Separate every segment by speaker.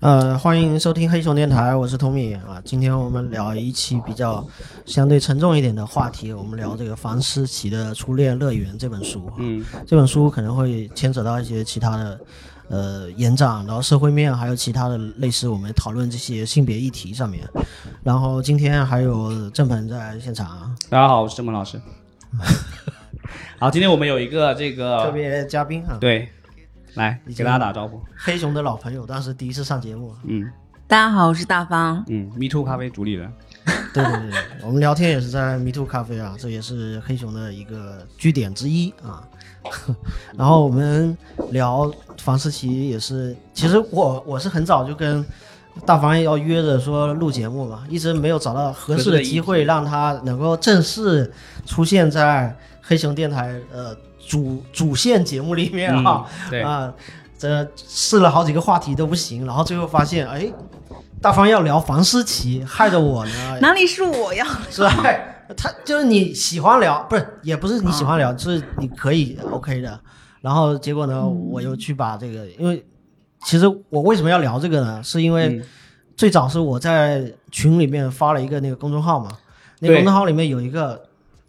Speaker 1: 呃，欢迎收听黑熊电台，我是 Tommy 啊。今天我们聊一期比较相对沉重一点的话题，我们聊这个房思琪的《初恋乐园》这本书。啊
Speaker 2: 嗯，
Speaker 1: 这本书可能会牵扯到一些其他的呃延展，然后社会面，还有其他的类似我们讨论这些性别议题上面。然后今天还有郑鹏在现场，啊
Speaker 2: 大家好，我是郑鹏 老师。好，今天我们有一个这
Speaker 1: 特
Speaker 2: 个
Speaker 1: 别嘉宾啊，
Speaker 2: 对，来
Speaker 1: 已经
Speaker 2: 给大家打招呼。
Speaker 1: 黑熊的老朋友，当时第一次上节目，啊
Speaker 2: 嗯
Speaker 3: 大家好，我是大方。
Speaker 2: 嗯，Me Too 咖啡主理人。
Speaker 1: 对对对，对我们聊天也是在 Me Too 咖啡啊，这也是黑熊的一个据点之一啊。 然后我们聊房思琪也是，其实我我是很早就跟大房要约着说录节目嘛，一直没有找到合适的机会让他能够正式出现在黑熊电台呃主主线节目里面啊。
Speaker 2: 嗯，对，
Speaker 1: 啊，这试了好几个话题都不行，然后最后发现哎。大方要聊房思琪，害得我呢
Speaker 3: 哪里是我呀？
Speaker 1: 是吧？ 他就是你喜欢聊，不是也不是你喜欢
Speaker 2: 嗯
Speaker 1: 聊，就是你可以 OK 的。然后结果呢，
Speaker 2: 嗯
Speaker 1: 我又去把这个，因为其实我为什么要聊这个呢？是因为
Speaker 2: 嗯
Speaker 1: 最早是我在群里面发了一个那个公众号嘛，那个
Speaker 2: 对
Speaker 1: 公众号里面有一个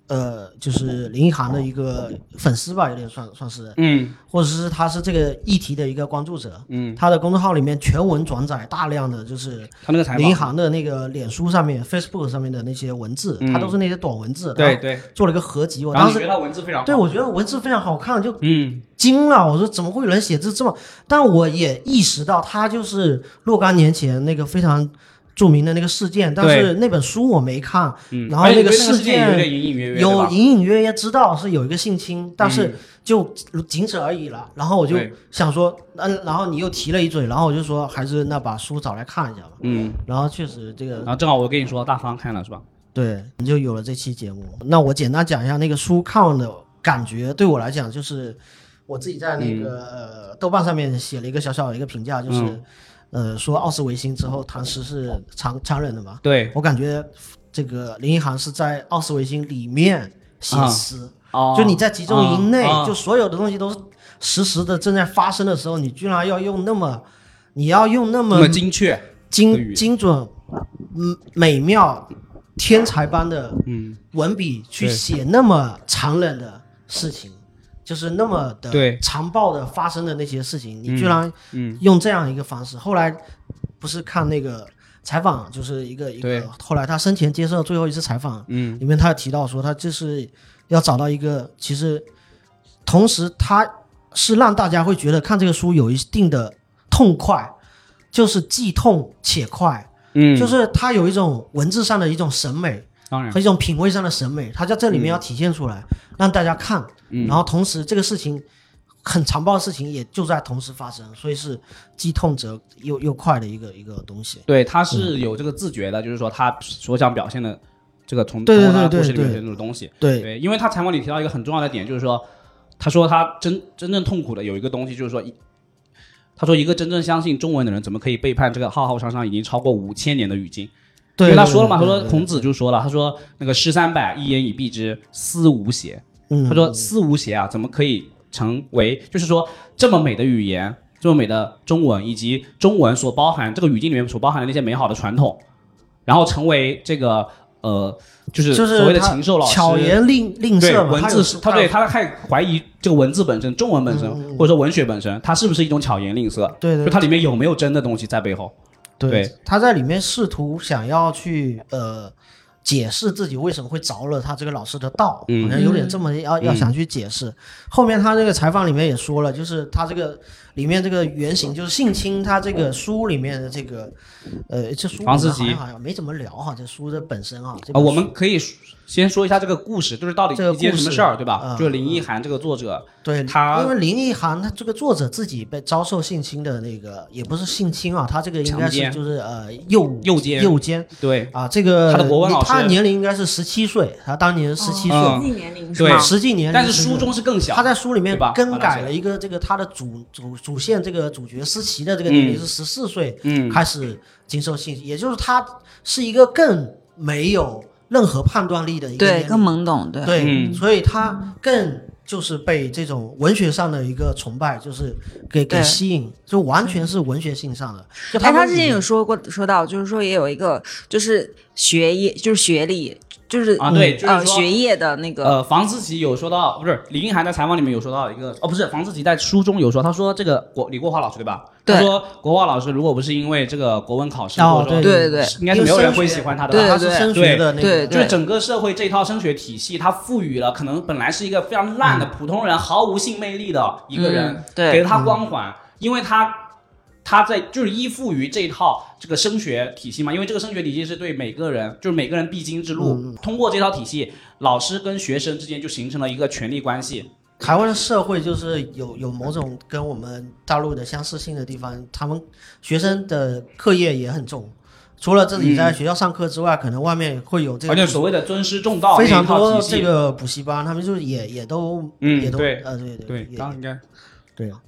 Speaker 1: 呃，就是林奕涵的一个粉丝吧，有点算算是，
Speaker 2: 嗯
Speaker 1: 或者是他是这个议题的一个关注者。
Speaker 2: 嗯，
Speaker 1: 他的公众号里面全文转载大量的就是
Speaker 2: 他那个采
Speaker 1: 林
Speaker 2: 访，
Speaker 1: 航的那个脸书上面、Facebook 上面的那些文字，
Speaker 2: 嗯
Speaker 1: 它都是那些短文字，
Speaker 2: 对
Speaker 1: 然后
Speaker 2: 对，
Speaker 1: 做了一个合集。我
Speaker 2: 然后
Speaker 1: 当
Speaker 2: 你觉
Speaker 1: 时
Speaker 2: 得他文字非常好
Speaker 1: 对我觉得文字非常好看，就
Speaker 2: 嗯
Speaker 1: 惊了，我说怎么会有人写字这么？但我也意识到，它就是若干年前那个非常著名的那个事件，但是那本书我没看，
Speaker 2: 嗯，
Speaker 1: 然后
Speaker 2: 哎
Speaker 1: 那个
Speaker 2: 对那
Speaker 1: 事
Speaker 2: 事件有
Speaker 1: 件
Speaker 2: 点隐隐约约，对
Speaker 1: 有
Speaker 2: 吧嗯
Speaker 1: 隐隐约约知道是有一个性侵，但是就仅此而已了。然后我就
Speaker 2: 对
Speaker 1: 想说，嗯，然后你又提了一嘴，然后我就说还是那把书找来看一下吧。
Speaker 2: 嗯，
Speaker 1: 然后确实这个
Speaker 2: 然后正好我跟你说大方看了是吧？
Speaker 1: 对，你就有了这期节目。那我简单讲一下那个书看完的感觉，对我来讲就是我自己在那
Speaker 2: 嗯
Speaker 1: 个、呃豆瓣上面写了一个小小的一个评价，就是、呃说奥斯维辛之后，唐诗是常常人的嘛。
Speaker 2: 对，
Speaker 1: 我感觉这个林奕涵是在奥斯维辛里面写诗，
Speaker 2: 哦，
Speaker 1: 就你在集中营内，
Speaker 2: 啊啊
Speaker 1: 就所有的东西都是实时的正在发生的时候，你居然要用那么，你要用那
Speaker 2: 那么精确，的语
Speaker 1: 精
Speaker 2: 言
Speaker 1: 精准、嗯美妙、天才般的
Speaker 2: 嗯，
Speaker 1: 文笔去
Speaker 2: 对
Speaker 1: 写那么残忍的事情，就是那么的
Speaker 2: 对
Speaker 1: 残暴的发生的那些事情，你
Speaker 2: 嗯
Speaker 1: 居然
Speaker 2: 嗯
Speaker 1: 用这样一个方式。后来不是看那个采访，就是一个一
Speaker 2: 对
Speaker 1: 个，后来他生前接受最后一次采访，
Speaker 2: 嗯
Speaker 1: 里面他有提到说，他就是要找到一个，其实同时他是让大家会觉得看这个书有一定的痛快，就是既痛且快，
Speaker 2: 嗯，
Speaker 1: 就是他有一种文字上的一种审美
Speaker 2: 当然
Speaker 1: 和一种品味上的审美，他在这里面要体现出来，让大家看，
Speaker 2: 嗯
Speaker 1: 然后同时这个事情。很残暴的事情也就在同时发生，所以是既痛则又又快的一个一个东西。
Speaker 2: 对，他
Speaker 1: 嗯
Speaker 2: 是有这个自觉的，就是说他所想表现的这个从
Speaker 1: 对对
Speaker 2: 从他的
Speaker 1: 对
Speaker 2: 故事里
Speaker 1: 对
Speaker 2: 面
Speaker 1: 对
Speaker 2: 这种东西。
Speaker 1: 对，
Speaker 2: 因为他采访里提到一个很重要的点，就是说，他说他真真正痛苦的有一个东西，就是说一，他说一个真正相信中文的人，怎么可以背叛这个浩浩汤汤已经超过五千年的语境？
Speaker 1: 对，
Speaker 2: 因为他
Speaker 1: 对
Speaker 2: 说了嘛，他说，
Speaker 1: 对对
Speaker 2: 孔子就说了，他说那个诗三百，一言以蔽之，思无邪。
Speaker 1: 嗯，
Speaker 2: 他说思无邪啊，怎么可以成为？就是说这么美的语言，这么美的中文，以及中文所包含这个语境里面所包含的那些美好的传统，然后成为这个呃，就是
Speaker 1: 就是
Speaker 2: 所谓的
Speaker 1: 他
Speaker 2: 禽兽老师
Speaker 1: 巧言令令
Speaker 2: 对
Speaker 1: 色嘛，
Speaker 2: 文
Speaker 1: 他
Speaker 2: 字
Speaker 1: 有嗯
Speaker 2: 是，他对他还怀疑这个文字本身，中文本身，或者说文学本身，它是不是一种巧言令色？
Speaker 1: 对对
Speaker 2: 就它里面有没有真的东西在背后？对
Speaker 1: 他在里面试图想要去呃解释自己为什么会着了他这个老师的道，
Speaker 2: 嗯
Speaker 1: 好像有点这么要、要想去解释。后面他这个采访里面也说了，就是他这个里面这个原型就是性侵，他这个书里面的这个呃这书
Speaker 2: 房思
Speaker 1: 好
Speaker 2: 琪
Speaker 1: 像好像没怎么聊哈，这书的本身啊，这
Speaker 2: 啊，
Speaker 1: 本
Speaker 2: 我
Speaker 1: 书
Speaker 2: 们可以先说一下这个故事，就是到底
Speaker 1: 这个
Speaker 2: 一件
Speaker 1: 故
Speaker 2: 什么
Speaker 1: 事
Speaker 2: 事儿，对吧？
Speaker 1: 嗯
Speaker 2: 就是林奕涵这个作者，
Speaker 1: 对
Speaker 2: 他
Speaker 1: 因为林奕涵他这个作者自己被遭受性侵的那个也不是性侵啊，他这个应该
Speaker 2: 强
Speaker 1: 是
Speaker 2: 奸
Speaker 1: 就是呃诱
Speaker 2: 诱奸
Speaker 1: 诱奸。
Speaker 2: 对
Speaker 1: 啊，这个
Speaker 2: 他的国文老师
Speaker 1: 他年龄应该是十七岁，他当年十七岁，
Speaker 2: 嗯
Speaker 3: 实际年龄是
Speaker 2: 对
Speaker 3: 吗？
Speaker 1: 实际年龄。
Speaker 2: 但是书中是更小，
Speaker 1: 他在书里面
Speaker 2: 对吧
Speaker 1: 更改了一个这个他的主主主线这个主角思琪的这个年龄是十四岁
Speaker 2: 嗯
Speaker 1: 开始经受性侵，也就是他是一个更没有任何判断力的一个
Speaker 3: 对，
Speaker 1: 年
Speaker 3: 更
Speaker 1: 龄，
Speaker 3: 懵懂，对，哎
Speaker 1: 对，
Speaker 2: 嗯
Speaker 1: 所以他更就是被这种文学上的一个崇拜，就是给给
Speaker 3: 对
Speaker 1: 吸引，就完全是文学性上的。就
Speaker 3: 哎，他
Speaker 1: 们
Speaker 3: 之前有说过说到，就是说也有一个就是学业，就是学历，就是
Speaker 1: 嗯
Speaker 2: 啊对就是
Speaker 3: 呃
Speaker 2: 说
Speaker 3: 学业的那个
Speaker 2: 呃，房思琪有说到，不是李英涵在采访里面有说到一个，哦，不是房思琪在书中有说，他说这个国李国华老师对吧？
Speaker 3: 对
Speaker 2: 他说国华老师如果不是因为这个国文考试，
Speaker 1: 哦
Speaker 2: 或者说
Speaker 1: 对
Speaker 3: 对对对
Speaker 2: 应该是没有人会喜欢他的吧。
Speaker 3: 对
Speaker 1: 他是升学的那
Speaker 3: 对
Speaker 1: 个，
Speaker 2: 就是整个社会这一套升学体系，它赋予了可能本来是一个非常烂的
Speaker 1: 嗯
Speaker 2: 普通人、毫无性魅力的一个人，
Speaker 3: 嗯对
Speaker 2: 给了他光环，因为他他在就是依附于这一套这个升学体系嘛，因为这个升学体系是对每个人就是每个人必经之路，
Speaker 1: 嗯
Speaker 2: 通过这套体系，老师跟学生之间就形成了一个权力关系。
Speaker 1: 台湾的社会就是有有某种跟我们大陆的相似性的地方，他们学生的课业也很重，除了自己
Speaker 3: 嗯
Speaker 1: 在学校上课之外，可能外面会有这
Speaker 2: 而且
Speaker 1: 个
Speaker 2: 所谓的尊师重道
Speaker 1: 非
Speaker 2: 那
Speaker 1: 常
Speaker 2: 一套
Speaker 1: 多
Speaker 2: 体系，
Speaker 1: 这个补习班，他们就是也也都
Speaker 2: 嗯
Speaker 1: 也都
Speaker 2: 对
Speaker 1: 呃对
Speaker 2: 对，
Speaker 1: 也
Speaker 2: 当然应该
Speaker 1: 对啊，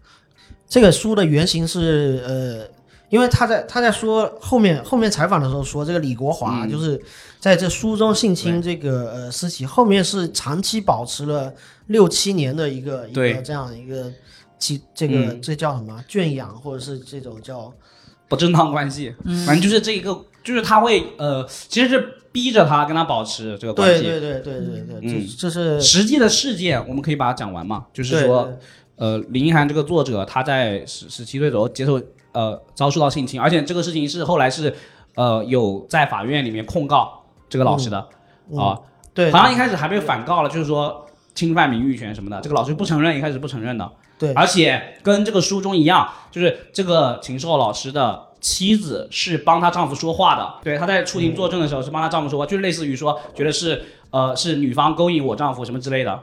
Speaker 1: 这个书的原型是呃，因为他在他在说后面后面采访的时候说，这个李国华
Speaker 2: 嗯
Speaker 1: 就是在这书中性侵这个呃思琪，后面是长期保持了六七年的一个一
Speaker 2: 对
Speaker 1: 个这样一个其这个、
Speaker 2: 嗯
Speaker 1: 这叫什么圈养，或者是这种叫
Speaker 2: 不正当关系，
Speaker 1: 嗯
Speaker 2: 反正就是这一个，就是他会呃，其实是逼着他跟他保持这个关
Speaker 1: 对
Speaker 2: 系。
Speaker 1: 对对对对对，
Speaker 2: 嗯
Speaker 1: 这这是
Speaker 2: 实际的事件，我们可以把它讲完嘛？就是
Speaker 1: 对
Speaker 2: 说，呃，林一涵这个作者，他在十十七岁左右接受呃遭受到性侵，而且这个事情是后来是呃有在法院里面控告这个老师的啊、
Speaker 1: 嗯对
Speaker 2: 好像一开始还被反告了，就是说侵犯名誉权什么的，这个老师不承认，一开始不承认的，
Speaker 1: 对
Speaker 2: 而且跟这个书中一样，就是这个禽兽老师的妻子是帮她丈夫说话的，对，她在出庭作证的时候是帮她丈夫说话，就类似于说觉得是呃是女方勾引我丈夫什么之类的，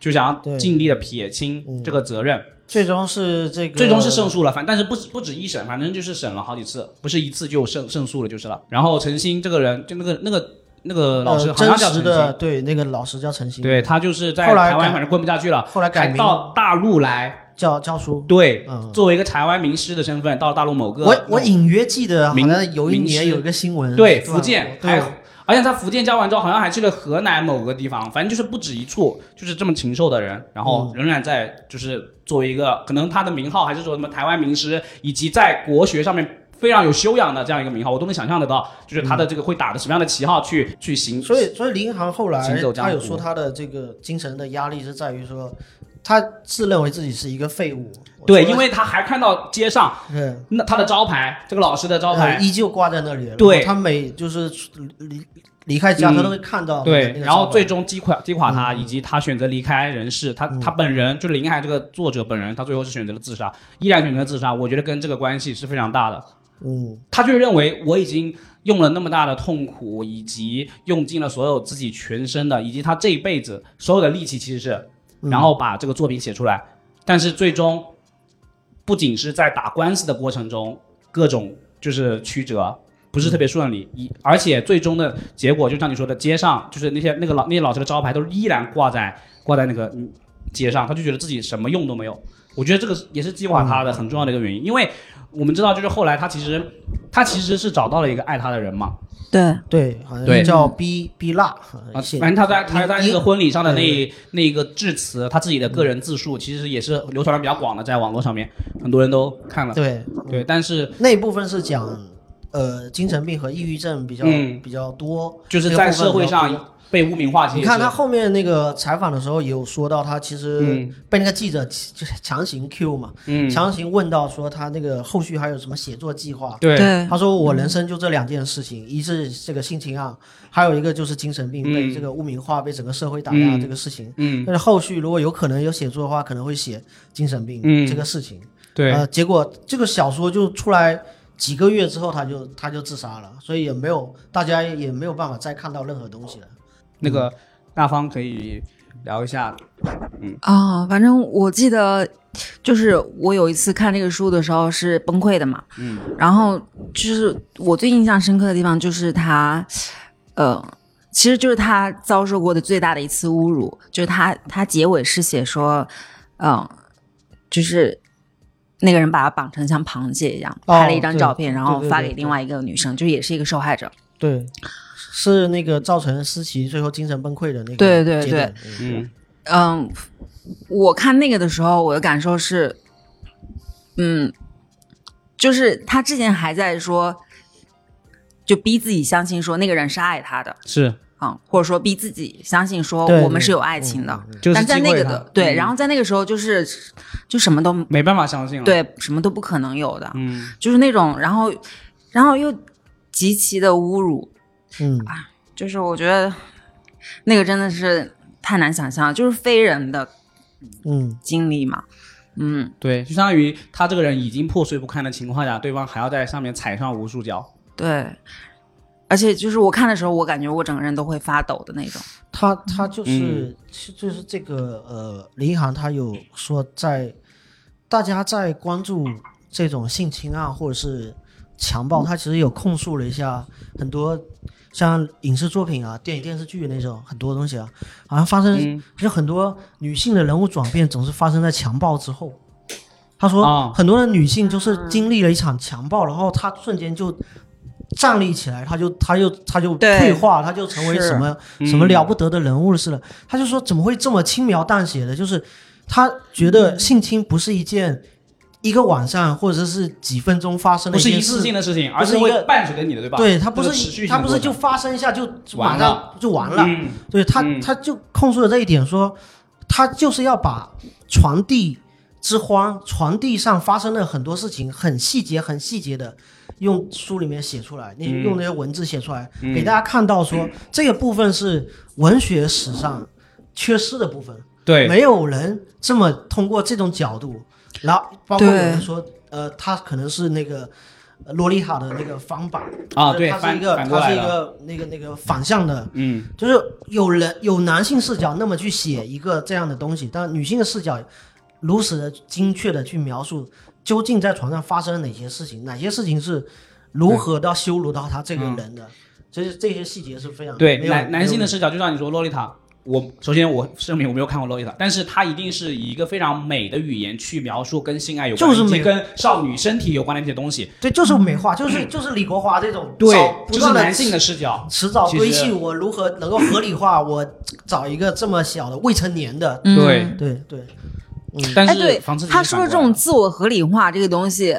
Speaker 2: 就想要
Speaker 1: 对
Speaker 2: 尽力的撇清
Speaker 1: 嗯
Speaker 2: 这个责任，
Speaker 1: 最终是这个
Speaker 2: 最终是胜诉了，反但是不止不止一审，反正就是审了好几次，不是一次就胜胜诉了就是了。然后陈星这个人，就那个那个那个老师
Speaker 1: 呃
Speaker 2: 好像
Speaker 1: 真
Speaker 2: 叫陈
Speaker 1: 实
Speaker 2: 星，
Speaker 1: 的对那个老师叫陈星，
Speaker 2: 对他就是在
Speaker 1: 后来
Speaker 2: 台湾
Speaker 1: 改
Speaker 2: 反正混不下去了，
Speaker 1: 后来改
Speaker 2: 还
Speaker 1: 名
Speaker 2: 到大陆来，
Speaker 1: 叫教书。
Speaker 2: 对，
Speaker 1: 嗯
Speaker 2: 作为一个台湾名师的身份，到大陆某个
Speaker 1: 我我隐约记得好
Speaker 2: 名
Speaker 1: 像有一
Speaker 2: 名
Speaker 1: 年
Speaker 2: 师
Speaker 1: 有一个新闻，
Speaker 2: 对
Speaker 1: 吧
Speaker 2: 福建
Speaker 1: 对
Speaker 2: 还而且他福建教完之后，好像还去了河南某个地方，反正就是不止一处，就是这么禽兽的人，
Speaker 1: 嗯
Speaker 2: 然后仍然在就是作为一个可能他的名号还是说什么台湾名师，以及在国学上面非常有修养的这样一个名号，我都能想象得到，就是他的这个会打着什么样的旗号去去行。
Speaker 1: 嗯所以所以林航后
Speaker 2: 行
Speaker 1: 来
Speaker 2: 走江湖
Speaker 1: 他有说他的这个精神的压力是在于说，他自认为自己是一个废物，
Speaker 2: 对，
Speaker 1: 我
Speaker 2: 因为他还看到街上
Speaker 1: 对
Speaker 2: 那他的招牌，这个老师的招
Speaker 1: 呃
Speaker 2: 牌，
Speaker 1: 依旧挂在那里，
Speaker 2: 对
Speaker 1: 然后他每就是离离开家
Speaker 2: 嗯
Speaker 1: 他都会看到那个、
Speaker 2: 对
Speaker 1: 那，个
Speaker 2: 然后
Speaker 1: 招牌
Speaker 2: 最终击垮击垮他，
Speaker 1: 嗯
Speaker 2: 以及他选择离开人世，他
Speaker 1: 嗯
Speaker 2: 他本人就是林海这个作者本人，他最后是选择了自杀，依然选择自杀，我觉得跟这个关系是非常大的。
Speaker 1: 嗯
Speaker 2: 他就认为我已经用了那么大的痛苦，以及用尽了所有自己全身的，以及他这一辈子所有的力气，其实是，
Speaker 1: 嗯
Speaker 2: 然后把这个作品写出来。但是最终，不仅是在打官司的过程中，各种就是曲折，不是特别顺利，一而且最终的结果，就像你说的，街上就是那些那个老那些老师的招牌都依然挂在挂在那个嗯街上，他就觉得自己什么用都没有。我觉得这个也是击垮他的很重要的一个原因，因为我们知道，就是后来他其实他其实是找到了一个爱他的人嘛，
Speaker 3: 对
Speaker 1: 对，好像
Speaker 2: 对
Speaker 1: 叫 B B 辣，
Speaker 3: 嗯
Speaker 2: 啊，
Speaker 1: 写
Speaker 2: 反正他在他在那
Speaker 1: 英
Speaker 2: 个婚礼上的
Speaker 1: 对
Speaker 2: 那那一个致辞，他自己的个人自述，其实也是流传的比较广的，在网络上面很多人都看了，
Speaker 1: 对
Speaker 2: 对，但是
Speaker 1: 那一部分是讲。呃，精神病和抑郁症比较、
Speaker 2: 嗯
Speaker 1: 比较多，
Speaker 2: 就是
Speaker 1: 这个
Speaker 2: 在
Speaker 1: 部分
Speaker 2: 社会
Speaker 1: 比较多
Speaker 2: 上被污名化，其实
Speaker 1: 你
Speaker 2: 也
Speaker 1: 看
Speaker 2: 是
Speaker 1: 他后面那个采访的时候也有说到，他其实
Speaker 2: 嗯
Speaker 1: 被那个记者就是强行 Q 嘛，
Speaker 2: 嗯
Speaker 1: 强行问到说他那个后续还有什么写作计划。
Speaker 2: 对
Speaker 3: 对
Speaker 1: 他说：“我人生就这两件事情，一是这个性侵案，还有一个就是精神病
Speaker 2: 嗯
Speaker 1: 被这个污名化、被整个社会打压
Speaker 2: 嗯
Speaker 1: 这个事情。
Speaker 2: 嗯
Speaker 1: 但是后续如果有可能有写作的话，可能会写精神病
Speaker 2: 嗯
Speaker 1: 这个事情。
Speaker 2: 对
Speaker 3: 啊
Speaker 1: 呃，结果这个小说就出来几个月之后，他就他就自杀了，所以也没有大家也没有办法再看到任何东西了。
Speaker 2: 那个大方可以聊一下，
Speaker 3: 啊、反正我记得，就是我有一次看这个书的时候是崩溃的嘛，
Speaker 2: 嗯，
Speaker 3: 然后就是我最印象深刻的地方就是他，呃，其实就是他遭受过的最大的一次侮辱，就是他他结尾是写说，嗯、就是那个人把他绑成像螃蟹一样，
Speaker 1: 哦
Speaker 3: 拍了一张
Speaker 1: 对
Speaker 3: 照片，然后
Speaker 1: 对对
Speaker 3: 发
Speaker 1: 对
Speaker 3: 给另
Speaker 1: 对
Speaker 3: 外一个女生，就也是一个受害者，
Speaker 1: 对，是那个造成思琪最后精神崩溃的那个
Speaker 3: 对对
Speaker 1: 阶段
Speaker 2: 嗯，
Speaker 3: 嗯，我看那个的时候，我的感受是，嗯，就是他之前还在说，就逼自己相信说那个人是爱他的，
Speaker 2: 是，
Speaker 3: 嗯，或者说逼自己相信说
Speaker 1: 对
Speaker 3: 我们
Speaker 1: 对
Speaker 3: 是有爱情的。
Speaker 1: 嗯嗯
Speaker 2: 就是
Speaker 3: 但在
Speaker 2: 击
Speaker 3: 那
Speaker 2: 溃
Speaker 3: 个
Speaker 2: 他嗯
Speaker 3: 的
Speaker 1: 嗯
Speaker 3: 对，然后在那个时候就是就什么都
Speaker 2: 没办法相信了。，
Speaker 3: 对，什么都不可能有的，
Speaker 2: 嗯，
Speaker 3: 就是那种，然后然后又极其的侮辱，
Speaker 1: 嗯，
Speaker 3: 就是我觉得那个真的是太难想象了，就是非人的
Speaker 1: 嗯
Speaker 3: 经历嘛，嗯，
Speaker 2: 对，就相当于他这个人已经破碎不堪的情况下，对方还要在上面踩上无数脚。
Speaker 3: 对。而且就是我看的时候，我感觉我整个人都会发抖的那种。
Speaker 1: 他他就是、是就是这个呃，林航他有说在大家在关注这种性侵案或者是强暴，他其实有控诉了一下很多像影视作品啊、电影电视剧那种很多东西啊，好像发生、就很多女性的人物转变总是发生在强暴之后。他
Speaker 2: 啊
Speaker 1: 说，很多的女性就是经历了一场强暴，然后她瞬间就站立起来，她就她就她就
Speaker 3: 对
Speaker 1: 退化，她就成为什么
Speaker 2: 嗯
Speaker 1: 什么了不得的人物似的。他就说，怎么会这么轻描淡写的？就是他觉
Speaker 2: 嗯
Speaker 1: 得性侵不是一件一个晚上或者是几分钟发生的
Speaker 2: 不是
Speaker 1: 件
Speaker 2: 一
Speaker 1: 事
Speaker 2: 次性的事情，而
Speaker 1: 不是
Speaker 2: 是
Speaker 1: 一
Speaker 2: 会
Speaker 1: 个
Speaker 2: 伴随着你的，对吧？
Speaker 1: 对他不
Speaker 2: 这个持
Speaker 1: 是
Speaker 2: 续性
Speaker 1: 他
Speaker 2: 的
Speaker 1: 不
Speaker 2: 过
Speaker 1: 是
Speaker 2: 程
Speaker 1: 就发生一下就马
Speaker 2: 完了
Speaker 1: 上就完了，
Speaker 2: 嗯
Speaker 1: 对他、
Speaker 2: 嗯
Speaker 1: 他就控诉了这一点说，他就是要把传递之荒、传递上发生的很多事情，很细节、很细节的。用书里面写出来，那
Speaker 2: 嗯
Speaker 1: 用那些文字写出来，
Speaker 2: 嗯
Speaker 1: 给大家看到说、这个部分是文学史上缺失的部分，
Speaker 2: 对，
Speaker 1: 没有人这么通过这种角度，然后包括有
Speaker 3: 对
Speaker 1: 人说，呃，他可能是那个呃洛丽塔的那个翻版
Speaker 2: 啊，
Speaker 1: 就是
Speaker 2: 对，
Speaker 1: 它是
Speaker 2: 反
Speaker 1: 一个
Speaker 2: 反过
Speaker 1: 它
Speaker 2: 来
Speaker 1: 是一
Speaker 2: 了，
Speaker 1: 个那个那个反向的，
Speaker 2: 嗯，
Speaker 1: 就是有人有男性视角那么去写一个这样的东西，但女性的视角如此的精确的去描述究竟在床上发生了哪些事情，哪些事情是如何到羞辱到他这个人的，所以这些细节是非常
Speaker 2: 嗯对
Speaker 1: 没，有
Speaker 2: 男男性的
Speaker 1: 没有
Speaker 2: 视角，就像你说洛丽塔，我首先我声明我没有看过洛丽塔，但是它一定是以一个非常美的语言去描述跟性爱有关，
Speaker 1: 就是
Speaker 2: 以及
Speaker 1: 美
Speaker 2: 跟少女身体有关的一些东西。
Speaker 1: 对，就是美化，就是就是李国华这种找
Speaker 2: 嗯对，
Speaker 1: 不
Speaker 2: 就是
Speaker 1: 断地
Speaker 2: 男性的视角。
Speaker 1: 迟早
Speaker 2: 其
Speaker 1: 归
Speaker 2: 实
Speaker 1: 去，我如何能够合理化？我找一个这么小的未成年的，
Speaker 3: 嗯、
Speaker 2: 对
Speaker 1: 对对，
Speaker 2: 但
Speaker 3: 哎，
Speaker 2: 是
Speaker 3: 对
Speaker 2: 房子，
Speaker 3: 他说的这种自我合理化这个东西，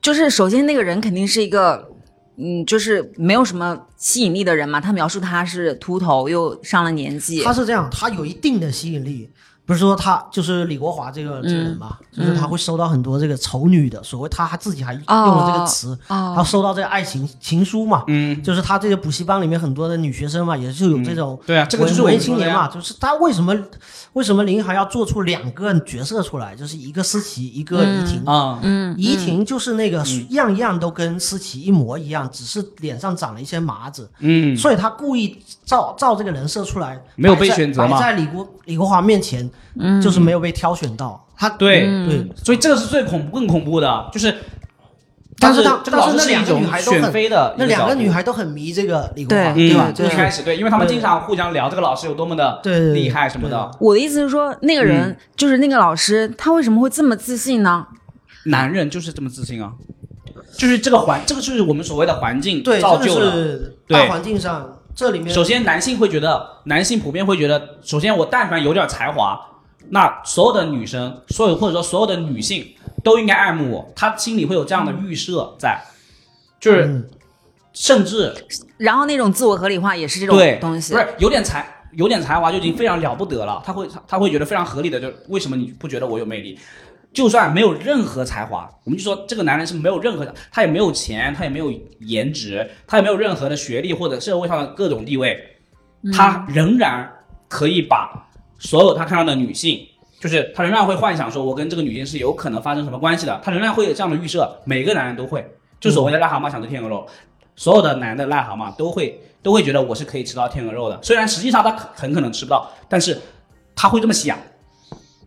Speaker 3: 就是首先那个人肯定是一个，嗯，就是没有什么吸引力的人嘛。他描述他是秃头又上了年纪，
Speaker 1: 他是这样，他有一定的吸引力，不是说他就是李国华这个这个
Speaker 2: 嗯
Speaker 1: 人吧，就是他会收到很多这个丑女的，所谓他他自己还
Speaker 2: 哦
Speaker 1: 用了这个词，
Speaker 3: 哦
Speaker 1: 他收到这个爱情情书嘛，
Speaker 2: 嗯，
Speaker 1: 就是他这个补习班里面很多的女学生嘛，也是有这种、
Speaker 2: 对啊，这个就是我
Speaker 1: 文
Speaker 2: 们
Speaker 1: 艺青
Speaker 2: 说的
Speaker 1: 年
Speaker 2: 呀
Speaker 1: 嘛，，就是他为什么为什么林涵要做出两个角色出来，就是一个思琪，一个怡婷。
Speaker 2: 啊，
Speaker 3: 嗯
Speaker 1: 怡婷就是那
Speaker 2: 嗯
Speaker 1: 个样样都跟思琪一模一样，只是脸上长了一些麻子，
Speaker 2: 嗯，
Speaker 1: 所以他故意照照这个人设出来，
Speaker 2: 没有
Speaker 1: 摆在
Speaker 2: 被选择
Speaker 1: 摆
Speaker 2: 嘛
Speaker 1: 在李国李国华面前，就是没有被挑选到。他
Speaker 2: 对
Speaker 1: 对，
Speaker 2: 所以这个是最恐更恐怖的，就是，
Speaker 1: 但是他
Speaker 2: 这个老
Speaker 1: 但
Speaker 2: 师
Speaker 1: 是那
Speaker 2: 是一
Speaker 1: 两个
Speaker 2: 种
Speaker 1: 女孩都很
Speaker 2: 选妃的一
Speaker 1: 那两
Speaker 2: 角
Speaker 1: 个
Speaker 2: 度
Speaker 1: 女孩都很迷这个李国华，
Speaker 3: 对
Speaker 2: 嗯
Speaker 1: 吧？啊
Speaker 3: 对
Speaker 2: 一开始对，因为他们经常互相聊这个老师有多么的
Speaker 1: 对对对
Speaker 2: 厉害什么的，
Speaker 3: 我的意思是说，那个人、
Speaker 1: 嗯
Speaker 3: 就是那个老师，他为什么会这么自信呢？
Speaker 2: 男人就是这么自信啊，就是这个环，这个就是我们所谓的环境
Speaker 1: 对，
Speaker 2: 造
Speaker 1: 这
Speaker 2: 就
Speaker 1: 个
Speaker 2: 了。
Speaker 1: 是
Speaker 2: 对
Speaker 1: 大环境上，这里面
Speaker 2: 首先，男性会觉得，男性普遍会觉得，首先我但凡有点才华，那所有的女生，所有或者说所有的女性都应该爱慕我，他心里会有这样的预设在，就是
Speaker 1: 嗯
Speaker 2: 甚至
Speaker 3: 然后那种自我合理化也是这种
Speaker 2: 对
Speaker 3: 东西
Speaker 2: 不，是有点才。有点才华就已经非常了不得了，他会他他会觉得非常合理的，就是为什么你不觉得我有魅力？就算没有任何才华，我们就说这个男人是没有任何的，他也没有钱，他也没有颜值，他也没有任何的学历或者社会上的各种地位，
Speaker 3: 嗯
Speaker 2: 他仍然可以把所有他看到的女性，就是他仍然会幻想说，我跟这个女性是有可能发生什么关系的，他仍然会有这样的预设，每个男人都会，就所谓
Speaker 3: 嗯
Speaker 2: 的癞蛤蟆想吃天鹅肉，所有的男的癞蛤蟆都会都会觉得我是可以吃到天鹅肉的，虽然实际上他可很可能吃不到，但是他会这么想。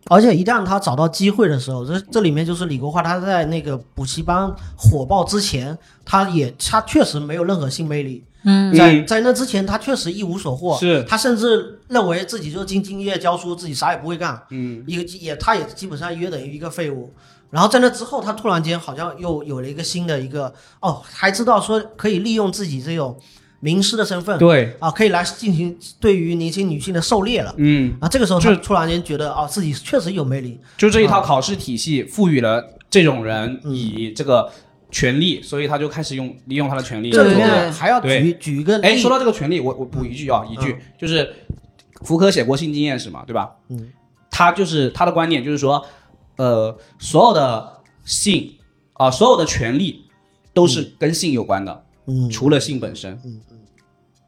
Speaker 1: 而且一旦他找到机会的时候，这这里面就是李国华，他在那个补习班火爆之前，他也他确实没有任何性魅力。
Speaker 3: 嗯
Speaker 1: 在
Speaker 2: 嗯
Speaker 1: 在那之前，他确实一无所获，
Speaker 2: 是
Speaker 1: 他甚至认为自己就兢兢业业教书，自己啥也不会干，
Speaker 2: 嗯，
Speaker 1: 也也他也基本上约等于一个废物。然后在那之后，他突然间好像又有了一个新的一个哦，还知道说可以利用自己这种名师的身份，
Speaker 2: 对，
Speaker 1: 啊，可以来进行对于年轻女性的狩猎了。
Speaker 2: 嗯，
Speaker 1: 啊，这个时候
Speaker 2: 就
Speaker 1: 他突然间觉得啊，自己确实有魅力，
Speaker 2: 就这
Speaker 1: 嗯
Speaker 2: 一套考试体系赋予了这种人以这个权利，所以他就开始用利用他的权利。
Speaker 1: 这里
Speaker 3: 对对
Speaker 1: 面还嗯要举举一个
Speaker 2: 哎，
Speaker 1: 例
Speaker 2: 说，到这个权利，我我补一句啊，一句、就是福柯写过性经验史嘛，对吧？
Speaker 1: 嗯，
Speaker 2: 他就是他的观点就是说，呃，所有的性啊、所有的权利都是跟性有关的，
Speaker 1: 嗯，
Speaker 2: 除了性本身。
Speaker 1: 嗯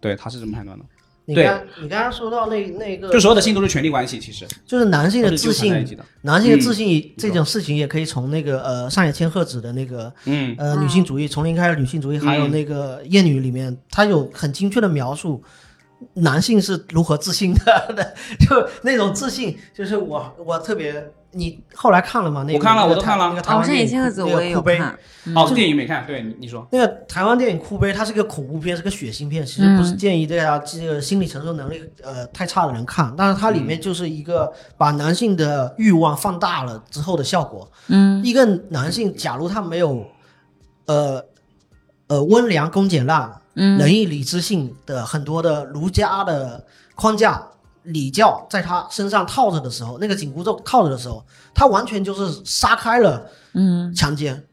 Speaker 2: 对，他是这么判断的，
Speaker 1: 你
Speaker 2: 对
Speaker 1: 刚你刚刚说到那那个
Speaker 2: 就，所有的性都是权利关系，其实
Speaker 1: 就是男性
Speaker 2: 都
Speaker 1: 的
Speaker 2: 是
Speaker 1: 自
Speaker 2: 纠缠在一
Speaker 1: 信，
Speaker 2: 起的。
Speaker 1: 男性的
Speaker 2: 嗯
Speaker 1: 自信这
Speaker 2: 说
Speaker 1: 种事情也可以从那个呃上野千鹤子的那个
Speaker 2: 嗯
Speaker 1: 呃女性主义，从零开始女性主义，还有
Speaker 2: 嗯
Speaker 1: 那个厌女里面，它有很精确的描述。男性是如何自信的？ 就那种自信，就是我我特别，你后来看了吗？那个
Speaker 2: 我看了
Speaker 1: 那个
Speaker 2: 我都看了
Speaker 1: 那个台
Speaker 3: 哦，
Speaker 1: 湾
Speaker 3: 上
Speaker 1: 电
Speaker 3: 野
Speaker 1: 影
Speaker 3: 千鹤子
Speaker 1: 那个
Speaker 3: 我也有
Speaker 1: 哭悲
Speaker 3: 看，
Speaker 1: 嗯
Speaker 2: 哦，这电影没看，对你你说，
Speaker 1: 那个台湾电影《哭悲》，它是个恐怖片，是个血腥
Speaker 3: 嗯
Speaker 1: 片，其实不是建议大家这个心理承受能力呃太差的人看，但是它里面就是一个把男性的欲望放大了之后的效果。
Speaker 3: 嗯
Speaker 1: 一个男性假如他没有呃呃温良恭俭让、
Speaker 3: 嗯
Speaker 1: 仁义礼智信的很多的儒家的框架。礼教在他身上套着的时候，那个紧箍咒套着的时候，他完全就是杀开了
Speaker 3: 嗯
Speaker 1: 强奸，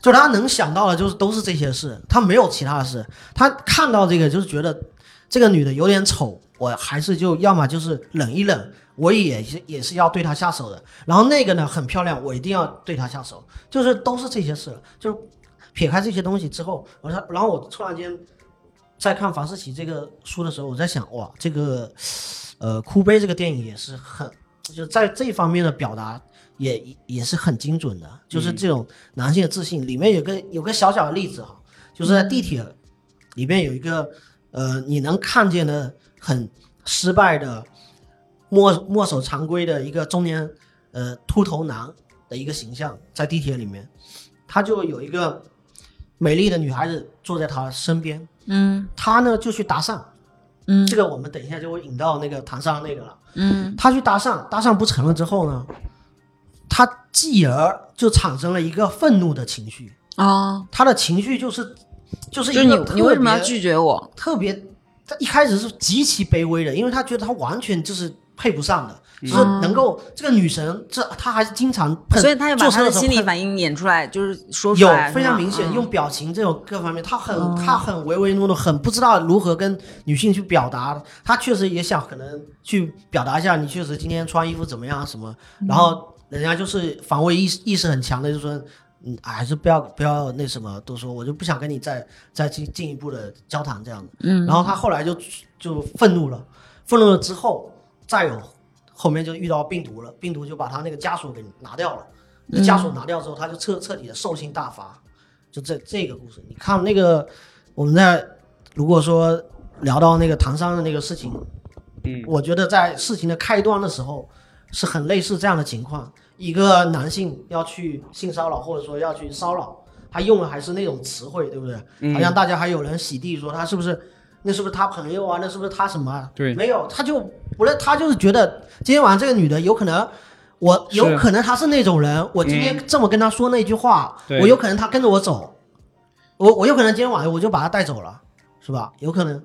Speaker 1: 就他能想到的，就是都是这些事，他没有其他的事。他看到这个，就是觉得这个女的有点丑，我还是就要么就是忍一忍，我也是也是要对她下手的。然后那个呢很漂亮，我一定要对她下手，就是都是这些事了。就是撇开这些东西之后，我说，然后我突然间在看房思琪这个书的时候，我在想，哇，这个呃《哭悲》这个电影也是很，就在这方面的表达也也是很精准的，就是这种男性的自信。里面有个有个小小的例子哈，就是在地铁里面有一个呃，你能看见的很失败的墨墨守常规的一个中年呃秃头男的一个形象，在地铁里面，他就有一个美丽的女孩子坐在他身边，
Speaker 3: 嗯
Speaker 1: 他呢就去搭讪，
Speaker 3: 嗯
Speaker 1: 这个我们等一下就会引到那个唐三那个了。
Speaker 3: 嗯
Speaker 1: 他去搭讪，搭讪不成了之后呢，他继而就产生了一个愤怒的情绪，
Speaker 3: 哦，
Speaker 1: 他的情绪就是就是
Speaker 3: 就是
Speaker 1: 一
Speaker 3: 你
Speaker 1: 个特别
Speaker 3: 你为什么要拒绝我？
Speaker 1: 特别，他一开始是极其卑微的，因为他觉得他完全就是配不上的，就是能够这个女神，这他还是经常喷，
Speaker 3: 嗯所以他也把
Speaker 1: 做事
Speaker 3: 他的
Speaker 1: 时候
Speaker 3: 心理
Speaker 1: 喷
Speaker 3: 反应演出来，就是说出
Speaker 1: 有
Speaker 3: 来，
Speaker 1: 非
Speaker 3: 是吗
Speaker 1: 常明显，
Speaker 3: 嗯
Speaker 1: 用表情这种各方面，他很、
Speaker 3: 哦
Speaker 1: 他很唯唯诺诺，很不知道如何跟女性去表达。他确实也想可能去表达一下，你确实今天穿衣服怎么样什么，
Speaker 3: 嗯
Speaker 1: 然后人家就是防卫意识意识很强的，就说。嗯，哎还是不要不要那什么多说，我就不想跟你再再进进一步的交谈这样子。
Speaker 3: 嗯
Speaker 1: 然后他后来就就愤怒了，愤怒了之后，再有后面就遇到病毒了，病毒就把他那个枷锁给拿掉了。那枷
Speaker 2: 嗯
Speaker 1: 锁拿掉之后，他就彻彻底的兽性大发。就这这个故事，你看那个我们在如果说聊到那个唐三的那个事情，
Speaker 2: 嗯，
Speaker 1: 我觉得在事情的开端的时候是很类似这样的情况，一个男性要去性骚扰或者说要去骚扰，他用的还是那种词汇，对不对？
Speaker 2: 嗯
Speaker 1: 好像大家还有人洗地说他是不是，那是不是他朋友啊？那是不是他什么、啊？
Speaker 2: 对
Speaker 1: 没有，他就不是他就是觉得今天晚上这个女的有可能。我
Speaker 2: 是
Speaker 1: 有可能她是那种人，我今天这么跟她说那句话，
Speaker 2: 对
Speaker 1: 我有可能她跟着我走，我我有可能今天晚上我就把她带走了，是吧？有可能。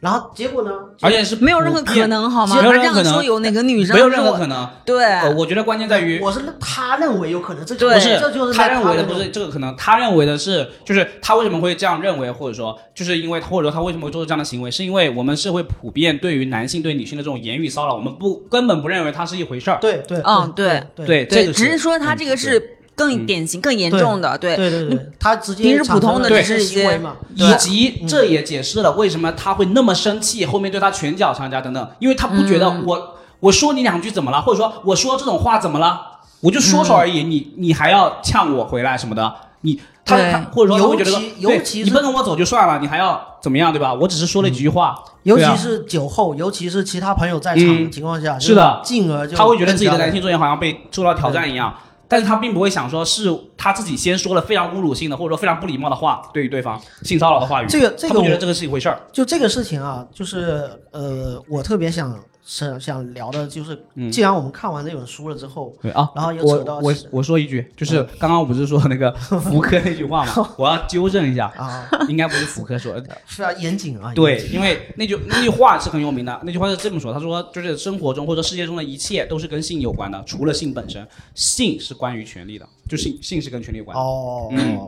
Speaker 1: 然后结果呢？
Speaker 2: 而且是
Speaker 1: 嗯
Speaker 3: 没有任何
Speaker 2: 普遍
Speaker 3: 可能好吗？
Speaker 2: 没
Speaker 3: 他
Speaker 2: 有
Speaker 3: 这
Speaker 2: 任何
Speaker 3: 样
Speaker 2: 可能
Speaker 3: 说，有哪个女生
Speaker 2: 没有
Speaker 3: 是
Speaker 2: 任何
Speaker 3: 我
Speaker 2: 可能。
Speaker 3: 对
Speaker 2: 呃，我觉得关键在于
Speaker 1: 我是他认为有可能，这就
Speaker 3: 对
Speaker 2: 不
Speaker 1: 是
Speaker 2: 是
Speaker 1: 这就是
Speaker 2: 他
Speaker 1: 在
Speaker 2: 认为
Speaker 1: 那
Speaker 2: 的，不
Speaker 1: 种
Speaker 2: 是这个可能，他认为的是，就是他为什么会这样认为，或者说，就是因为或者说他为什么会做出这样的行为，是因为我们社会普遍对于男性对女性的这种言语骚扰，我们不根本不认为它是一回事儿。
Speaker 1: 对对
Speaker 3: 嗯
Speaker 1: 对
Speaker 2: 对，这
Speaker 3: 对，
Speaker 2: 个
Speaker 3: 只是说他
Speaker 2: 嗯
Speaker 3: 这个是更典型、更严重的，对，
Speaker 1: 对对对，他直接
Speaker 3: 嗯平时普通的
Speaker 1: 产生了
Speaker 3: 只是一些
Speaker 1: 行为嘛，
Speaker 2: 以
Speaker 1: 嗯
Speaker 2: 及这也解释了为什么他会那么生气，后面对他拳脚相加等等，因为他不觉得
Speaker 1: 嗯
Speaker 2: 我、我说你两句怎么了，或者说我说这种话怎么了，我就说
Speaker 1: 嗯
Speaker 2: 说而已，你你还要呛我回来什么的，你他
Speaker 3: 对
Speaker 2: 他或者说他会觉得
Speaker 1: 尤
Speaker 2: 说
Speaker 1: 其
Speaker 2: 对
Speaker 1: 尤其是
Speaker 2: 你不跟我走就算了，你还要怎么样对吧？我只是说了几句话，
Speaker 1: 尤
Speaker 2: 对
Speaker 1: 其
Speaker 2: 啊
Speaker 1: 是酒后，尤其是其他朋友在场的
Speaker 2: 嗯
Speaker 1: 情况下，
Speaker 2: 是的
Speaker 1: 就进嗯而就
Speaker 2: 他会觉得自己的
Speaker 1: 更加
Speaker 2: 男性尊严好像被受到挑战一样。但是他并不会想说是他自己先说了非常侮辱性的或者说非常不礼貌的话，对于对方性骚扰的话语，
Speaker 1: 这个这
Speaker 2: 他
Speaker 1: 个
Speaker 2: 不觉得
Speaker 1: 我
Speaker 2: 这个是一回事儿。
Speaker 1: 就这个事情啊，就是呃，我特别想是想聊的，就是
Speaker 2: 嗯
Speaker 1: 既然我们看完这本书了之后，
Speaker 2: 对啊，
Speaker 1: 然后又扯
Speaker 2: 我
Speaker 1: 到嗯
Speaker 2: 我我说一句，就是刚刚我不是说那个福柯那句话 嘛，我要纠正一下，
Speaker 1: 啊，
Speaker 2: 应该不是福柯说的，
Speaker 1: 非常严谨啊。
Speaker 2: 对
Speaker 1: 严，谨
Speaker 2: 因为那句那句话是很有名的，那句话是这么说，他说就是生活中或者世界中的一切都是跟性有关的，除了性本身，性是关于权利的，就性性是跟权利有关的，
Speaker 1: 哦，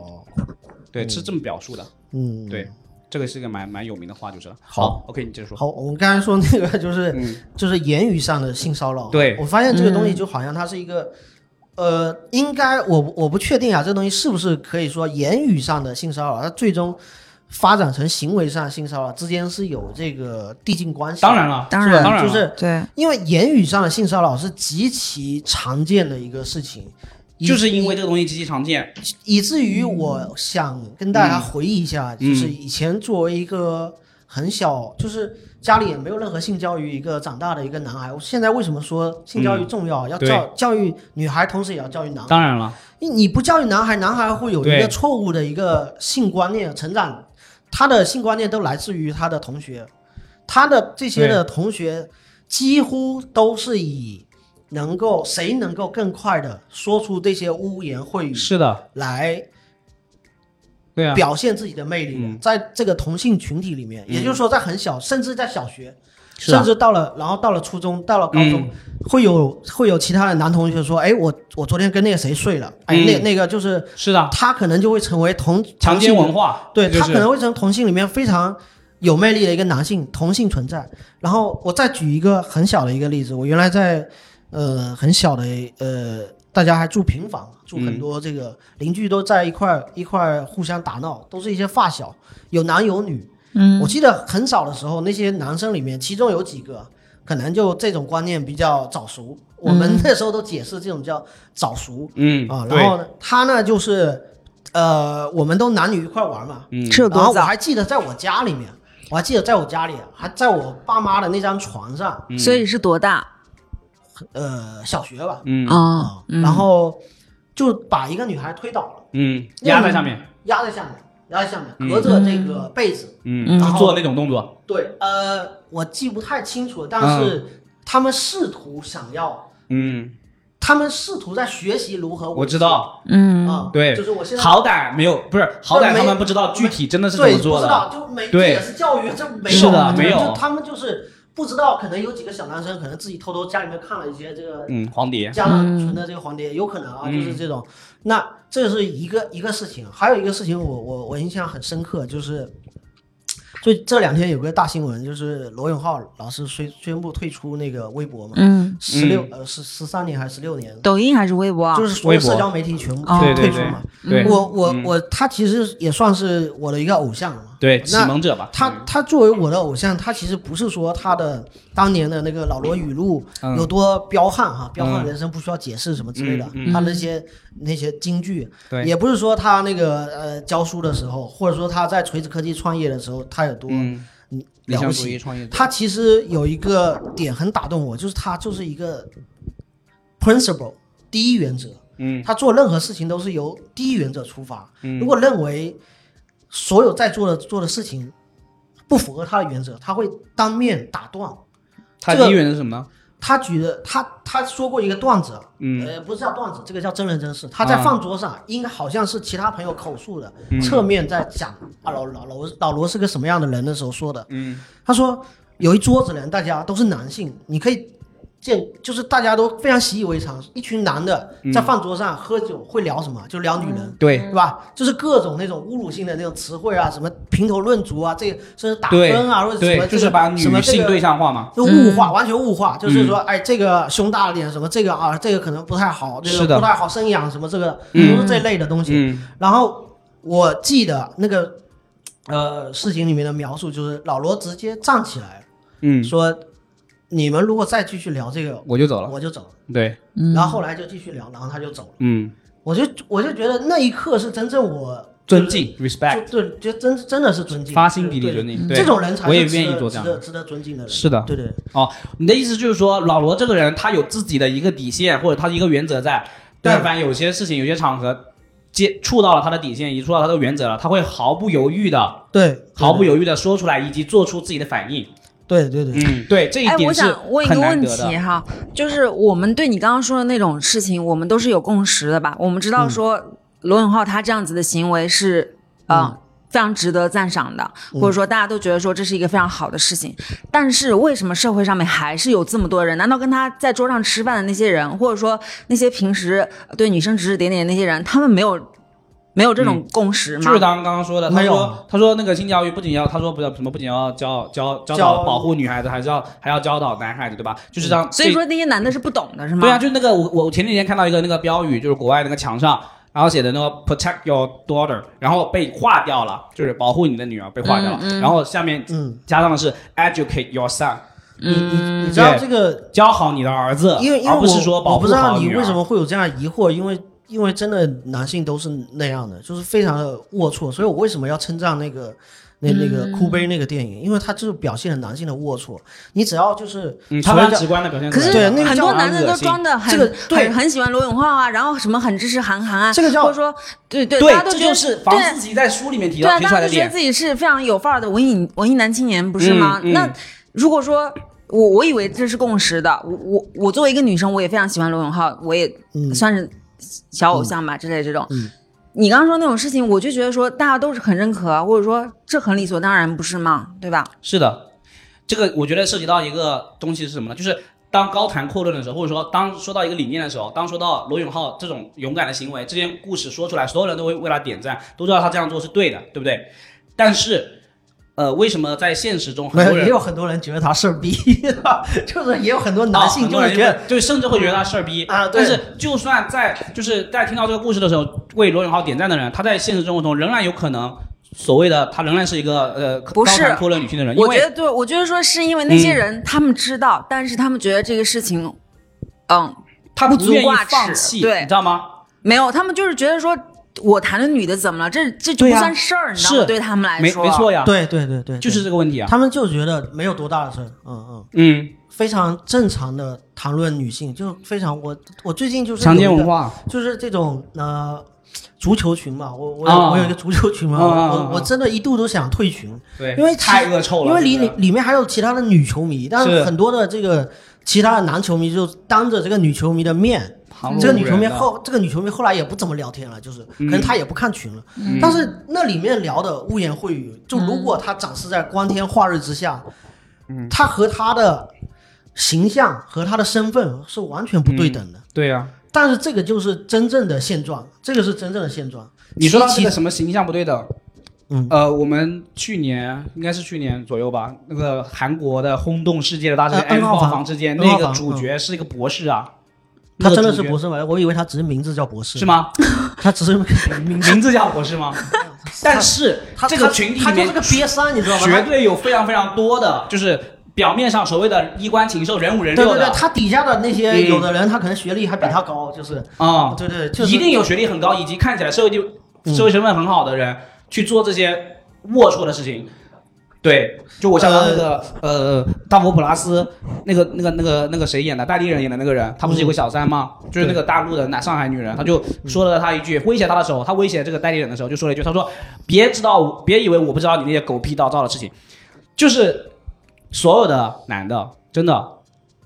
Speaker 2: 对，是这么表述的，
Speaker 1: 嗯，
Speaker 2: 嗯对，这个是一个蛮蛮有名的话，就是了
Speaker 1: 好
Speaker 2: ，OK，你接着说，
Speaker 1: 好，我们刚才说那个就是、
Speaker 2: 嗯
Speaker 1: 就是言语上的性骚扰，啊
Speaker 2: 对
Speaker 1: 我发现这个
Speaker 3: 嗯
Speaker 1: 东西就好像它是一个，呃，应该我不我不确定啊，这东西是不是可以说言语上的性骚扰，它最终发展成行为上性骚扰之间是有这个递进关系的。
Speaker 2: 当然了，
Speaker 3: 当
Speaker 1: 是吧
Speaker 3: 然
Speaker 2: 当然了
Speaker 1: 就是
Speaker 3: 对，
Speaker 1: 因为言语上的性骚扰是极其常见的一个事情，以
Speaker 2: 就是因为这个东西极其常见，
Speaker 1: 以至于我想跟大家回忆一下，
Speaker 2: 嗯
Speaker 1: 就是以前作为一个很小，就是家里也没有任何性教育一个长大的一个男孩，我现在为什么说性教育重要？要
Speaker 2: 嗯对
Speaker 1: 教教育女孩，同时也要教育男孩。
Speaker 2: 当然了，
Speaker 1: 你你不教育男孩，男孩会有一
Speaker 2: 对
Speaker 1: 个错误的一个性观念成长，他的性观念都来自于他的同学，他的这些的同学几乎都是以能够谁能够更快的说出这些污言秽语
Speaker 2: 是的，
Speaker 1: 来
Speaker 2: 对啊，
Speaker 1: 表现自己的魅力的，
Speaker 2: 嗯
Speaker 1: 在这个同性群体里面，
Speaker 2: 嗯
Speaker 1: 也就是说，在很小，甚至在小学，
Speaker 2: 是啊嗯
Speaker 1: 甚至到了，然后到了初中，到了高中，会有会有其他的男同学说，哎，我我昨天跟那个谁睡了，哎，
Speaker 2: 嗯
Speaker 1: 那那个就是
Speaker 2: 是的，
Speaker 1: 他可能就会成为同
Speaker 2: 强奸文
Speaker 1: 化，
Speaker 2: 化，
Speaker 1: 对
Speaker 2: 就
Speaker 1: 他
Speaker 2: 是
Speaker 1: 可能会成同性里面非常。有魅力的一个男性同性存在，然后我再举一个很小的一个例子，我原来在，呃，很小的
Speaker 2: 嗯
Speaker 1: 呃，大家还住平房，住很多这个邻居都在一块儿一块儿互相打闹，都是一些发小，有男有女。
Speaker 3: 嗯
Speaker 1: 我记得很少的时候，那些男生里面，其中有几个可能就这种观念比较早熟，我们那时候都解释这种叫早熟
Speaker 2: 嗯
Speaker 1: 啊。
Speaker 2: 对
Speaker 1: 然后呢，他呢就是，呃，我们都男女一块儿玩嘛，
Speaker 2: 嗯
Speaker 3: 这有
Speaker 1: 然后
Speaker 3: 多
Speaker 1: 我
Speaker 3: 早？
Speaker 1: 还记得在我家里面，我还记得在我家里，还在我爸妈的那张床上，
Speaker 2: 嗯
Speaker 3: 所以是多大？
Speaker 1: 呃，小学吧，
Speaker 2: 嗯
Speaker 3: 哦
Speaker 1: 啊，，然后就把一个女孩推倒了，
Speaker 2: 嗯压在上面，
Speaker 1: 压在下面，压在下面，隔着这个被子。
Speaker 2: 嗯，
Speaker 1: 嗯
Speaker 2: 就做那种动作，
Speaker 1: 对，呃，我记不太清楚了，但是他们试图想要，
Speaker 2: 嗯，
Speaker 1: 他们试图在学习如何。
Speaker 2: 我知道，
Speaker 3: 嗯，
Speaker 1: 啊，
Speaker 2: 对
Speaker 1: 哦就是我现在
Speaker 2: 好歹没有不是，好歹
Speaker 1: 没
Speaker 2: 他们不知道具体真的是怎
Speaker 1: 对
Speaker 2: 么
Speaker 1: 不
Speaker 2: 做
Speaker 1: 知
Speaker 2: 的，
Speaker 1: 道，就没这
Speaker 2: 对
Speaker 1: 也是教育，这没有
Speaker 2: 是的
Speaker 1: 就
Speaker 2: 没有
Speaker 1: 就他们就是不知道，可能有几个小男生可能自己偷偷家里面看了一些这个
Speaker 2: 嗯，黄碟，
Speaker 1: 家长存
Speaker 3: 嗯
Speaker 1: 的这个黄碟，有可能啊，就是这种。那这是一个一个事情，还有一个事情我，我我印象很深刻，就是就这两天有个大新闻，就是罗永浩老师宣宣布退出那个微博嘛，
Speaker 3: 嗯，
Speaker 1: 十六、呃十十三年还是十六年，
Speaker 3: 抖音还是微博啊？
Speaker 1: 就是所有
Speaker 2: 微博
Speaker 1: 社交媒体全部
Speaker 3: 哦嗯
Speaker 2: 对
Speaker 1: 退
Speaker 2: 对
Speaker 1: 出
Speaker 2: 对
Speaker 1: 嘛。
Speaker 2: 对嗯
Speaker 1: 我我我，他其实也算是我的一个偶像嘛。
Speaker 2: 对启
Speaker 1: 那
Speaker 2: 蒙者吧，嗯
Speaker 1: 他他作为我的偶像，他其实不是说他的当年的那个老罗语录
Speaker 2: 嗯
Speaker 1: 有多彪悍哈，彪悍
Speaker 2: 嗯
Speaker 1: 人生不需要解释什么之类的，
Speaker 2: 嗯嗯
Speaker 1: 他那些那些金句，
Speaker 2: 对
Speaker 1: 也不是说他那个呃教书的时候，或者说他在锤子科技创业的时候，他有多
Speaker 2: 嗯，理
Speaker 1: 了
Speaker 2: 想
Speaker 1: 不
Speaker 2: 主义
Speaker 1: 起。
Speaker 2: 创业者，
Speaker 1: 他其实有一个点很打动我，就是他就是一个 principle 第一原则，
Speaker 2: 嗯
Speaker 1: 他做任何事情都是由第一原则出发。
Speaker 2: 嗯
Speaker 1: 如果认为所有在做的做的事情不符合他的原则，他会当面打断。
Speaker 2: 他
Speaker 1: 这个
Speaker 2: 第一原则是什么呢？
Speaker 1: 他举的他他说过一个段子，
Speaker 2: 嗯
Speaker 1: 呃，不是叫段子，这个叫真人真事。他在
Speaker 2: 啊
Speaker 1: 饭桌上，应该好像是其他朋友口述的，
Speaker 2: 嗯
Speaker 1: 侧面在讲啊老老罗老罗是个什么样的人的时候说的。
Speaker 2: 嗯
Speaker 1: 他说有一桌子人，大家都是男性，你可以见，就是大家都非常习以为常，一群男的
Speaker 2: 嗯
Speaker 1: 在饭桌上喝酒会聊什么？就聊女人。
Speaker 2: 对
Speaker 1: 对吧？就是各种那种侮辱性的那种词汇啊，什么评头论足啊，这个甚至打
Speaker 2: 对
Speaker 1: 分啊，或者什么
Speaker 2: 对，
Speaker 1: 这个、
Speaker 2: 就是把女
Speaker 1: 什么这
Speaker 2: 性
Speaker 1: 个
Speaker 2: 对象化嘛，
Speaker 1: 就物
Speaker 2: 嗯
Speaker 1: 化，完全物化，就是说，哎，这个胸大了点，什么这个啊，这个可能不太好，这
Speaker 2: 是
Speaker 1: 个
Speaker 2: 的
Speaker 1: 不太好生养，什么这个
Speaker 2: 嗯
Speaker 1: 都是这类的东西。
Speaker 2: 嗯
Speaker 1: 然后我记得那个呃事情里面的描述，就是老罗直接站起来
Speaker 2: 嗯，
Speaker 1: 说：“你们如果再继续聊这个，
Speaker 2: 我就走了，嗯
Speaker 1: 我就走了。
Speaker 2: 对，”
Speaker 3: 嗯
Speaker 1: 然后后来就继续聊，然后他就走了。
Speaker 2: 嗯，
Speaker 1: 我就我就觉得那一刻是真正我
Speaker 2: 尊敬，respect，
Speaker 1: 就对，就真真的是尊敬，
Speaker 2: 发心比例
Speaker 1: 对嗯
Speaker 2: 尊敬，对
Speaker 1: 这种人才是
Speaker 2: 我也
Speaker 1: 值得
Speaker 2: 愿意做这样
Speaker 1: 值
Speaker 2: 的
Speaker 1: 得值得尊敬的人。
Speaker 2: 是的
Speaker 1: 对对，
Speaker 2: 哦，你的意思就是说，老罗这个人他有自己的一个底线，或者他的一个原则在。
Speaker 1: 对
Speaker 2: 但凡有些事情、有些场合接触到了他的底线，也触到他的原则了，他会毫不犹豫的、
Speaker 1: 对，
Speaker 2: 毫不
Speaker 1: 有
Speaker 2: 犹豫的说出来，以及做出自己的反应。
Speaker 1: 对对对，
Speaker 2: 嗯，对，这一
Speaker 3: 哎，我
Speaker 2: 点是
Speaker 3: 想问一个
Speaker 2: 很难
Speaker 3: 问
Speaker 2: 得的。
Speaker 3: 题哈，就是我们对你刚刚说的那种事情，我们都是有共识的吧？我们
Speaker 2: 嗯
Speaker 3: 知道说罗永浩他这样子的行为是，呃、
Speaker 1: 嗯
Speaker 3: 非常值得赞赏的，
Speaker 2: 嗯
Speaker 3: 或者说大家都觉得说这是一个非常好的事情。但是为什么社会上面还是有这么多人？难道跟他在桌上吃饭的那些人，或者说那些平时呃对女生指指点点的那些人，他们没有没有这种共识吗？
Speaker 2: 嗯就是他刚刚说的，他
Speaker 1: 没有
Speaker 2: 说他说那个性教育不仅要，他说不要什么，不仅要教教教导
Speaker 1: 教
Speaker 2: 保护女孩子，还是要还要教导男孩子，对吧？就是让
Speaker 3: 嗯所以
Speaker 2: 这
Speaker 3: 说那些男的是不懂的，是吗？
Speaker 2: 对啊，就是那个我我前几天看到一个那个标语，就是国外那个墙上，然后写的那个 “protect your daughter”，然后被划掉了，就是保护你的女儿被划掉了，然后下面
Speaker 1: 嗯，
Speaker 2: 加上的是 “educate your son”，
Speaker 3: 嗯
Speaker 1: 你你你知
Speaker 2: 对
Speaker 1: 道这个，
Speaker 2: 教好你的儿子，
Speaker 1: 因为因为
Speaker 2: 呃而不
Speaker 1: 我
Speaker 2: 是说保
Speaker 1: 我
Speaker 2: 护
Speaker 1: 不知
Speaker 2: 好
Speaker 1: 道你
Speaker 2: 女儿。
Speaker 1: 为什么会有这样疑惑，因为因为真的男性都是那样的，就是非常的龌龊，所以我为什么要称赞那个那那
Speaker 3: 嗯
Speaker 1: 个哭悲那个电影，因为它就是表现了男性的龌龊，你只要就是
Speaker 2: 嗯，他非常
Speaker 1: 所以
Speaker 2: 直观的表现出
Speaker 3: 可
Speaker 2: 来
Speaker 3: 是
Speaker 2: 了，
Speaker 1: 对那个
Speaker 3: 很
Speaker 1: 叫
Speaker 3: 多
Speaker 2: 让
Speaker 3: 男
Speaker 2: 人
Speaker 3: 的
Speaker 2: 恶
Speaker 3: 都
Speaker 2: 心
Speaker 3: 装的很
Speaker 1: 这个对
Speaker 3: 很很喜欢罗永浩啊，然后什么很支持韩寒啊，
Speaker 1: 这个叫
Speaker 3: 或者说对对，
Speaker 2: 对
Speaker 3: 大家，都
Speaker 2: 这
Speaker 3: 觉得
Speaker 2: 就是房
Speaker 3: 对
Speaker 2: 思琪在书里面提
Speaker 3: 对
Speaker 2: 到
Speaker 3: 啊，
Speaker 2: 提
Speaker 3: 大
Speaker 2: 出来
Speaker 3: 家
Speaker 2: 的
Speaker 3: 都觉得
Speaker 2: 点
Speaker 3: 自。己是非常有范儿的文艺文艺男青年，不是吗？
Speaker 2: 嗯嗯
Speaker 3: 那如果说我我以为这是共识的，我我我作为一个女生，我也非常喜欢罗永浩，我也
Speaker 1: 嗯
Speaker 3: 算是小偶像吧、之类这种。
Speaker 1: 嗯
Speaker 3: 你刚刚说那种事情，我就觉得说大家都是很认可啊，或者说这很理所当然，不是吗？对吧？
Speaker 2: 是的，这个我觉得涉及到一个东西是什么呢？就是当高谈阔论的时候，或者说当说到一个理念的时候，当说到罗永浩这种勇敢的行为，这件故事说出来，所有人都会为他点赞，都知道他这样做是对的，对不对？但是，呃，为什么在现实中
Speaker 1: 没
Speaker 2: 很
Speaker 1: 有
Speaker 2: 多
Speaker 1: 也
Speaker 2: 人
Speaker 1: 有很多人觉得他事儿逼，就是也有很多男性
Speaker 2: 哦
Speaker 1: 就
Speaker 2: 很多人
Speaker 1: 是觉得。
Speaker 2: 就甚至会觉得他事儿逼
Speaker 1: 啊
Speaker 2: 但
Speaker 1: 对
Speaker 2: 是就算在就是在听到这个故事的时候，为罗永浩点赞的人，他在现实生活中仍然有可能。所谓的他仍然是一个呃
Speaker 3: 不
Speaker 2: 高
Speaker 3: 是
Speaker 2: 谈阔论女性的人，因
Speaker 3: 我
Speaker 2: 为嗯
Speaker 3: 觉得对，我觉得说是因为那些人、他们知道，但是他们觉得这个事情，嗯，
Speaker 2: 他
Speaker 3: 不
Speaker 2: 不
Speaker 3: 足
Speaker 2: 愿意
Speaker 3: 挂齿
Speaker 2: 放弃，
Speaker 3: 对
Speaker 2: 你知道吗？
Speaker 3: 没有，他们就是觉得说我谈的女的怎么了？这这就
Speaker 2: 对
Speaker 3: 不
Speaker 2: 呀
Speaker 3: 算事儿，你知道
Speaker 2: 是
Speaker 3: 吗？对他们来
Speaker 2: 没
Speaker 3: 说，
Speaker 2: 没错呀，
Speaker 1: 对对对对，
Speaker 2: 就是这个问题啊。
Speaker 1: 他们就觉得没有多大的事儿，嗯嗯，
Speaker 2: 嗯，
Speaker 1: 非常正常的谈论女性，就非常我我最近就是
Speaker 2: 强奸
Speaker 1: 有一个
Speaker 2: 文化，
Speaker 1: 就是这种呃足球群嘛，我我有、
Speaker 2: 啊
Speaker 1: 我有一个足球群嘛，
Speaker 2: 啊啊啊啊
Speaker 1: 我我真的一度都想退群，
Speaker 2: 对
Speaker 1: 因为其
Speaker 2: 太恶臭了，
Speaker 1: 因为里
Speaker 2: 这
Speaker 1: 里
Speaker 2: 个
Speaker 1: 里面还有其他的女球迷，但
Speaker 2: 是
Speaker 1: 是很多的这个其他的男球迷就当着这个女球迷的面。
Speaker 2: 旁若
Speaker 1: 这个女
Speaker 2: 无
Speaker 1: 球迷
Speaker 2: 人的
Speaker 1: 后，这个女球迷后来也不怎么聊天了，就是可能她也不看群了。
Speaker 2: 嗯
Speaker 1: 但是那里面聊的污言秽语，就如果她展示在光天化日之下，
Speaker 2: 嗯
Speaker 1: 她和她的形象和她的身份是完全不对等的。
Speaker 2: 对呀，
Speaker 1: 但是这个就是真正的现状，这个是真正的现状。
Speaker 2: 你说到
Speaker 1: 其
Speaker 2: 这
Speaker 1: 其
Speaker 2: 个什么形象不对等，
Speaker 1: 嗯
Speaker 2: 呃，我们去年应该是去年左右吧，那个韩国的轰动世界的大事件
Speaker 1: 呃
Speaker 2: N
Speaker 1: ，N 号
Speaker 2: 号
Speaker 1: 房
Speaker 2: 房之间，
Speaker 1: N 号
Speaker 2: 那个
Speaker 1: 房嗯
Speaker 2: 主角是一个博士啊，
Speaker 1: 他真的
Speaker 2: 那个
Speaker 1: 是
Speaker 2: 主角
Speaker 1: 博士吗？我以为他只是名字叫博士，
Speaker 2: 是？吗？
Speaker 1: 他只 是名
Speaker 2: 名
Speaker 1: 字，
Speaker 2: 名字叫博士 吗？但是
Speaker 1: 他
Speaker 2: 这个群体
Speaker 1: 他
Speaker 2: 里
Speaker 1: 他就
Speaker 2: 面
Speaker 1: 是个瘪三，你知道吗？
Speaker 2: 绝对有非常非常多的，就是表面上所谓的衣冠禽兽、人五人
Speaker 1: 对对
Speaker 2: 六的
Speaker 1: 对，他底下的那
Speaker 2: 嗯
Speaker 1: 些有的人，他可能学历还比他高，就是
Speaker 2: 啊，
Speaker 1: 对对，就是
Speaker 2: 一定有学历很高以及看起来社会地
Speaker 1: 嗯
Speaker 2: 社会身份很好的人、去做这些龌龊的事情。对，就我想到那个呃大佛普拉斯那个那个那个那个谁演的，戴立忍演的那个人，他不是有个小三吗？就是那个大陆的那上海女人，她就说了他一句，威胁他的时候，他威胁这个戴立忍的时候，就说了一句，他说：“别知道我，别以为我不知道你那些狗屁倒灶的事情。”就是所有的男的，真的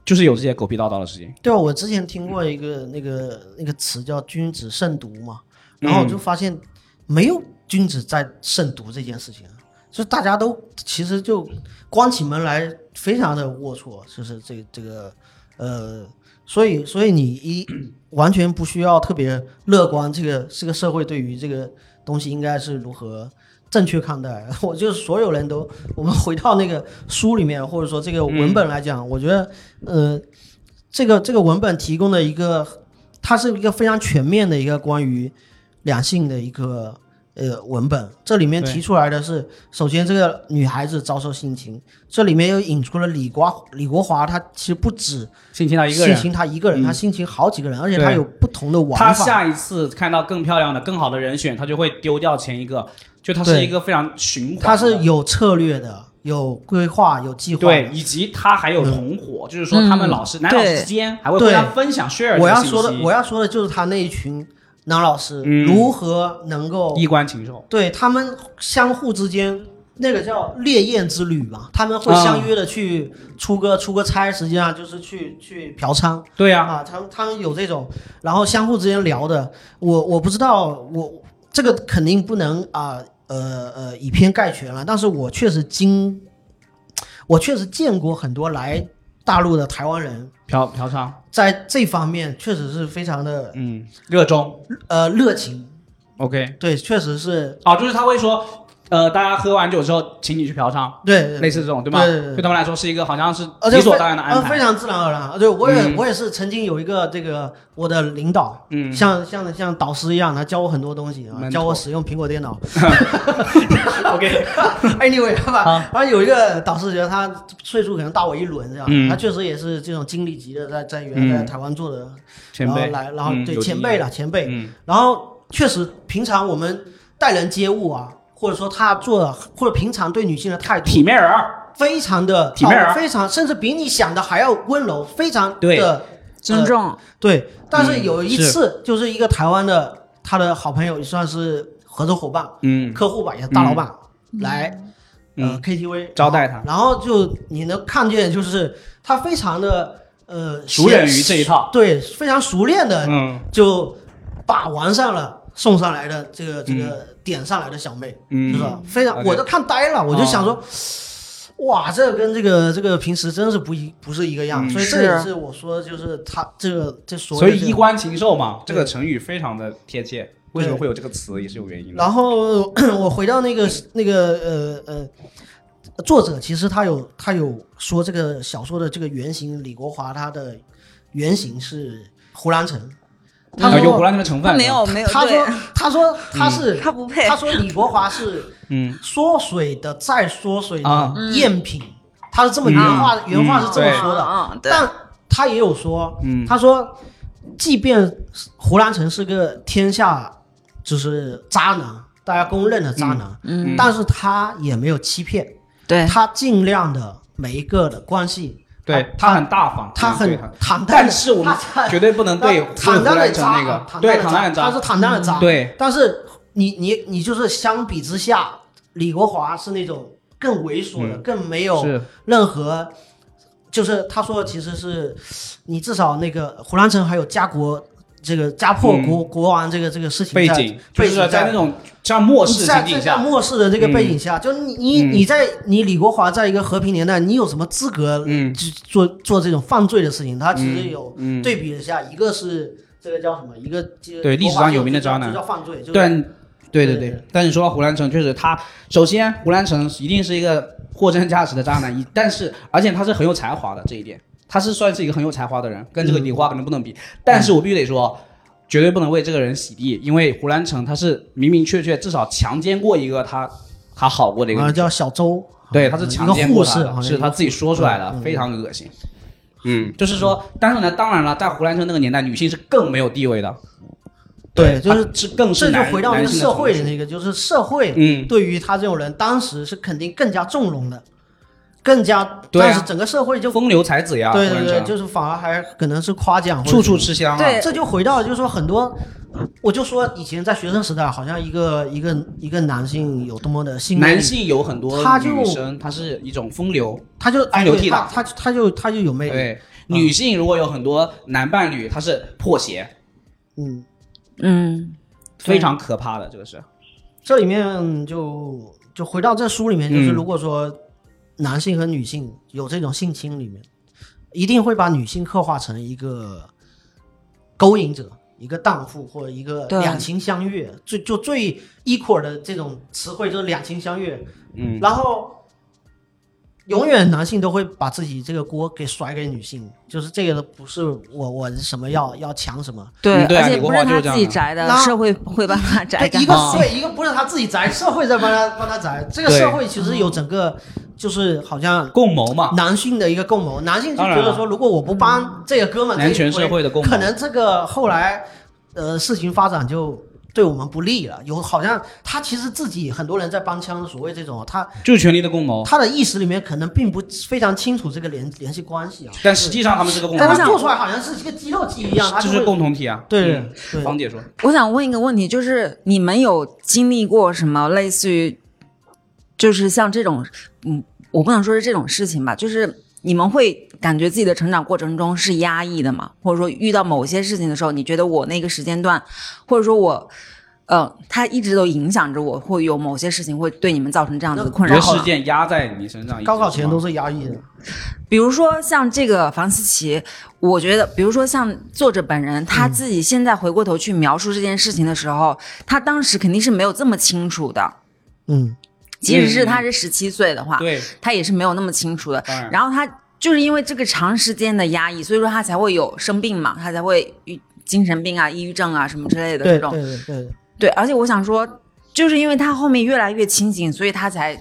Speaker 2: 就是有这些狗屁倒灶的事情。
Speaker 1: 对啊，我之前听过一个那个那个词叫“君子慎独”嘛，然后我就发现没有君子在慎独这件事情，啊就大家都其实就关起门来非常的龌龊，啊就是这这个呃，所以所以你一完全不需要特别乐观，这个这个社会对于这个东西应该是如何。正确看待，啊 我就是所有人都，我们回到那个书里面，或者说这个文本来讲，我觉得，呃，这个这个文本提供的一个，它是一个非常全面的一个关于两性的一个呃文本。这里面
Speaker 2: 对
Speaker 1: 提出来的是，首先这个女孩子遭受性侵，这里面又引出了李国李国华，他其实不止
Speaker 2: 性侵到一个
Speaker 1: 性
Speaker 2: 人，
Speaker 1: 侵他一个人，
Speaker 2: 嗯
Speaker 1: 他性侵好几个人，而且
Speaker 2: 对
Speaker 1: 他有不同的玩
Speaker 2: 他
Speaker 1: 法。
Speaker 2: 下一次看到更漂亮的、更好的人选，他就会丢掉前一个，就他是
Speaker 1: 对
Speaker 2: 一个非常循环的，
Speaker 1: 他是有策略的，有规划，有计划的。
Speaker 2: 对，以及他还有同伙，就是说他们老师、男老师之间还会互
Speaker 1: 对
Speaker 2: 相分享 share
Speaker 1: 我要
Speaker 2: 这个信息
Speaker 1: 说的，我要说的就是他那一群男老师
Speaker 2: 嗯
Speaker 1: 如何能够
Speaker 2: 衣冠禽兽，
Speaker 1: 对他们相互之间那个叫烈焰之旅嘛，他们会相约的去出个、出个差，实际上就是去去嫖娼。
Speaker 2: 对呀、
Speaker 1: 啊，他们他们有这种，然后相互之间聊的，我我不知道，我这个肯定不能啊呃呃以偏概全了，但是我确实经，我确实见过很多来大陆的台湾人，
Speaker 2: 嫖嫖娼，
Speaker 1: 在这方面确实是非常的
Speaker 2: 嗯，热衷
Speaker 1: 呃热情，
Speaker 2: ，OK，
Speaker 1: 对，确实是
Speaker 2: 哦，就是他会说，呃，大家喝完酒之后，请你去嫖娼，
Speaker 1: 对对
Speaker 2: 类似这种，对吗？
Speaker 1: 对对对
Speaker 2: 对他们来说是一个好像是
Speaker 1: 而且
Speaker 2: 理所
Speaker 1: 非
Speaker 2: 当然的安
Speaker 1: 呃非
Speaker 2: 排。
Speaker 1: 常自然而然。对，我也、
Speaker 2: 嗯
Speaker 1: 我也是曾经有一个这个我的领导，
Speaker 2: 嗯
Speaker 1: 像像像导师一样，他教我很多东西啊，
Speaker 2: Mentor
Speaker 1: 教我使用苹果电脑。
Speaker 2: OK，
Speaker 1: anyway，好
Speaker 2: 好
Speaker 1: 吧，然后有一个导师觉得他岁数可能大我一轮，这样、
Speaker 2: 嗯
Speaker 1: 他确实也是这种经理级的，在在原
Speaker 2: 嗯
Speaker 1: 来在台湾做的，
Speaker 2: 前辈
Speaker 1: 然后来，然后、
Speaker 2: 嗯
Speaker 1: 对
Speaker 2: 有
Speaker 1: 前
Speaker 2: 经
Speaker 1: 辈
Speaker 2: 验
Speaker 1: 了，前辈，
Speaker 2: 嗯
Speaker 1: 然后确实平常我们待人接物啊。或者说他做的，或者平常对女性的态度，
Speaker 2: 体面人儿，
Speaker 1: 非常的
Speaker 2: 体面儿啊
Speaker 1: 非常甚至比你想的还要温柔，非常
Speaker 2: 对
Speaker 1: 的
Speaker 3: 尊重，
Speaker 1: 对。但是
Speaker 2: 嗯
Speaker 1: 有一
Speaker 2: 是
Speaker 1: 次，就是一个台湾的他的好朋友，也算是合作伙伴、
Speaker 2: 嗯
Speaker 1: 客户吧，也是大老板、来呃
Speaker 2: 嗯，
Speaker 1: KTV
Speaker 2: 招待他，
Speaker 1: 然后就你能看见，就是他非常的呃
Speaker 2: 熟人于这一套，
Speaker 1: 对，非常熟练的
Speaker 2: 嗯
Speaker 1: 就把玩上了送上来的这个这个点上来的小妹，
Speaker 2: 嗯啊
Speaker 1: 是吧？非常
Speaker 2: OK
Speaker 1: 我都看呆了，我就想说，哇，这跟这个这个平时真是不一不是一个样，
Speaker 2: 嗯
Speaker 1: 所以这
Speaker 3: 是
Speaker 1: 也是我说就是他这个这所
Speaker 2: 所
Speaker 1: 谓的
Speaker 2: 以
Speaker 1: 这
Speaker 2: 衣
Speaker 1: 个。
Speaker 2: 冠禽兽嘛，这
Speaker 1: 对
Speaker 2: 个成语非常的贴切。为什么会有这个词也是有原因的。
Speaker 1: 然后我回到那个那个呃呃，作者其实他有他有说这个小说的这个原型李国华他的原型是胡兰成，他
Speaker 3: 嗯
Speaker 2: 啊
Speaker 1: 说
Speaker 2: 有胡乱那个成分，
Speaker 3: 没有没有，
Speaker 1: 他说
Speaker 3: 对，
Speaker 1: 他说他是
Speaker 3: 他不配
Speaker 1: 他说李国华是
Speaker 2: 嗯，
Speaker 1: 缩水的再缩水
Speaker 2: 啊
Speaker 1: 的赝品，他是这么原话、
Speaker 2: 嗯
Speaker 1: 原话是这么
Speaker 2: 嗯
Speaker 1: 说的，
Speaker 3: 嗯嗯对
Speaker 1: 但他也有说，
Speaker 2: 嗯
Speaker 1: 他说，即便胡兰成是个天下就是渣男，大家公认的渣男，
Speaker 2: 嗯
Speaker 1: 但是他也没有欺骗，
Speaker 3: 对，
Speaker 1: 他尽量的每一个的关系，
Speaker 2: 对他很大方，
Speaker 1: 他
Speaker 2: 嗯对
Speaker 1: 很
Speaker 2: 他
Speaker 1: 坦淡
Speaker 2: 但
Speaker 1: 地，
Speaker 2: 是我们
Speaker 1: 他
Speaker 2: 绝对不能对
Speaker 1: 坦荡的
Speaker 2: 成那个
Speaker 1: 渣，
Speaker 2: 对
Speaker 1: 坦荡
Speaker 2: 坦荡的
Speaker 1: 的他是
Speaker 2: 渣，嗯
Speaker 1: 坦荡的渣，
Speaker 2: 对。
Speaker 1: 但是你你你就是相比之下，李国华是那种更猥琐的，更没有
Speaker 2: 嗯是
Speaker 1: 任何，就是他说其实是你至少那个胡兰成还有家国这个家破国、国王这个这个事情
Speaker 2: 嗯背
Speaker 1: 在
Speaker 2: 景，就
Speaker 1: 背
Speaker 2: 是
Speaker 1: 景
Speaker 2: 说在那种像末世
Speaker 1: 在
Speaker 2: 情景
Speaker 1: 在
Speaker 2: 下，
Speaker 1: 末世的这个背景下，就你你
Speaker 2: 嗯
Speaker 1: 你在你李国华在一个和平年代，你有什么资格
Speaker 2: 嗯
Speaker 1: 去做做这种犯罪的事情？他其实有
Speaker 2: 嗯嗯
Speaker 1: 对比了一下，一个是这个叫什么？一个就
Speaker 2: 对历史上有名的渣男
Speaker 1: 就叫犯罪，就是
Speaker 2: 但对对
Speaker 1: 对
Speaker 2: 对
Speaker 1: 对，
Speaker 2: 但你说到胡兰成，确实他首先胡兰成一定是一个货真价实的渣 男，一但是而且他是很有才华的这一点，他是算是一个很有才华的人，跟这个李华可能不能
Speaker 1: 嗯
Speaker 2: 比，但是我必须得说。绝对不能为这个人洗地，因为胡兰成他是明明确确至少强奸过一个他他好过的一个
Speaker 1: 好
Speaker 2: 女
Speaker 1: 像
Speaker 2: 生，
Speaker 1: 啊叫小周，啊
Speaker 2: 对，他是
Speaker 1: 一
Speaker 2: 强
Speaker 1: 个
Speaker 2: 奸
Speaker 1: 护
Speaker 2: 过
Speaker 1: 士
Speaker 2: 他，的，
Speaker 1: 好像
Speaker 2: 是他自己说出来的，
Speaker 1: 嗯嗯
Speaker 2: 非常恶心。嗯，就是说，但是呢，当然了，在胡兰成那个年代，女性是更没有地位的，
Speaker 1: 对，就是
Speaker 2: 她是更是
Speaker 1: 这就
Speaker 2: 男
Speaker 1: 回到那
Speaker 2: 男
Speaker 1: 个
Speaker 2: 性
Speaker 1: 社会的
Speaker 2: 从属
Speaker 1: 那个，就是社会
Speaker 2: 嗯
Speaker 1: 对于他这种人，当时是肯定更加纵容的，更加，
Speaker 2: 对啊
Speaker 1: 当时整个社会就
Speaker 2: 风流才子呀，
Speaker 1: 对
Speaker 2: 胡
Speaker 1: 对
Speaker 2: 兰
Speaker 1: 对，
Speaker 2: 成
Speaker 1: 就是反而还可能是夸奖，
Speaker 2: 处处吃香啊，
Speaker 3: 对
Speaker 1: 这就回到就是说很多，我就说以前在学生时代，好像一个一个一个男性有多么的性魅力
Speaker 2: 男，性有很多
Speaker 1: 他就
Speaker 2: 女生，她是一种风流，
Speaker 1: 他就
Speaker 2: 风流
Speaker 1: 哎
Speaker 2: 倜傥
Speaker 1: 对他他他就他就有魅力，
Speaker 2: 对。女性如果有很多男伴侣，她是破鞋，
Speaker 1: 嗯，
Speaker 3: 嗯，
Speaker 2: 非常可怕的，这个是。
Speaker 1: 这里面就就回到这书里面，就是
Speaker 2: 嗯
Speaker 1: 如果说男性和女性有这种性侵里面，一定会把女性刻画成一个勾引者。一个荡妇或者一个
Speaker 3: 对
Speaker 1: 两情相悦，最就最 equal 的这种词汇就是两情相悦，
Speaker 2: 嗯，
Speaker 1: 然后永远男性都会把自己这个锅给甩给女性，就是这个不是我我什么要要强什么。
Speaker 3: 对，
Speaker 2: 嗯对啊
Speaker 3: 而且
Speaker 2: 李国
Speaker 3: 不
Speaker 2: 华
Speaker 3: 是
Speaker 2: 就是
Speaker 3: 他
Speaker 2: 这样
Speaker 3: 自己
Speaker 2: 的
Speaker 3: 宅的，
Speaker 1: 那
Speaker 3: 社会会把他宅
Speaker 1: 对，
Speaker 3: 干
Speaker 1: 一个
Speaker 3: 好。
Speaker 1: 对，一个不是他自己宅，社会在帮他帮他宅。这个
Speaker 2: 对
Speaker 1: 社会其实有整个，就是好像
Speaker 2: 共谋嘛，
Speaker 1: 男性的一个共谋，男性就
Speaker 2: 当
Speaker 1: 觉
Speaker 2: 然
Speaker 1: 得
Speaker 2: 了
Speaker 1: 说，如果我不帮这个哥们这一回，
Speaker 2: 男权社会的共
Speaker 1: 嗯
Speaker 2: 谋
Speaker 1: 可能这个后来，呃，事情发展就对我们不利了。有好像他其实自己很多人在帮腔，所谓这种他
Speaker 2: 就是权力的共谋，
Speaker 1: 他的意识里面可能并不非常清楚这个联联系关系啊。
Speaker 2: 但实际上他们是个共
Speaker 1: 但
Speaker 2: 谋
Speaker 3: 我
Speaker 1: 他
Speaker 3: 想
Speaker 1: 做出来好像是一个肌肉记忆一样，他
Speaker 2: 这
Speaker 1: 会
Speaker 2: 是共同体啊。
Speaker 1: 对
Speaker 2: 嗯
Speaker 1: 对
Speaker 2: 芳姐说，
Speaker 3: 我想问一个问题，就是你们有经历过什么类似于就是像这种，嗯，我不能说是这种事情吧，就是你们会感觉自己的成长过程中是压抑的嘛，或者说遇到某些事情的时候，你觉得我那个时间段，或者说我，呃，它一直都影响着我，会有某些事情会对你们造成这样子的困
Speaker 2: 你的
Speaker 3: 扰。
Speaker 2: 事件压在你身上一直吗。
Speaker 1: 高考前都是压抑的，
Speaker 3: 比如说像这个房思琪，我觉得，比如说像作者本人他自己现在回过头去描述这件事情的时候，他当时肯定是没有这么清楚的。
Speaker 1: 嗯，
Speaker 3: 即使是他是十七岁的话，
Speaker 2: 对，
Speaker 3: 他也是没有那么清楚的。
Speaker 2: 当然
Speaker 3: 然后他就是因为这个长时间的压抑，所以说他才会有生病嘛，他才会郁精神病啊、抑郁症啊什么之类的这
Speaker 1: 对
Speaker 3: 种
Speaker 1: 对。对对，
Speaker 3: 对，而且我想说，就是因为他后面越来越清醒，所以他才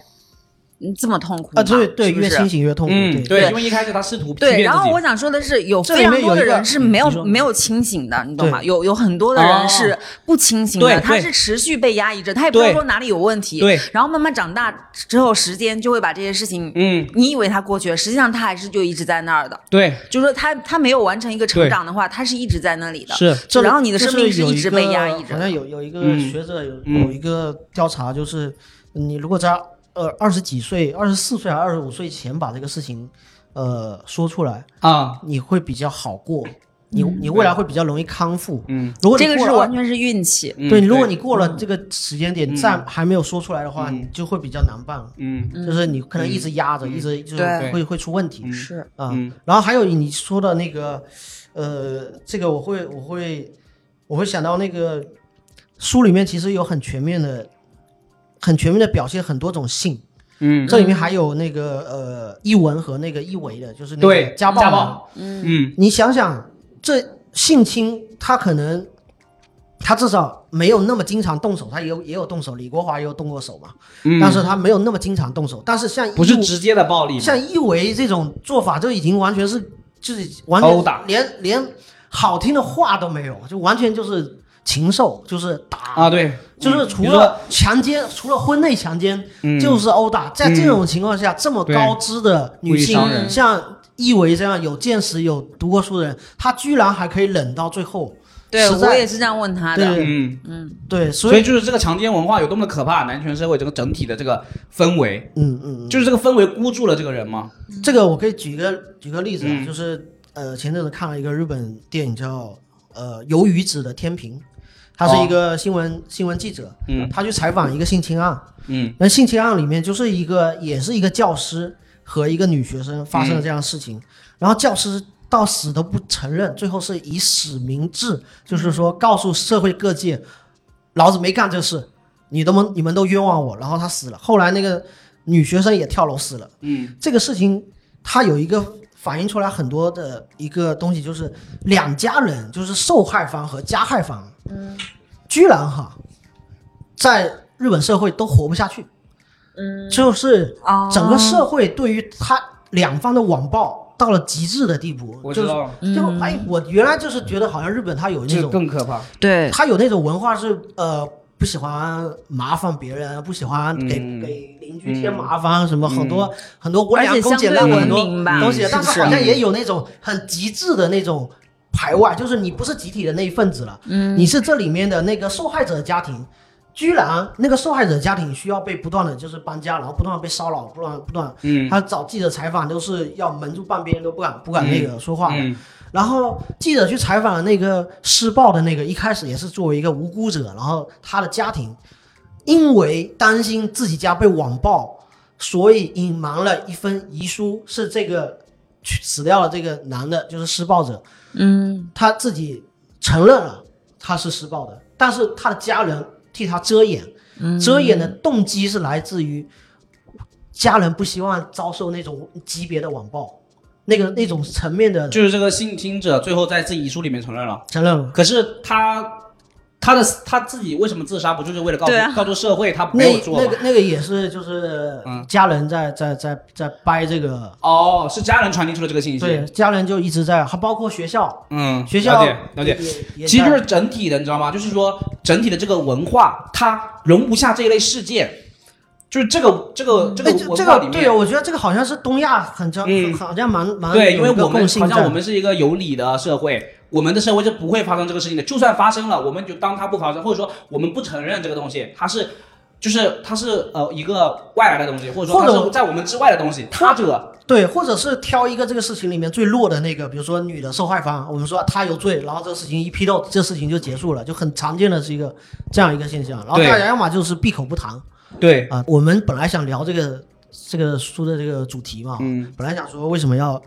Speaker 3: 嗯这么痛苦嘛
Speaker 1: 啊，对对，
Speaker 3: 是不
Speaker 1: 越
Speaker 3: 是
Speaker 1: 清醒越痛苦，
Speaker 2: 嗯，
Speaker 1: 对，
Speaker 2: 对，
Speaker 3: 对
Speaker 2: 因为一开始他试 图欺骗自
Speaker 3: 对，
Speaker 2: 己，
Speaker 3: 然后我想说的是，有
Speaker 1: 这
Speaker 3: 非
Speaker 1: 里
Speaker 3: 常
Speaker 1: 面
Speaker 3: 多
Speaker 1: 有
Speaker 3: 的
Speaker 1: 一个嗯
Speaker 3: 人是没有
Speaker 1: 你说
Speaker 3: 没有清醒的，你懂吗？
Speaker 1: 对
Speaker 3: 有有很多的
Speaker 2: 哦
Speaker 3: 人是不清醒的，
Speaker 2: 对
Speaker 3: 他
Speaker 2: 对
Speaker 3: 是持续被压抑着，他也不知
Speaker 2: 对
Speaker 3: 道说哪里有问题。
Speaker 2: 对，
Speaker 3: 然后慢慢长大之后，时间就会把这些事情，
Speaker 2: 嗯，
Speaker 3: 你以为他过去了，实际上他还是就一直在那儿的。
Speaker 2: 对，
Speaker 3: 就是说他他没有完成一个成
Speaker 2: 对
Speaker 3: 长的话，他是一直在那里的。
Speaker 2: 是
Speaker 1: 这
Speaker 3: 然后你
Speaker 1: 嗯
Speaker 3: 的
Speaker 1: 就是
Speaker 3: 生命是
Speaker 1: 有
Speaker 3: 一直被
Speaker 1: 个
Speaker 3: 压抑着
Speaker 1: 好像
Speaker 3: 的。
Speaker 1: 有有一个
Speaker 2: 嗯
Speaker 1: 学者有、
Speaker 2: 嗯
Speaker 1: 有一个调查，就是你如果在呃二十几岁、二十四岁还是二十五岁前把这个事情呃说出来，
Speaker 2: 啊，
Speaker 1: 你会比较好过，你你未来会比较容易康复。
Speaker 2: 嗯，
Speaker 1: 如果你
Speaker 3: 嗯这个
Speaker 1: 过
Speaker 3: 是
Speaker 1: 了
Speaker 3: 完全是运气。
Speaker 2: 嗯
Speaker 1: 对，如果你过了这个时间点，
Speaker 2: 嗯
Speaker 1: 再还没有说出来的话，
Speaker 2: 嗯
Speaker 1: 你就会比较难办，
Speaker 2: 嗯
Speaker 1: 就是你可能一直压着，一直就是
Speaker 3: 嗯对
Speaker 1: 会会出问题。
Speaker 3: 是，
Speaker 1: 啊、
Speaker 2: 嗯
Speaker 1: 然后还有你说的那个，呃，这个我会我会我会想到那个书里面其实有很全面的、很全面的表现很多种性，
Speaker 2: 嗯
Speaker 1: 这里面还有那个呃一文和那个一维的，就是那个
Speaker 2: 对，
Speaker 1: 家暴
Speaker 2: 暴，
Speaker 1: 嘛。
Speaker 2: 嗯
Speaker 1: 你想想，这性侵他可能。他至少没有那么经常动手，他也有也有动手，李国华也有动过手嘛，
Speaker 2: 嗯，
Speaker 1: 但是他没有那么经常动手。但是像
Speaker 2: 不
Speaker 1: 一
Speaker 2: 是
Speaker 1: 文
Speaker 2: 直接的暴力，
Speaker 1: 像一维这种做法，就已经完全是就是完
Speaker 2: 殴
Speaker 1: 全
Speaker 2: 打
Speaker 1: 连连好听的话都没有，就完全就是禽兽，就是打，
Speaker 2: 啊，对，
Speaker 1: 就是
Speaker 2: 嗯
Speaker 1: 除
Speaker 2: 比如
Speaker 1: 了强奸，除了婚内强奸，
Speaker 2: 嗯
Speaker 1: 就是殴打。在这种情况下，这么高知的女性
Speaker 2: 故意伤，人
Speaker 1: 像一维这样有见识、有读过书的人，她居然还可以忍到最后，
Speaker 3: 对
Speaker 1: 实在
Speaker 3: 我也是这样问他的。
Speaker 1: 对
Speaker 2: 嗯。
Speaker 1: 对，
Speaker 2: 所
Speaker 1: 所
Speaker 2: 以
Speaker 1: 以，
Speaker 2: 就是这个强奸文化有多么的可怕，男权社会这个整体的这个氛围，
Speaker 1: 嗯嗯嗯，
Speaker 2: 就是这个氛围箍住了这个人嘛。
Speaker 1: 这个我可以举一个举个例子啊，
Speaker 2: 嗯
Speaker 1: 就是呃前阵子看了一个日本电影叫呃《鱿鱼子的天平》，他是一个新闻、新闻记者，
Speaker 2: 哦嗯
Speaker 1: 他去采访一个性侵案，
Speaker 2: 嗯
Speaker 1: 那性侵案里面就是一个也是一个教师和一个女学生发生了这样的事
Speaker 2: 嗯
Speaker 1: 情，然后教师。到死都不承认，最后是以死明志，就是说告诉社会各界，老子没干这事，你都们你们都冤枉我。然后他死了，后来那个女学生也跳楼死了。
Speaker 2: 嗯
Speaker 1: 这个事情它有一个反映出来很多的一个东西，就是两家人，就是受害方和加害方，嗯，居然哈，在日本社会都活不下去，嗯，就是
Speaker 3: 哦
Speaker 1: 整个社会对于他两方的网暴到了极致的地步，
Speaker 2: 我
Speaker 1: 就
Speaker 2: 知
Speaker 1: 是
Speaker 2: 道，
Speaker 1: 就
Speaker 3: 嗯
Speaker 1: 哎，我原来就是觉得好像日本他有那
Speaker 2: 这
Speaker 1: 种嗯
Speaker 2: 更可怕。
Speaker 3: 对，
Speaker 1: 他有那种文化是呃不喜欢麻烦别人，不喜欢给、
Speaker 2: 嗯
Speaker 1: 给邻居添麻烦，什么很多、很多温
Speaker 3: 而
Speaker 1: 良
Speaker 3: 且
Speaker 1: 恭
Speaker 3: 相
Speaker 1: 俭
Speaker 3: 对
Speaker 1: 让的
Speaker 3: 文
Speaker 1: 很多
Speaker 3: 明吧，
Speaker 1: 东西，啊但
Speaker 3: 不
Speaker 1: 是好像也有那种很极致的那种排外，就是你不是集体的那一份子了，嗯，你是这里面的那个受害者的家庭。居然那个受害者家庭需要被不断的就是搬家，然后不断地被骚扰，不断不断，
Speaker 2: 嗯
Speaker 1: 他找记者采访都是要蒙住半边，都不敢不敢那个说话的。
Speaker 2: 嗯
Speaker 1: 然后记者去采访了那个施暴的那个，一开始也是作为一个无辜者，然后他的家庭因为担心自己家被网暴，所以隐瞒了一份遗书，是这个去死掉了这个男的，就是施暴者，
Speaker 3: 嗯，
Speaker 1: 他自己承认了他是施暴的，但是他的家人替他遮掩，
Speaker 3: 嗯
Speaker 2: 嗯
Speaker 1: 遮掩的动机是来自于家人不希望遭受那种级别的网暴，那个那种层面的
Speaker 2: 就是这个性侵者最后在自己遗书里面承认了，
Speaker 1: 承认了。
Speaker 2: 可是他他的他自己为什么自杀？不就是为了告诉、
Speaker 3: 对啊
Speaker 2: 告诉社会他没
Speaker 1: 那
Speaker 2: 有做
Speaker 1: 那
Speaker 2: 吗
Speaker 1: 个？那个也是，就是
Speaker 2: 嗯
Speaker 1: 家人在在在在掰这个，
Speaker 2: 哦，是家人传递出了这个信息。
Speaker 1: 对，，家人就一直在，还包括学校，
Speaker 2: 嗯，
Speaker 1: 学校
Speaker 2: 了解了解。
Speaker 1: 也，
Speaker 2: 其
Speaker 1: 也
Speaker 2: 实就
Speaker 1: 在
Speaker 2: 是整体的，你知道吗？就是说整体的这个文化，它容不下这一类事件，就是这个这个这个
Speaker 1: 哎
Speaker 2: 文
Speaker 1: 这
Speaker 2: 化里
Speaker 1: 个
Speaker 2: 面，
Speaker 1: 对，我觉得这个好像是东亚很常
Speaker 2: 嗯
Speaker 1: 好像蛮蛮
Speaker 2: 对，因
Speaker 1: 有
Speaker 2: 为
Speaker 1: 一个
Speaker 2: 我们
Speaker 1: 共性
Speaker 2: 好像
Speaker 1: 在
Speaker 2: 我们是一个有理的社会，我们的社会就不会发生这个事情的。就算发生了，我们就当它不发生，或者说我们不承认这个东西，它是就是它是呃一个外来的东西，或者说
Speaker 1: 或
Speaker 2: 它
Speaker 1: 者
Speaker 2: 是在我们之外的东西。他这个
Speaker 1: 对，或者是挑一个这个事情里面最弱的那个，比如说女的受害方，我们说她有罪，然后这个事情一批斗，这事情就结束了，就很常见的是一个这样一个现象。然后
Speaker 2: 对
Speaker 1: 大家要么就是闭口不谈
Speaker 2: 对，
Speaker 1: 啊、我们本来想聊这个这个书的这个主题嘛，
Speaker 2: 嗯，
Speaker 1: 本来想说为什么要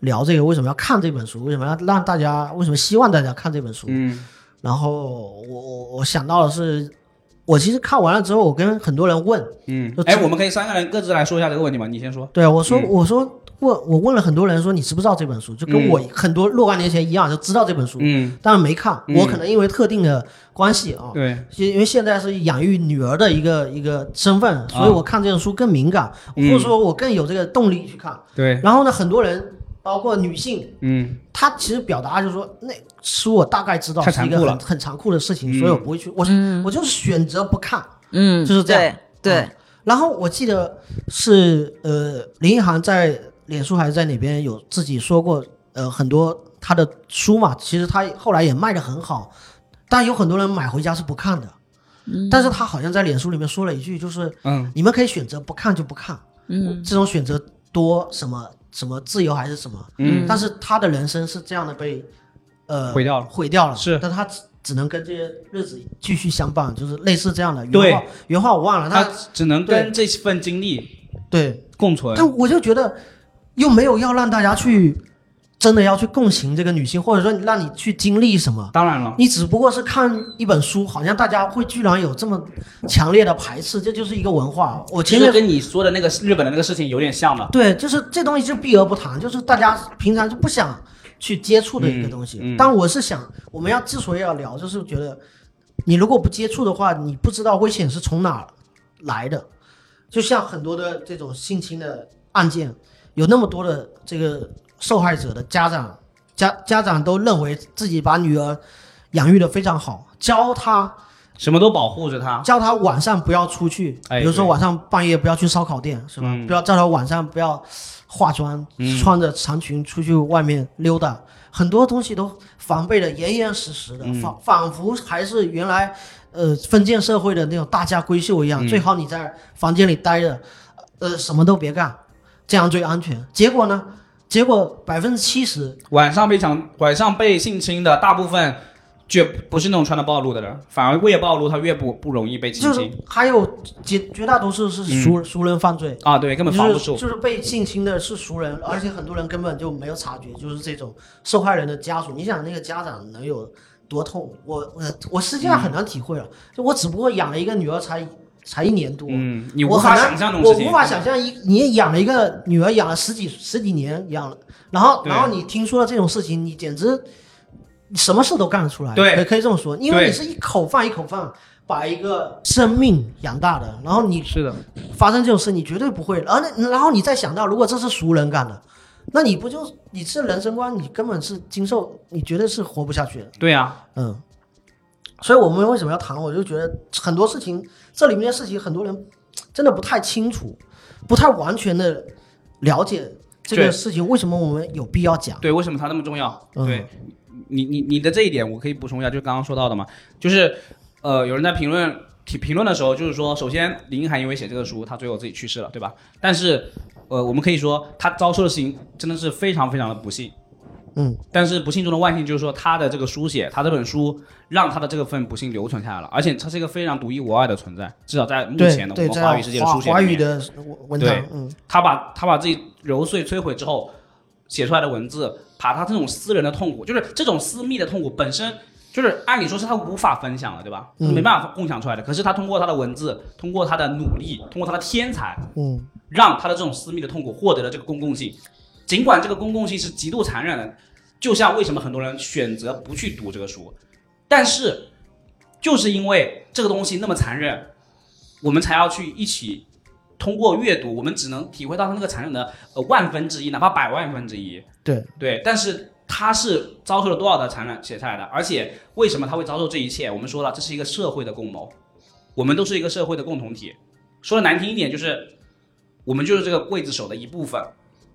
Speaker 1: 聊这个，为什么要看这本书，为什么要让大家，为什么希望大家看这本书？
Speaker 2: 嗯
Speaker 1: 然后我我我想到的是，我其实看完了之后，我跟很多人问，
Speaker 2: 嗯
Speaker 1: 就，
Speaker 2: 哎，
Speaker 1: 这
Speaker 2: 我们可以三个人各自来说一下这个问题吗？你先说。
Speaker 1: 对啊，我说、
Speaker 2: 嗯
Speaker 1: 我说问我问了很多人说你知不知道这本书，就跟
Speaker 2: 嗯
Speaker 1: 我很多若干年前一样，就知道这本书，
Speaker 2: 嗯，
Speaker 1: 但是没看。
Speaker 2: 嗯
Speaker 1: 我可能因为特定的关系啊，
Speaker 2: 对，
Speaker 1: 因因为现在是养育女儿的一个一个身份，所以我看这本书更敏感，
Speaker 2: 啊嗯
Speaker 1: 或者说我更有这个动力去看。
Speaker 2: 对，
Speaker 1: 然后呢，很多人包括女性，
Speaker 2: 嗯
Speaker 1: 她其实表达就是说那书我大概知道
Speaker 2: 太
Speaker 1: 是
Speaker 2: 残
Speaker 1: 一
Speaker 2: 酷
Speaker 1: 个很
Speaker 2: 了
Speaker 1: 很残酷的事情，
Speaker 2: 嗯
Speaker 1: 所以我不会去，我、我就是选择不看。
Speaker 3: 嗯，
Speaker 1: 就是这样
Speaker 3: 对对
Speaker 1: 嗯，然后我记得是呃，林奕涵在脸书还是在哪边有自己说过，呃，很多他的书嘛，其实他后来也卖的很好，但有很多人买回家是不看的。但是他好像在脸书里面说了一句，就是
Speaker 2: 嗯
Speaker 1: 你们可以选择不看就不看，
Speaker 3: 嗯
Speaker 1: 这种选择多什么什么自由还是什么，
Speaker 2: 嗯，
Speaker 1: 但是他的人生是这样的被呃
Speaker 2: 毁掉了
Speaker 1: 毁掉了，
Speaker 2: 是
Speaker 1: 但他只只能跟这些日子继续相伴，就是类似这样的
Speaker 2: 对
Speaker 1: 原话，原话我忘了，
Speaker 2: 他
Speaker 1: 他
Speaker 2: 只能
Speaker 1: 对
Speaker 2: 跟这份经历
Speaker 1: 对，
Speaker 2: 共存。
Speaker 1: 但我就觉得，又没有要让大家去真的要去共情这个女性，或者说让你去经历什么。
Speaker 2: 当然了，
Speaker 1: 你只不过是看一本书，好像大家会居然有这么强烈的排斥，这就是一个文化。我
Speaker 2: 其
Speaker 1: 前
Speaker 2: 实
Speaker 1: 面
Speaker 2: 跟你说的那个日本的那个事情有点像的。
Speaker 1: 对，就是这东西就避而不谈，就是大家平常就不想去接触的一个东西。
Speaker 2: 嗯嗯
Speaker 1: 但我是想，我们要之所以要聊，就是觉得你如果不接触的话，你不知道危险是从哪来的。就像很多的这种性侵的案件，有那么多的这个受害者的家长，家家长都认为自己把女儿养育的非常好，教她
Speaker 2: 什么都保护着他。
Speaker 1: 叫他晚上不要出去，
Speaker 2: 哎
Speaker 1: 比如说
Speaker 2: 对
Speaker 1: 晚上半夜不要去烧烤店，是吧？
Speaker 2: 嗯
Speaker 1: 不要叫他晚上不要化妆，
Speaker 2: 嗯
Speaker 1: 穿着长裙出去外面溜达，很多东西都防备的严严实实的，
Speaker 2: 嗯
Speaker 1: 仿仿佛还是原来呃封建社会的那种大家闺秀一样，
Speaker 2: 嗯
Speaker 1: 最好你在房间里待着，呃，什么都别干，这样最安全。结果呢？结果百分之七十，
Speaker 2: 晚上被抢，晚上被性侵的大部分，绝不是那种穿的暴露的人，反而越暴露他越不不容易被
Speaker 1: 就
Speaker 2: 性
Speaker 1: 是
Speaker 2: 侵
Speaker 1: 还有绝绝大多数是
Speaker 2: 嗯
Speaker 1: 熟、熟人犯罪，
Speaker 2: 啊，对，根本防不住。
Speaker 1: 就是。就是被性侵的是熟人，而且很多人根本就没有察觉，就是这种受害人的家属。你想那个家长能有多痛？我我我实际上很难体会了，啊就我只不过养了一个女儿才才一年多。
Speaker 2: 嗯，你无
Speaker 1: 我很
Speaker 2: 法
Speaker 1: 难
Speaker 2: 想象这种事情。
Speaker 1: 我无法想象一你养了一个女儿，养了十几十几年，养了，然后
Speaker 2: 对
Speaker 1: 然后你听说了这种事情，你简直你什么事都干得出来，
Speaker 2: 对
Speaker 1: 可以可以这么说，因为
Speaker 2: 对
Speaker 1: 你是一口饭一口饭把一个生命养大的，然后你
Speaker 2: 是的，
Speaker 1: 发生这种事，你绝对不会。而那然后你再想到，如果这是熟人干的，那你不就你这人生观，你根本是经受，你绝对是活不下去的。
Speaker 2: 对啊，
Speaker 1: 嗯，所以我们为什么要谈？我就觉得很多事情，这里面的事情，很多人真的不太清楚，不太完全的了解这个
Speaker 2: 对
Speaker 1: 事情，为什么我们有必要讲？
Speaker 2: 对，为什么它那么重要？
Speaker 1: 嗯
Speaker 2: 对，你你你的这一点我可以补充一下，就是刚刚说到的嘛，就是呃，有人在评论评评论的时候，就是说，首先林奕涵因为写这个书，他最后自己去世了，对吧？但是呃，我们可以说他遭受的事情真的是非常非常的不幸。
Speaker 1: 嗯，
Speaker 2: 但是不幸中的万幸就是说，他的这个书写，他这本书让他的这个份不幸留存下来了，而且他是一个非常独一无二的存在，至少在目前
Speaker 1: 对对，
Speaker 2: 的我
Speaker 1: 在
Speaker 2: 们华语世界的书写
Speaker 1: 华
Speaker 2: 里
Speaker 1: 语
Speaker 2: 面，
Speaker 1: 的文
Speaker 2: 对
Speaker 1: 坛，嗯，
Speaker 2: 他把他把自己揉碎摧毁之后写出来的文字，把他这种私人的痛苦，就是这种私密的痛苦本身，就是按理说是他无法分享的，对吧？
Speaker 1: 嗯
Speaker 2: 没办法共享出来的。可是他通过他的文字，通过他的努力，通过他的天才，
Speaker 1: 嗯，
Speaker 2: 让他的这种私密的痛苦获得了这个公共性。尽管这个公共性是极度残忍的，就像为什么很多人选择不去读这个书，但是就是因为这个东西那么残忍，我们才要去一起通过阅读，我们只能体会到它那个残忍的呃万分之一，哪怕百万分之一。
Speaker 1: 对
Speaker 2: 对，但是他是遭受了多少的残忍写下来的，而且为什么他会遭受这一切？我们说了，这是一个社会的共谋，我们都是一个社会的共同体。说的难听一点，就是我们就是这个刽子手的一部分，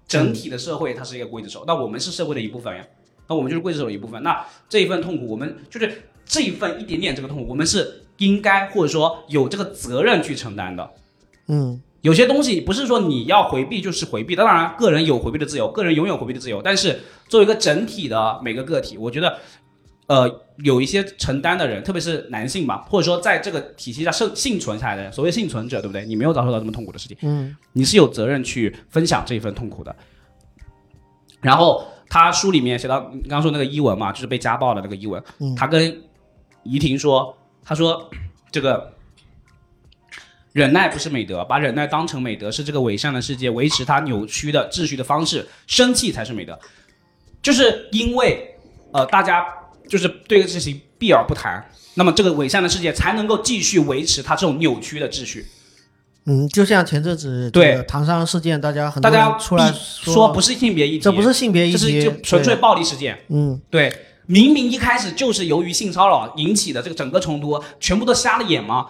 Speaker 2: 整体的社会它是一个刽子手，那我们是社会的一部分呀，那我们就是刽子手的一部分。那这一份痛苦，我们就是这一份一点点这个痛苦，我们是应该或者说有这个责任去承担的。
Speaker 1: 嗯
Speaker 2: 有些东西不是说你要回避就是回避，当然个人有回避的自由，个人拥有回避的自由。但是作为一个整体的每个个体，我觉得，呃，有一些承担的人，特别是男性吧，或者说在这个体系下生幸存下来的人，所谓幸存者，对不对？你没有遭受到这么痛苦的事情，
Speaker 1: 嗯
Speaker 2: 你是有责任去分享这一份痛苦的。然后他书里面写到，你刚刚说那个伊文嘛，就是被家暴的那个伊文，
Speaker 1: 嗯
Speaker 2: 他跟怡婷说，他说这个忍耐不是美德，把忍耐当成美德是这个伪善的世界维持它扭曲的秩序的方式，生气才是美德，就是因为呃大家就是对这个事情避而不谈，那么这个伪善的世界才能够继续维持它这种扭曲的秩序。
Speaker 1: 嗯，就像前阵子这
Speaker 2: 对
Speaker 1: 个唐山事件，大家很
Speaker 2: 大
Speaker 1: 多
Speaker 2: 家
Speaker 1: 人出来
Speaker 2: 避说不是性别议题，
Speaker 1: 这不是性别议
Speaker 2: 这是
Speaker 1: 题，
Speaker 2: 就纯粹
Speaker 1: 对
Speaker 2: 暴力事件。
Speaker 1: 嗯
Speaker 2: 对，明明一开始就是由于性骚扰引起的这个整个冲突，全部都瞎了眼吗？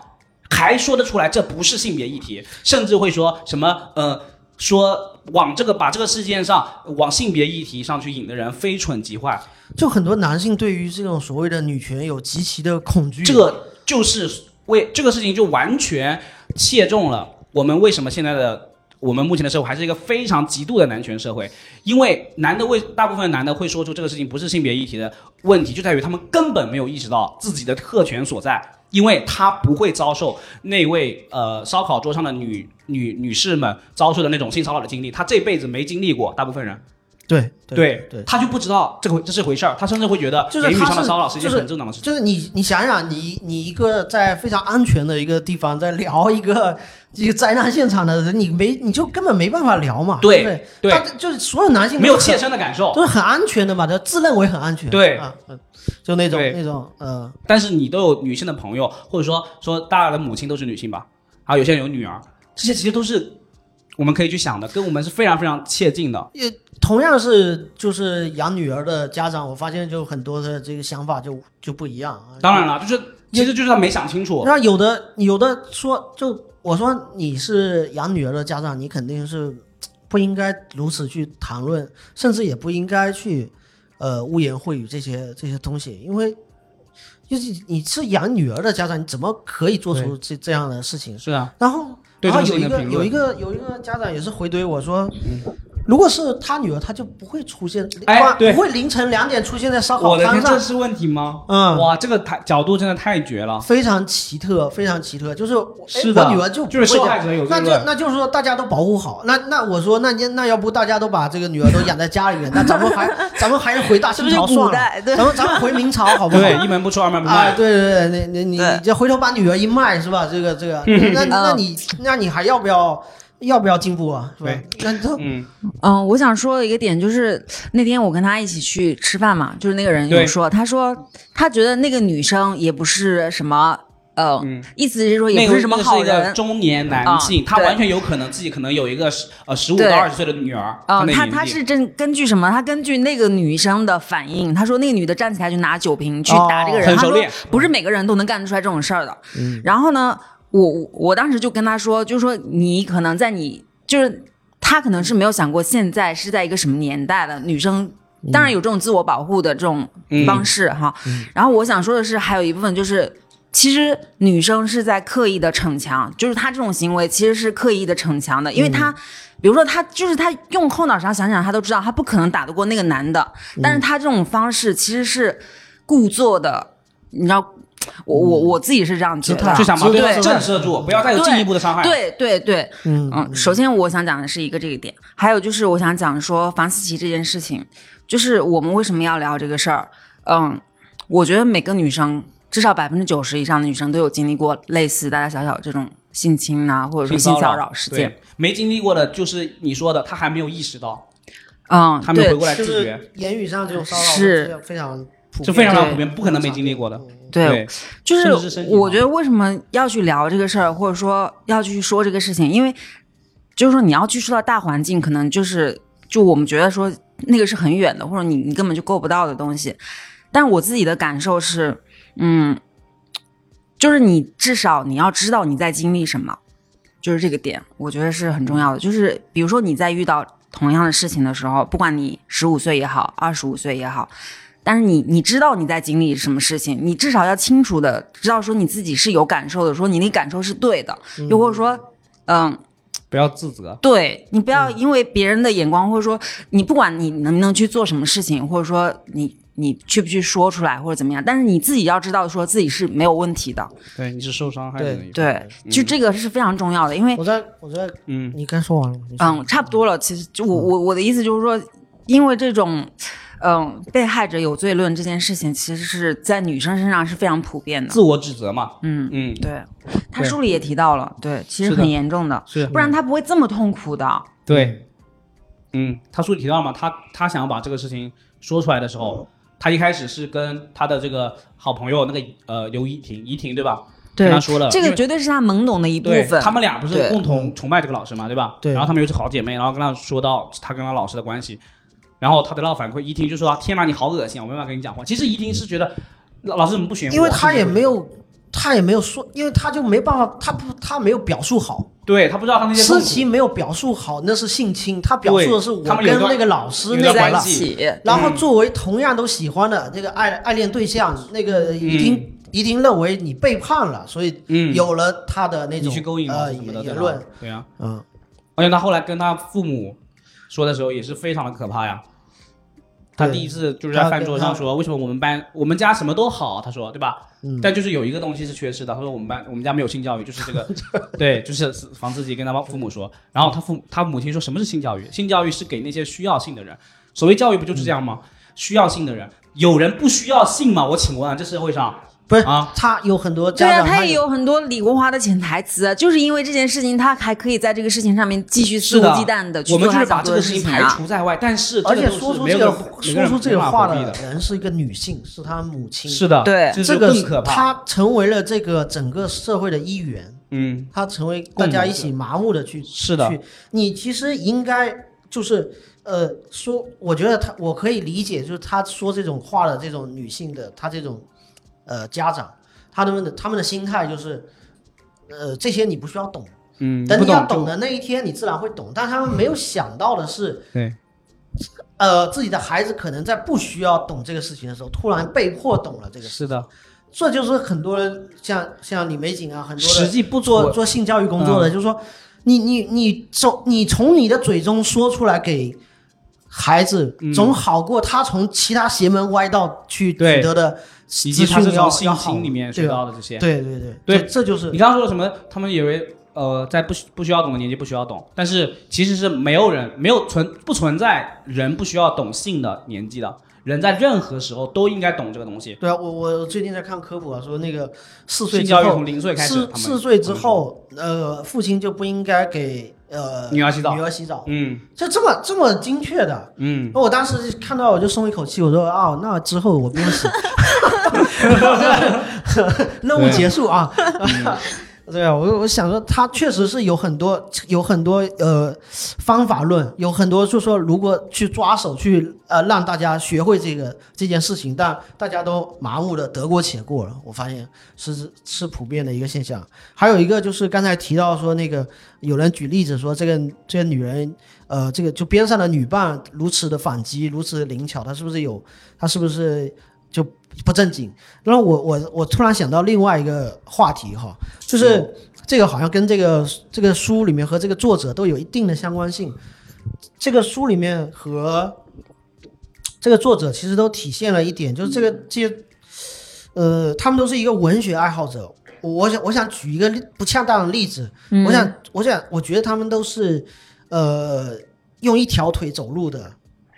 Speaker 2: 还说得出来这不是性别议题，甚至会说什么呃，说往这个把这个事件上往性别议题上去引的人非蠢即坏，
Speaker 1: 就很多男性对于这种所谓的女权有极其的恐惧。
Speaker 2: 这个就是为这个事情就完全切中了我们为什么现在的我们目前的社会还是一个非常极度的男权社会，因为男的为大部分男的会说出这个事情不是性别议题的问题，就在于他们根本没有意识到自己的特权所在，因为他不会遭受那位呃烧烤桌上的女女女士们遭受的那种性骚扰的经历，他这辈子没经历过，大部分人
Speaker 1: 对对，
Speaker 2: 他就不知道这个这是回事儿，他甚至会觉得
Speaker 1: 就是
Speaker 2: 言语
Speaker 1: 他
Speaker 2: 上的
Speaker 1: 是
Speaker 2: 骚扰是一件
Speaker 1: 就是
Speaker 2: 很正常的事情。
Speaker 1: 就是你你想想，你你一个在非常安全的一个地方，在聊一个 一个灾难现场的人，你没你就根本没办法聊嘛。
Speaker 2: 对
Speaker 1: 对不
Speaker 2: 对
Speaker 1: 他就是所有男性都
Speaker 2: 没有
Speaker 1: 很
Speaker 2: 切身的感受，
Speaker 1: 都是很安全的嘛，他自认为很安全。
Speaker 2: 对
Speaker 1: 啊，嗯就那种
Speaker 2: 对
Speaker 1: 那种呃，
Speaker 2: 但是你都有女性的朋友，或者说说大家的母亲都是女性吧，还有有些人有女儿，这些其实都是我们可以去想的，跟我们是非常非常切近的。
Speaker 1: 也同样是就是养女儿的家长，我发现就很多的这个想法就就不一样啊。
Speaker 2: 当然了，就是其实就是他没想清楚，
Speaker 1: 那有的有的说，就我说你是养女儿的家长，你肯定是不应该如此去谈论，甚至也不应该去呃污言秽语这些这些东西，因为就是你是养女儿的家长，你怎么可以做出这这样的事情？
Speaker 2: 是啊，
Speaker 1: 然后
Speaker 2: 对
Speaker 1: 然后
Speaker 2: 这
Speaker 1: 有一
Speaker 2: 个事情的
Speaker 1: 个
Speaker 2: 评论
Speaker 1: 有一个有一个家长也是回怼我说。如果是他女儿，他就不会出现，
Speaker 2: 哎
Speaker 1: 哇
Speaker 2: 对
Speaker 1: 不会凌晨两点出现在烧
Speaker 2: 我
Speaker 1: 烤
Speaker 2: 的
Speaker 1: 摊
Speaker 2: 天，
Speaker 1: 上
Speaker 2: 这。是问题吗？
Speaker 1: 嗯
Speaker 2: 哇，这个太角度真的太绝了。
Speaker 1: 非常奇特，非常奇特，就是我哎
Speaker 2: 是的
Speaker 1: 我女儿就不
Speaker 2: 就是
Speaker 1: 会
Speaker 2: 受
Speaker 1: 这
Speaker 2: 害
Speaker 1: 样
Speaker 2: 者有
Speaker 1: 那
Speaker 2: 罪
Speaker 1: 就
Speaker 2: 论
Speaker 1: 那就是说大家都保护好，那那我说那那要不大家都把这个女儿都养在家里面，那咱们 还咱们还是回大清朝
Speaker 3: 是不是
Speaker 1: 算
Speaker 3: 古代
Speaker 1: 了，
Speaker 3: 对
Speaker 1: 咱们咱们回明朝好不好？
Speaker 2: 对，一门不出二门不
Speaker 1: 啊，
Speaker 2: 迈。
Speaker 1: 对对对，你你你
Speaker 3: 对嗯
Speaker 1: 你这回头把女儿一卖是吧？这个这 个，那那你那你还要不要要不要进步啊？是吧
Speaker 2: 对？
Speaker 1: 那都
Speaker 2: 嗯，
Speaker 3: 嗯，我想说的一个点就是，那天我跟他一起去吃饭嘛，就是那个人
Speaker 2: 对
Speaker 3: 有说，他说他觉得那个女生也不是什么，呃，
Speaker 2: 嗯
Speaker 3: 意思是说也
Speaker 2: 那
Speaker 3: 不
Speaker 2: 个
Speaker 3: 是什么
Speaker 2: 那个
Speaker 3: 好
Speaker 2: 一个
Speaker 3: 人。
Speaker 2: 中年男性，
Speaker 3: 啊
Speaker 2: 他
Speaker 3: 对
Speaker 2: 完全有可能自己可能有一个十呃十五
Speaker 3: 对
Speaker 2: 到二十岁的女儿，
Speaker 3: 啊、
Speaker 2: 那个
Speaker 3: 他
Speaker 2: 年
Speaker 3: 他
Speaker 2: 纪
Speaker 3: 是根根据什么？他根据那个女生的反应，他说那个女的站起来就拿酒瓶去打这个人，
Speaker 2: 哦很
Speaker 3: 他
Speaker 2: 熟
Speaker 3: 说
Speaker 2: 练嗯
Speaker 3: 不是每个人都能干得出来这种事儿的。然后呢，我我我当时就跟他说，就说你可能在你就是他可能是没有想过现在是在一个什么年代的女生。
Speaker 2: 嗯
Speaker 3: 当然有这种自我保护的这种方式哈，然后我想说的是，还有一部分就是，其实女生是在刻意的逞强，就是她这种行为其实是刻意的逞强的，因为她，比如说她就是她用后脑勺想想，她都知道她不可能打得过那个男的，但是她这种方式其实是故作的，你知道，我我我自己是这样觉得，
Speaker 2: 就想把
Speaker 1: 对
Speaker 2: 对方
Speaker 1: 对
Speaker 2: 震慑住，不要再有进一步的伤害。
Speaker 3: 对对对，
Speaker 1: 嗯
Speaker 3: 嗯，首先我想讲的是一个这个点，还有就是我想讲说房思琪这件事情，就是我们为什么要聊这个事儿？嗯，我觉得每个女生至少百分之九十以上的女生都有经历过类似大大小小这种性侵啊，或者说性骚扰事件。
Speaker 2: 对，没经历过的，就是你说的，他还没有意识到，
Speaker 3: 嗯，
Speaker 2: 他没有回
Speaker 3: 对
Speaker 2: 过来
Speaker 1: 就
Speaker 2: 自觉
Speaker 1: 是，言语上这种骚扰
Speaker 3: 是
Speaker 1: 这样非常普遍
Speaker 2: 就非常非常
Speaker 1: 对
Speaker 2: 普
Speaker 1: 嗯
Speaker 2: 遍，不可能没经历过的。
Speaker 3: 对，，就
Speaker 2: 甚至是身
Speaker 3: 是
Speaker 2: 体
Speaker 3: 我
Speaker 2: 吗
Speaker 3: 觉得为什么要去聊这个事儿，或者说要去说这个事情，因为就是说你要去说到大环境，可能就是就我们觉得说那个是很远的，或者你你根本就够不到的东西。但我自己的感受是，嗯，就是你至少你要知道你在经历什么，就是这个点，我觉得是很重要的。就是比如说你在遇到同样的事情的时候，不管你十五岁也好，二十五岁也好，但是你你知道你在经历什么事情，你至少要清楚的知道说你自己是有感受的，说你那感受是对的，又或者说，嗯，
Speaker 2: 不要自责。
Speaker 3: 对你不要因为别人的眼光，或者说你不管你能不能去做什么事情，或者说你你去不去说出来或者怎么样，但是你自己要知道说自己是没有问题的，
Speaker 2: 对，你是受伤害
Speaker 1: 的
Speaker 2: 的
Speaker 1: 那一
Speaker 3: 对，嗯就这个是非常重要的，因为
Speaker 1: 我在我在，
Speaker 2: 嗯，
Speaker 1: 你该说完了吗？你说
Speaker 3: 嗯，差不多了。其实就我我我的意思就是说，因为这种，嗯，被害者有罪论这件事情，其实是在女生身上是非常普遍的。
Speaker 2: 自我指责嘛。
Speaker 3: 嗯，
Speaker 2: 嗯，
Speaker 3: 对，他
Speaker 2: 对
Speaker 3: 书里也提到了，对，其实
Speaker 2: 是的
Speaker 3: 很严重的，
Speaker 2: 是
Speaker 3: 不然他不会这么痛苦的。
Speaker 2: 对，嗯，他书里提到了嘛，他他想把这个事情说出来的时候，他一开始是跟他的这个好朋友那个呃刘怡婷，怡婷对吧？跟他说了
Speaker 3: 这
Speaker 2: 因
Speaker 3: 个
Speaker 2: 为
Speaker 3: 绝对是他懵懂的一部
Speaker 2: 对，
Speaker 3: 分。
Speaker 2: 他们俩不是
Speaker 3: 对
Speaker 2: 共同崇拜这个老师嘛，对吧？
Speaker 1: 对
Speaker 2: 然后他们又是好姐妹，然后跟他说到他跟他老师的关系，然后他得到反馈，怡婷就说：“天哪，你好恶心，我没办法跟你讲话。”其实怡婷是觉得老老师怎么不选我？
Speaker 1: 因为他也没有，他也没有说，因为他就没办法，他不，他没有表述好，
Speaker 2: 对他不知道他那些
Speaker 1: 思
Speaker 2: 痛苦
Speaker 1: 琪没有表述好，那是性侵，他表述的是
Speaker 2: 对
Speaker 1: 我
Speaker 2: 他们有
Speaker 1: 跟
Speaker 2: 一段
Speaker 1: 那个老师
Speaker 2: 有一
Speaker 1: 那完
Speaker 2: 段
Speaker 3: 在
Speaker 1: 了
Speaker 3: 一
Speaker 2: 关系
Speaker 3: 起，
Speaker 1: 然
Speaker 2: 嗯
Speaker 1: 后作为同样都喜欢的这个爱爱恋对象，那个一定一定认为你背叛了，所以
Speaker 2: 嗯
Speaker 1: 有了他的那
Speaker 2: 你
Speaker 1: 种
Speaker 2: 去勾引老
Speaker 1: 呃
Speaker 2: 师什么的，
Speaker 1: 言
Speaker 2: 对
Speaker 1: 论
Speaker 2: 吧，？对啊，
Speaker 1: 嗯，
Speaker 2: 而且他后来跟他父母说的时候也是非常的可怕呀。他
Speaker 1: 对
Speaker 2: 第一次就是在饭桌上说，为什么我们班我们家什么都好，他说对吧？
Speaker 1: 嗯
Speaker 2: 但就是有一个东西是缺失的，他说我们班我们家没有性教育，就是这个， 对，就是防自己跟他父母说。然后他父他母亲说什么是性教育？性教育是给那些需要性的人，所谓教育不就是这样
Speaker 1: 嗯
Speaker 2: 吗？需要性的人，有人不需要性吗？我请问啊，这社会上
Speaker 1: 不是
Speaker 2: 啊，
Speaker 1: 他有很多
Speaker 3: 对
Speaker 1: 家
Speaker 3: 啊，
Speaker 1: 长，
Speaker 3: 他也有很多李国华的潜台词啊，就是因为这件事情，他还可以在这个事情上面继续肆
Speaker 2: 是
Speaker 3: 无
Speaker 2: 的
Speaker 3: 忌惮的呃去
Speaker 2: 我们
Speaker 3: 做
Speaker 2: 就
Speaker 3: 他
Speaker 2: 是
Speaker 3: 想
Speaker 2: 把这
Speaker 3: 做
Speaker 2: 个
Speaker 3: 的
Speaker 2: 事情
Speaker 3: 情
Speaker 2: 排
Speaker 3: 啊。
Speaker 2: 除在外，但是
Speaker 1: 而且
Speaker 2: 个
Speaker 1: 说
Speaker 2: 都是
Speaker 1: 出
Speaker 2: 没
Speaker 1: 这
Speaker 2: 有
Speaker 1: 个
Speaker 2: 人没有
Speaker 1: 说
Speaker 2: 人
Speaker 1: 出这个
Speaker 2: 无法
Speaker 1: 话
Speaker 2: 回避
Speaker 1: 的
Speaker 2: 的
Speaker 1: 人是一个女性，是他母亲，
Speaker 2: 是的，
Speaker 3: 对
Speaker 2: 这
Speaker 1: 这
Speaker 2: 就
Speaker 1: 个
Speaker 2: 更可怕。
Speaker 1: 她成为了这个整个社会的一员，
Speaker 2: 嗯，
Speaker 1: 她成为大
Speaker 2: 共
Speaker 1: 家
Speaker 2: 谋
Speaker 1: 一起麻木的去
Speaker 2: 是的
Speaker 1: 去，你其实应该就是呃说，我觉得他我可以理解，就是他说这种话的这种女性的，她这种呃家长，他们的他们的心态就是，呃这些你不需要懂，
Speaker 2: 嗯，
Speaker 1: 等
Speaker 2: 不
Speaker 1: 你要
Speaker 2: 懂
Speaker 1: 懂的那一天，你自然会懂。但他们没有想到的是，
Speaker 2: 对，
Speaker 1: 呃自己的孩子可能在不需要懂这个事情的时候，突然被迫懂了这个事，
Speaker 2: 是的，
Speaker 1: 这就是很多人像像李玫瑾啊，很多人
Speaker 2: 实际嗯不
Speaker 1: 做
Speaker 2: 做
Speaker 1: 做性教育工作的，就是说，你你你从你从你的嘴中说出来给孩子，
Speaker 2: 嗯
Speaker 1: 总好过他从其他邪门歪道去取
Speaker 2: 对
Speaker 1: 得的资
Speaker 2: 以及
Speaker 1: 讯
Speaker 2: 他是
Speaker 1: 要
Speaker 2: 从
Speaker 1: 要
Speaker 2: 信
Speaker 1: 好
Speaker 2: 心里面学
Speaker 1: 对吧？
Speaker 2: 到的这些。
Speaker 1: 对对对
Speaker 2: 对
Speaker 1: 这这就是
Speaker 2: 你刚刚说了什么？他们以为呃，在不需不需要懂的年纪不需要懂，但是其实是没有人没有存不存在人不需要懂性的年纪的。人在任何时候都应该懂这个东西。
Speaker 1: 对啊。我我最近在看科普啊，说那个四岁
Speaker 2: 性
Speaker 1: 之
Speaker 2: 教育
Speaker 1: 后
Speaker 2: 从，零岁开始，
Speaker 1: 四
Speaker 2: 他们
Speaker 1: 四岁之，后，呃，父亲就不应该给呃
Speaker 2: 女儿洗澡
Speaker 1: 女儿洗澡，
Speaker 2: 嗯
Speaker 1: 就这么这么精确的。
Speaker 2: 嗯，
Speaker 1: 我当时看到我就松一口气，我说啊、那之后我不用 洗，任务结束啊。对啊，我我想说，他确实是有很多有很多呃方法论，有很多就是说如果去抓手去呃让大家学会这个这件事情，但大家都麻木的得过且过了。我发现是是普遍的一个现象。还有一个就是刚才提到说那个有人举例子说这个这个女人呃，这个就边上的女伴如此的反击，如此的灵巧，她是不是有？她是不是就不正经？然后我我我突然想到另外一个话题哈，就是这个好像跟这个这个书里面和这个作者都有一定的相关性。这个书里面和这个作者其实都体现了一点，就是这个这些，呃，他们都是一个文学爱好者。我我想我想举一个例不恰当的例子，
Speaker 3: 嗯
Speaker 1: 我想，我想，我觉得她们都是，呃，用一条腿走路的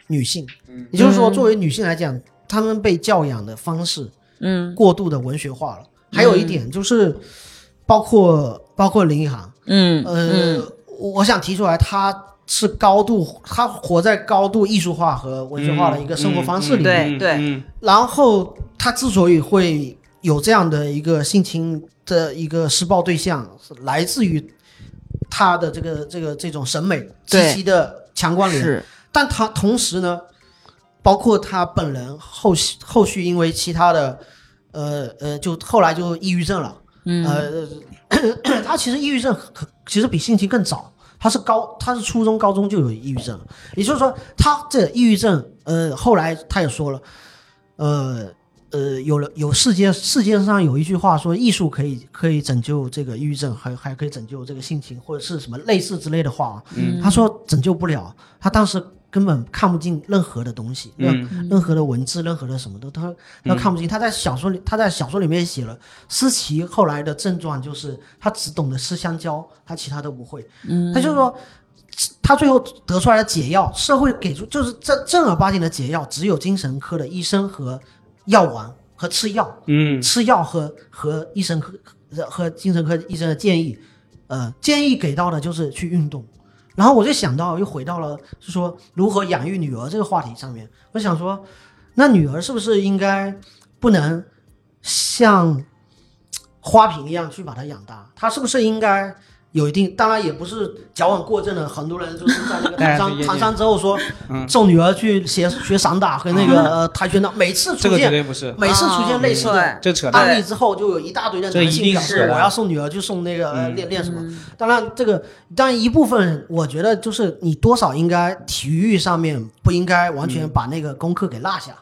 Speaker 1: 女性。也就是说，
Speaker 3: 嗯
Speaker 1: 作为女性来讲，她们被教养的方式
Speaker 3: 嗯
Speaker 1: 过度的文学化了。还有一点就是，包括包括林一航，
Speaker 3: 嗯
Speaker 1: 呃，
Speaker 3: 嗯
Speaker 1: 我我想提出来，她是高度，她活在高度艺术化和文学化的一个生活方式里面。
Speaker 3: 嗯对对
Speaker 2: 嗯
Speaker 1: 然后他之所以会有这样的一个性侵的一个施暴对象，是来自于他的这个这个这种审美极
Speaker 3: 对
Speaker 1: 其的强关联。
Speaker 3: 是
Speaker 1: 但他同时呢，包括他本人后续后续因为其他的，呃呃，就后来就抑郁症了。
Speaker 3: 嗯
Speaker 1: 呃， 他其实抑郁症可其实比性侵更早，他是高，他是初中、高中就有抑郁症，也就是说，他这抑郁症，呃，后来他也说了，呃呃，有了有世界世界上有一句话说，艺术可以可以拯救这个抑郁症，还还可以拯救这个性情或者是什么类似之类的话啊。他说拯救不了，他当时根本看不进任何的东西，任、任何的文字，任何的什么都他他看不进。他在小说里，他在小说里面写了思琪后来的症状就是他只懂得吃香蕉，他其他都不会。他就是说。他最后得出来的解药，社会给出就是正正儿八经的解药，只有精神科的医生和药丸和吃药，
Speaker 2: 嗯
Speaker 1: 吃药和和医生科和精神科医生的建议，呃，建议给到的就是去运动。然后我就想到，又回到了是说如何养育女儿这个话题上面。我想说，那女儿是不是应该不能像花瓶一样去把它养大？她是不是应该有一定？当然也不是矫枉过正的，很多人就是在那个
Speaker 2: 哎嗯
Speaker 1: 唐
Speaker 2: 对
Speaker 1: 山
Speaker 2: 对对
Speaker 1: 唐山之后说，送女儿去学学散打和 那个呃跆拳道，每次
Speaker 2: 这
Speaker 1: 出
Speaker 2: 个绝
Speaker 1: 现
Speaker 2: 对不是，
Speaker 1: 每次出现类似的
Speaker 3: 对
Speaker 2: 这扯淡。
Speaker 1: 案例之后，就有一大堆的
Speaker 2: 这
Speaker 1: 男
Speaker 2: 一
Speaker 1: 性
Speaker 2: 定
Speaker 1: 表
Speaker 2: 是
Speaker 1: 示
Speaker 2: 的
Speaker 1: 我要送女儿去送那个呃
Speaker 2: 嗯
Speaker 1: 练练什么。当然，这个当然一部分，我觉得就是你多少应该体育上面不应该完全把那个功课给落下，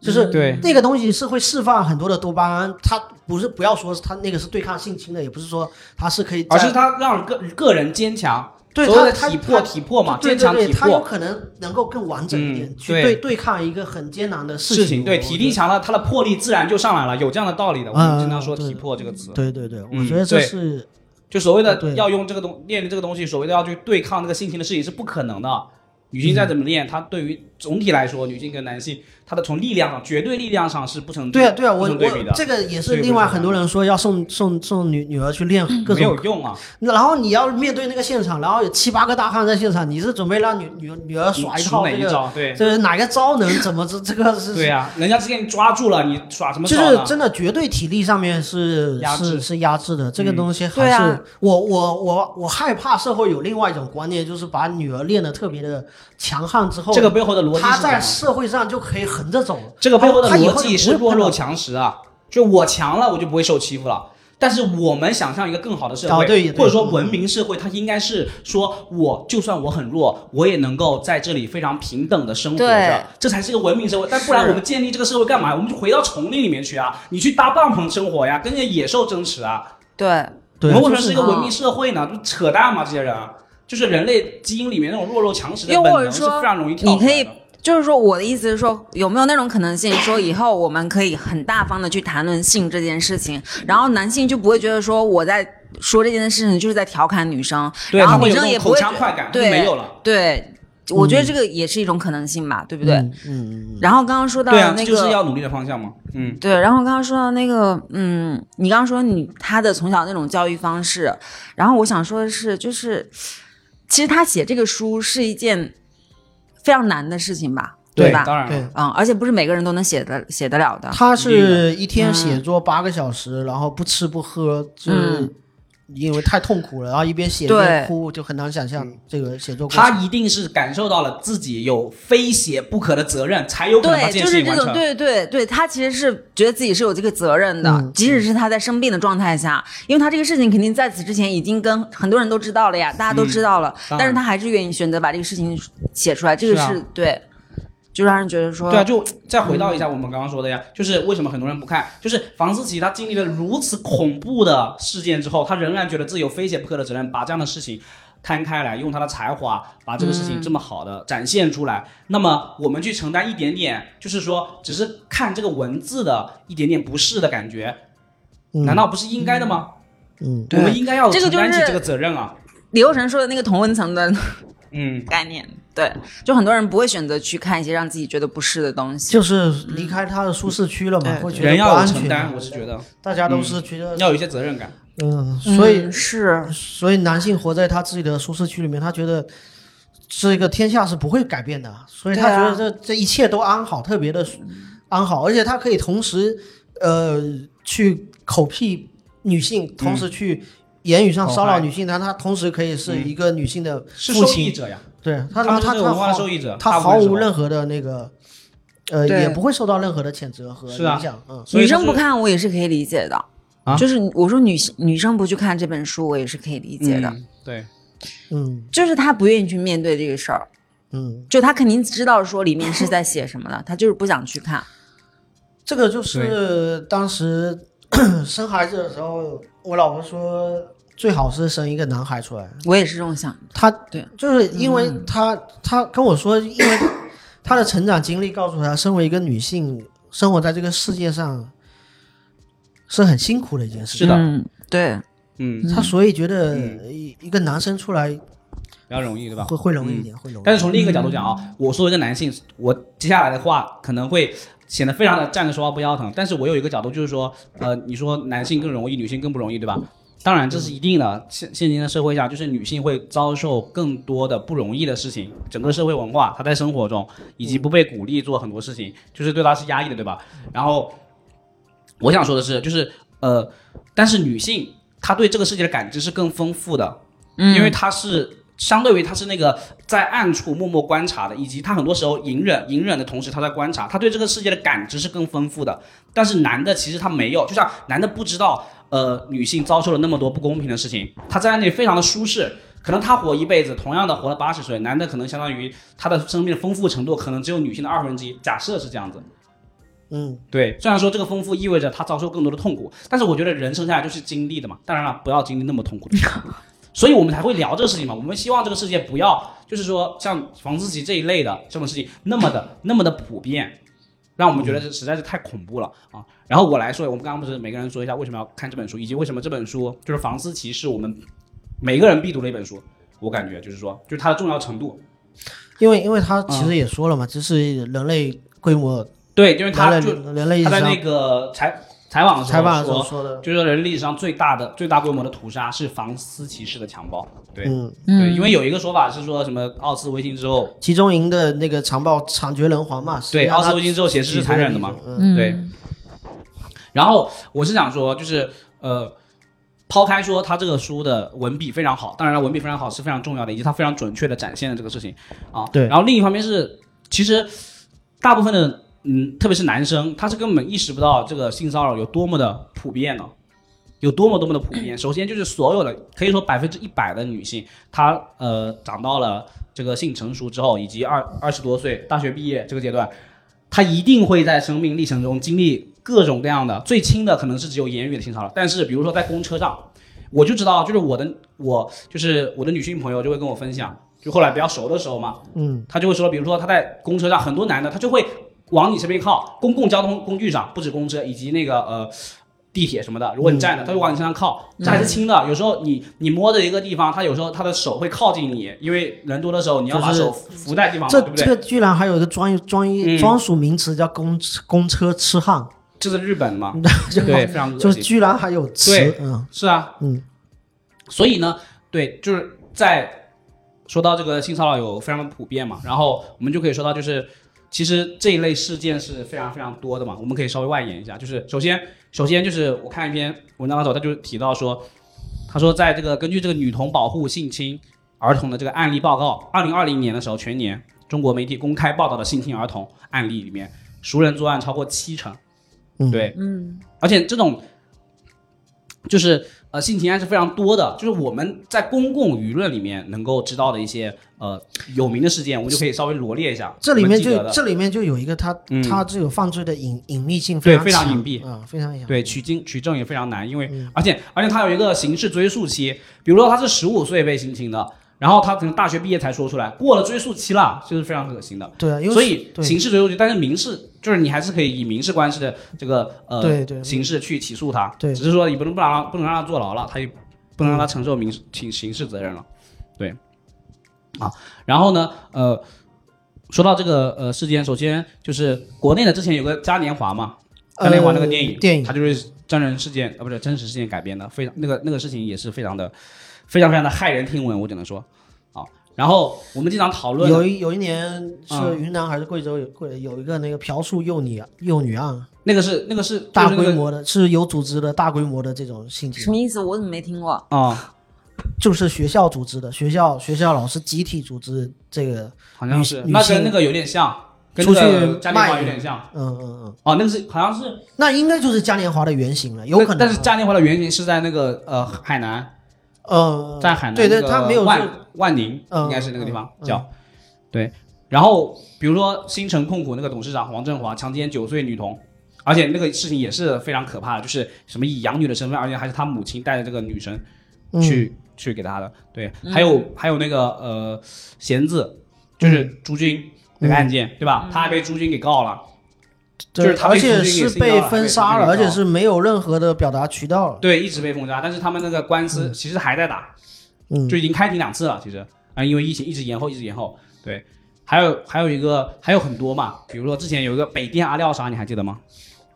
Speaker 1: 就是
Speaker 2: 对
Speaker 1: 那个东西是会释放很多的多巴胺。它不是不要说它那个是对抗性侵的，也不是说它是可以在，
Speaker 2: 而是他让个个人坚强，
Speaker 1: 对
Speaker 2: 所谓的
Speaker 1: 他
Speaker 2: 体
Speaker 1: 他
Speaker 2: 魄
Speaker 1: 他
Speaker 2: 体魄嘛，
Speaker 1: 对
Speaker 2: 坚
Speaker 1: 对
Speaker 2: 强
Speaker 1: 对，
Speaker 2: 体
Speaker 1: 它有
Speaker 2: 魄
Speaker 1: 可能能够更完整一点、
Speaker 2: 嗯
Speaker 1: 去
Speaker 2: 对
Speaker 1: 对对抗一个很艰难的
Speaker 2: 事情，对
Speaker 1: 我
Speaker 2: 体
Speaker 1: 觉
Speaker 2: 力
Speaker 1: 得
Speaker 2: 强了，他的魄力自然就上来了，有这样的道理的。我们
Speaker 1: 哦嗯
Speaker 2: 经常说
Speaker 1: 对
Speaker 2: 体魄这个词，
Speaker 1: 对对对，
Speaker 2: 嗯
Speaker 1: 我觉得这
Speaker 2: 对
Speaker 1: 是。
Speaker 2: 就所谓的
Speaker 1: 对
Speaker 2: 要用这个东练这个东西，所谓的要去对抗这个性侵的事情是不可能的。
Speaker 1: 嗯
Speaker 2: 女性再怎么练，她对于总体来说，女性跟男性，她的从力量上，绝对力量上是不成
Speaker 1: 对啊，对啊，
Speaker 2: 不
Speaker 1: 我
Speaker 2: 成对比
Speaker 1: 我
Speaker 2: 的，
Speaker 1: 这个也
Speaker 2: 这
Speaker 1: 是
Speaker 2: 个不
Speaker 1: 另外
Speaker 2: 是
Speaker 1: 很多人说要送送送女女儿去练各
Speaker 2: 没
Speaker 1: 种
Speaker 2: 有，用啊！
Speaker 1: 然后你要面对那个现场，然后有七八个大汉在现场，你是准备让女女女儿
Speaker 2: 你
Speaker 1: 耍一
Speaker 2: 出
Speaker 1: 套
Speaker 2: 哪
Speaker 1: 这
Speaker 2: 一
Speaker 1: 个，
Speaker 2: 招？对
Speaker 1: 这是哪个招能怎么这这个是？
Speaker 2: 对啊，人家之前抓住了，你耍什么
Speaker 1: 就
Speaker 2: 招
Speaker 1: 是
Speaker 2: 呢？
Speaker 1: 真的绝对体力上面是
Speaker 2: 压制
Speaker 1: 是是压制的，这个
Speaker 2: 嗯
Speaker 1: 东西还
Speaker 3: 对
Speaker 1: 是、
Speaker 3: 啊
Speaker 1: 我我我我害怕社会有另外一种观念，就是把女儿练得特别的强悍之后，
Speaker 2: 这个背后的逻辑
Speaker 1: 她
Speaker 2: 是什
Speaker 1: 在
Speaker 2: 么？
Speaker 1: 社会上就可以横着走了。
Speaker 2: 这个背后的
Speaker 1: 她以后
Speaker 2: 逻辑
Speaker 1: 就是不会
Speaker 2: 弱
Speaker 1: 碰
Speaker 2: 肉
Speaker 1: 到
Speaker 2: 强食啊，就我强了，我就不会受欺负了。但是我们想象一个更好的社会，
Speaker 1: 哦对对
Speaker 2: 或者说文明社会，它应该是说我就算我很弱，我也能够在这里非常平等的生活
Speaker 3: 对
Speaker 2: 着，这才是一个文明社会。但不然
Speaker 3: 是
Speaker 2: 我们建立这个社会干嘛？我们就回到丛林里面去啊，你去搭帐篷生活呀，跟人家野兽争持啊，
Speaker 3: 对，
Speaker 1: 对
Speaker 2: 我们
Speaker 1: 就
Speaker 2: 为什么
Speaker 1: 是
Speaker 2: 是一个文明社会呢？就扯淡嘛，这些人啊。就是人类基因里面那种弱肉强食的
Speaker 3: 又
Speaker 2: 本
Speaker 3: 或者
Speaker 2: 能是
Speaker 3: 说
Speaker 2: 非常容易跳
Speaker 3: 你
Speaker 2: 出
Speaker 3: 可
Speaker 2: 来
Speaker 3: 以
Speaker 2: 的。
Speaker 3: 就是说，我的意思是说，有没有那种可能性，说以后我们可以很大方的去谈论性这件事情，然后男性就不会觉得说我在说这件事情就是在调侃女生，
Speaker 2: 对，
Speaker 3: 然
Speaker 2: 他
Speaker 3: 后
Speaker 2: 会
Speaker 3: 女
Speaker 2: 有那
Speaker 3: 生也
Speaker 2: 种
Speaker 3: 不
Speaker 2: 口
Speaker 3: 会
Speaker 2: 腔
Speaker 3: 觉
Speaker 2: 快感，就
Speaker 3: 对
Speaker 2: 没有了。
Speaker 3: 对，我觉得这个也是一种可能性吧，对不对？
Speaker 1: 嗯嗯嗯，
Speaker 3: 然后刚刚说到
Speaker 2: 对啊，
Speaker 3: 那
Speaker 2: 这
Speaker 3: 个，
Speaker 2: 就是要努力的方向嘛。嗯，
Speaker 3: 对，然后刚刚说到那个，嗯，你刚刚说你他的从小那种教育方式，然后我想说的是，就是其实他写这个书是一件非常难的事情吧，吧？
Speaker 2: 当然了
Speaker 1: 对。
Speaker 3: 嗯，而且不是每个人都能写得写得了的。
Speaker 1: 他
Speaker 2: 一定的
Speaker 1: 是一天写作八个小时，然后不吃不喝，就是
Speaker 3: 嗯
Speaker 1: 因为太痛苦了，然后一边写一
Speaker 3: 对嗯
Speaker 1: 边哭，就很难想象这个写作过程。
Speaker 2: 他一定是感受到了自己有非写不可的责任，才有可能把这
Speaker 3: 对，
Speaker 2: 件
Speaker 3: 就
Speaker 2: 事
Speaker 3: 是
Speaker 2: 情完
Speaker 3: 这种，
Speaker 2: 成。
Speaker 3: 对啊对对，他其实是觉得自己是有这个责任的，
Speaker 1: 嗯
Speaker 3: 即使是他在生病的状态下，因为他这个事情肯定在此之前已经跟很多人都知道了呀，大家都知道了，
Speaker 2: 嗯当然
Speaker 3: 但是他还是愿意选择把这个事情写出来，这个
Speaker 2: 是
Speaker 3: 是
Speaker 2: 啊
Speaker 3: 对，就让人觉得说，
Speaker 2: 对啊，就再回到一下我们刚刚说的呀，就是为什么很多人不看，就是房思琪她经历了如此恐怖的事件之后，她仍然觉得自己有非写不可的责任，把这样的事情摊开来，用她的才华把这个事
Speaker 3: 嗯
Speaker 2: 情这么好的展现出来。那么我们去承担一点点，就是说只是看这个文字的一点点不适的感觉，
Speaker 1: 嗯
Speaker 2: 难道不是应该的吗？
Speaker 1: 嗯，
Speaker 2: 我们应该要
Speaker 3: 这个
Speaker 2: 承
Speaker 3: 就
Speaker 2: 担起
Speaker 3: 是
Speaker 2: 这个责任啊。
Speaker 3: 李欧晨说的那个同温层的
Speaker 2: 嗯，
Speaker 3: 概念，对，就很多人不会选择去看一些让自己觉得不适的东西。
Speaker 1: 就是离开他的舒适区了嘛，
Speaker 3: 对
Speaker 1: 会觉
Speaker 2: 人
Speaker 1: 得不
Speaker 2: 要有
Speaker 1: 安
Speaker 2: 承
Speaker 1: 全
Speaker 2: 担，
Speaker 1: 嘛。
Speaker 2: 我嗯是觉得
Speaker 1: 大家都是觉得，
Speaker 2: 啊要有一些责任感。
Speaker 1: 嗯，所以
Speaker 3: 嗯是
Speaker 1: 所以男性活在他自己的舒适区里面，他觉得这个天下是不会改变的，所以他觉
Speaker 3: 对啊
Speaker 1: 得这、这一切都安好，特别的
Speaker 2: 嗯
Speaker 1: 安好，而且他可以同时呃去口癖女性，同时去言语上骚
Speaker 2: 口嗨
Speaker 1: 扰女性，但他同时可以是一个女性的
Speaker 2: 是
Speaker 1: 父
Speaker 2: 受
Speaker 1: 亲，
Speaker 2: 益者呀，
Speaker 1: 对他
Speaker 2: 嗯他们
Speaker 1: 他
Speaker 2: 是文化的
Speaker 1: 他
Speaker 2: 受益者，
Speaker 1: 他
Speaker 2: 大部
Speaker 1: 毫
Speaker 2: 分时
Speaker 1: 无
Speaker 2: 候
Speaker 1: 任何的那个呃
Speaker 3: 对
Speaker 1: 也不会受到任何的谴责和
Speaker 2: 是啊
Speaker 1: 影响，嗯。
Speaker 2: 所以
Speaker 3: 女
Speaker 2: 就是
Speaker 3: 生不看我也是可以理解的，
Speaker 2: 啊
Speaker 3: 就是我说女性女生不去看这本书，我也是可以理解的，
Speaker 2: 嗯对，
Speaker 1: 嗯
Speaker 3: 就是她不愿意去面对这个事儿，
Speaker 1: 嗯，
Speaker 3: 就她肯定知道说里面是在写什么的，她就是不想去看。
Speaker 1: 这个就是当时 生孩子的时候，我老婆说最好是生一个男孩出来，
Speaker 3: 我也是这种想，
Speaker 1: 她
Speaker 3: 对
Speaker 1: 就是因为
Speaker 2: 嗯
Speaker 1: 她她跟我说，因为她的成长经历告诉她，身为一个女性，生活在这个世界上是很辛苦的一件事
Speaker 2: 是
Speaker 1: 情。
Speaker 2: 的
Speaker 3: 嗯，对，
Speaker 2: 嗯，
Speaker 1: 她所以觉得
Speaker 2: 嗯
Speaker 1: 一一个男生出来
Speaker 2: 比较容易，对吧？
Speaker 1: 会会容易一点，会容易一点。
Speaker 2: 嗯但是从另一个角度讲啊，我作为一个男性，我接下来的话可能会显得非常的站着说话不腰疼。但是我有一个角度就是说，呃，你说男性更容易，女性更不容易，对吧？当然这是一定的，现现今的社会下，就是女性会遭受更多的不容易的事情，整个社会文化，她在生活中以及不被鼓励做很多事情，就是对她是压抑的，对吧？然后我想说的是，就是呃，但是女性她对这个世界的感知是更丰富的，
Speaker 3: 嗯，
Speaker 2: 因为他是相对于他是那个在暗处默默观察的，以及他很多时候隐忍隐忍的同时，他在观察，他对这个世界的感知是更丰富的。但是男的其实他没有，就像男的不知道，呃，女性遭受了那么多不公平的事情，他在那里非常的舒适。可能他活一辈子，同样的活了八十岁，男的可能相当于他的生命的丰富程度可能只有女性的二分之一。假设是这样子，
Speaker 1: 嗯，
Speaker 2: 对，虽然说这个丰富意味着他遭受更多的痛苦，但是我觉得人生下来就是经历的嘛，当然了，不要经历那么痛苦的事情， 所以我们才会聊这个事情嘛。我们希望这个世界不要，就是说像房思琪这一类的这种事情那么的那么的普遍，让我们觉得这实在是太恐怖了啊。然后我来说，我们刚刚不是每个人说一下为什么要看这本书，以及为什么这本书就是房思琪是我们每个人必读的一本书。我感觉就是说，就是它的重要程度，
Speaker 1: 因为因为她其实也说了嘛，这是人类规模，
Speaker 2: 对，嗯因为它
Speaker 1: 人类
Speaker 2: 就
Speaker 1: 人类
Speaker 2: 他在那
Speaker 1: 上
Speaker 2: 个采采访的时候
Speaker 1: 采访的时候
Speaker 2: 说
Speaker 1: 说的，
Speaker 2: 就是说人类历史上最大的、最大规模的屠杀是房思琪式的强暴。对、
Speaker 1: 嗯，
Speaker 2: 对，
Speaker 3: 嗯，
Speaker 2: 因为有一个说法是说什么奥斯维辛之后，
Speaker 1: 集中营的那个长报惨绝人寰嘛，
Speaker 2: 对，奥斯维
Speaker 1: 辛
Speaker 2: 辛之后写诗啊是残忍的嘛。？
Speaker 1: 嗯
Speaker 3: 嗯
Speaker 2: 对然后我是想说，就是呃，抛开说他这个书的文笔非常好，当然了，文笔非常好是非常重要的，以及他非常准确的展现了这个事情啊。
Speaker 1: 对
Speaker 2: 然后另一方面是，其实大部分的嗯，特别是男生，他是根本意识不到这个性骚扰有多么的普遍呢。有多么多么的普遍。首先就是所有的，可以说百分之一百的女性，她呃长到了这个性成熟之后，以及二二十多岁大学毕业这个阶段，她一定会在生命历程中经历各种各样的，最轻的可能是只有言语的性骚扰，但是比如说在公车上，我就知道，就是我的我就是我的女性朋友就会跟我分享，就后来比较熟的时候嘛，
Speaker 1: 嗯，
Speaker 2: 他就会说，比如说他在公车上，很多男的他就会往你身边靠，公共交通工具上，不止公车以及那个呃地铁什么的，如果你站着，他就往你身上靠，这还是
Speaker 1: 嗯
Speaker 2: 轻的。有时候你你摸着一个地方，他有时候他的手会靠近你，因为人多的时候你要把
Speaker 1: 就是
Speaker 2: 手扶在地方嘛，
Speaker 1: 这
Speaker 2: 对不
Speaker 1: 这
Speaker 2: 对？
Speaker 1: 个居然还有一个专专一
Speaker 2: 嗯
Speaker 1: 专属名词叫公公车痴汉，
Speaker 2: 这是日本的 嘛，
Speaker 1: 就
Speaker 2: 对，非常恶
Speaker 1: 就
Speaker 2: 心
Speaker 1: 是。居然还有词
Speaker 2: 对，
Speaker 1: 嗯
Speaker 2: 是啊，
Speaker 1: 嗯，
Speaker 2: 所以呢，对，就是在说到这个性骚扰有非常普遍嘛，然后我们就可以说到，就是其实这一类事件是非常非常多的嘛，我们可以稍微外延一下，就是首先，首先就是我看一篇文章的时候，他就提到说，他说在这个根据这个女童保护性侵儿童的这个案例报告，二零二零年的时候，全年中国媒体公开报道的性侵儿童案例里面，熟人作案超过七成，
Speaker 1: 嗯
Speaker 2: 对，
Speaker 3: 嗯
Speaker 2: 而且这种就是呃性情案是非常多的，就是我们在公共舆论里面能够知道的一些呃有名的事件，我们就可以稍微罗列一下。
Speaker 1: 这里
Speaker 2: 我们
Speaker 1: 面
Speaker 2: 记得
Speaker 1: 就
Speaker 2: 的
Speaker 1: 这里面就有一个他
Speaker 2: 嗯
Speaker 1: 他这个犯罪的隐隐秘性
Speaker 2: 对
Speaker 1: 非
Speaker 2: 非
Speaker 1: 常
Speaker 2: 常
Speaker 1: 强
Speaker 2: 隐蔽
Speaker 1: 啊，非常强，
Speaker 2: 对取经取证也非常难，因为、
Speaker 1: 嗯
Speaker 2: 而且而且他有一个刑事追诉期，比如说他是十五岁被性侵的，然后他可能大学毕业才说出来，过了追诉期了，这、是非常恶心的。
Speaker 1: 对啊，因为
Speaker 2: 所以
Speaker 1: 对
Speaker 2: 刑事追诉期，但是民事就是你还是可以以民事官司的这个呃
Speaker 1: 对对
Speaker 2: 形式去起诉他，
Speaker 1: 对嗯
Speaker 2: 只是说你不能不让他不能让他坐牢了，他也不能让他承受民事刑刑事责任了，对，啊，然后呢，呃，说到这个呃事件，首先就是国内的之前有个嘉年华嘛，嘉年华那个电影，
Speaker 1: 呃电影
Speaker 2: 它就是真人事件，呃，不是真实事件改编的，非常那个那个事情也是非常的非常非常的骇人听闻，我只能说，啊，然后我们经常讨论
Speaker 1: 有一有一年是
Speaker 2: 嗯
Speaker 1: 云南还是贵州有贵有一个那个嫖宿幼女啊幼女案，
Speaker 2: 那个是那个是
Speaker 1: 大
Speaker 2: 就是那个
Speaker 1: 规模的是有组织的大规模的这种性侵
Speaker 3: 什，么意思？我怎么没听过？
Speaker 2: 啊，
Speaker 1: 就是学校组织的，学校学校老师集体组织这个，
Speaker 2: 好像是，那
Speaker 1: 女
Speaker 2: 跟
Speaker 1: 性
Speaker 2: 那个有点像，跟
Speaker 1: 出去
Speaker 2: 那个嘉年华
Speaker 1: 卖
Speaker 2: 有点像。
Speaker 1: 嗯嗯嗯，
Speaker 2: 哦，那个是好像是，
Speaker 1: 那应该就是嘉年华的原型了，有可能啊，
Speaker 2: 但但是嘉年华的原型是在那个呃海南，
Speaker 1: 呃，
Speaker 2: 在海南
Speaker 1: 对对，
Speaker 2: 那个
Speaker 1: 他没有
Speaker 2: 万
Speaker 1: 就
Speaker 2: 万宁，
Speaker 1: 嗯
Speaker 2: 应该是那个地方
Speaker 1: 嗯嗯
Speaker 2: 叫，对。然后比如说新城控股那个董事长黄振华强奸九岁女童，而且那个事情也是非常可怕的，就是什么以养女的身份，而且还是他母亲带着这个女神
Speaker 1: 嗯
Speaker 2: 去、去给他的。对，还有、还有那个呃贤字，就是
Speaker 1: 嗯
Speaker 2: 朱军那个案件，对吧？他还被朱军给告了。
Speaker 1: 对
Speaker 2: 就是他被
Speaker 1: 而且
Speaker 2: 出去给
Speaker 1: 是
Speaker 2: 信
Speaker 1: 被
Speaker 2: 号了
Speaker 1: 封
Speaker 2: 被
Speaker 1: 杀
Speaker 2: 封
Speaker 1: 了，
Speaker 2: 号
Speaker 1: 而且是没有任何的表达渠道了。
Speaker 2: 对，一直被封杀，但是他们那个官司其实还在打，
Speaker 1: 嗯
Speaker 2: 就已经开庭两次了，其实啊、因为疫情一直延后，一直延后。对，还有还有一个还有很多嘛，比如说之前有一个北电阿廖沙，你还记得吗？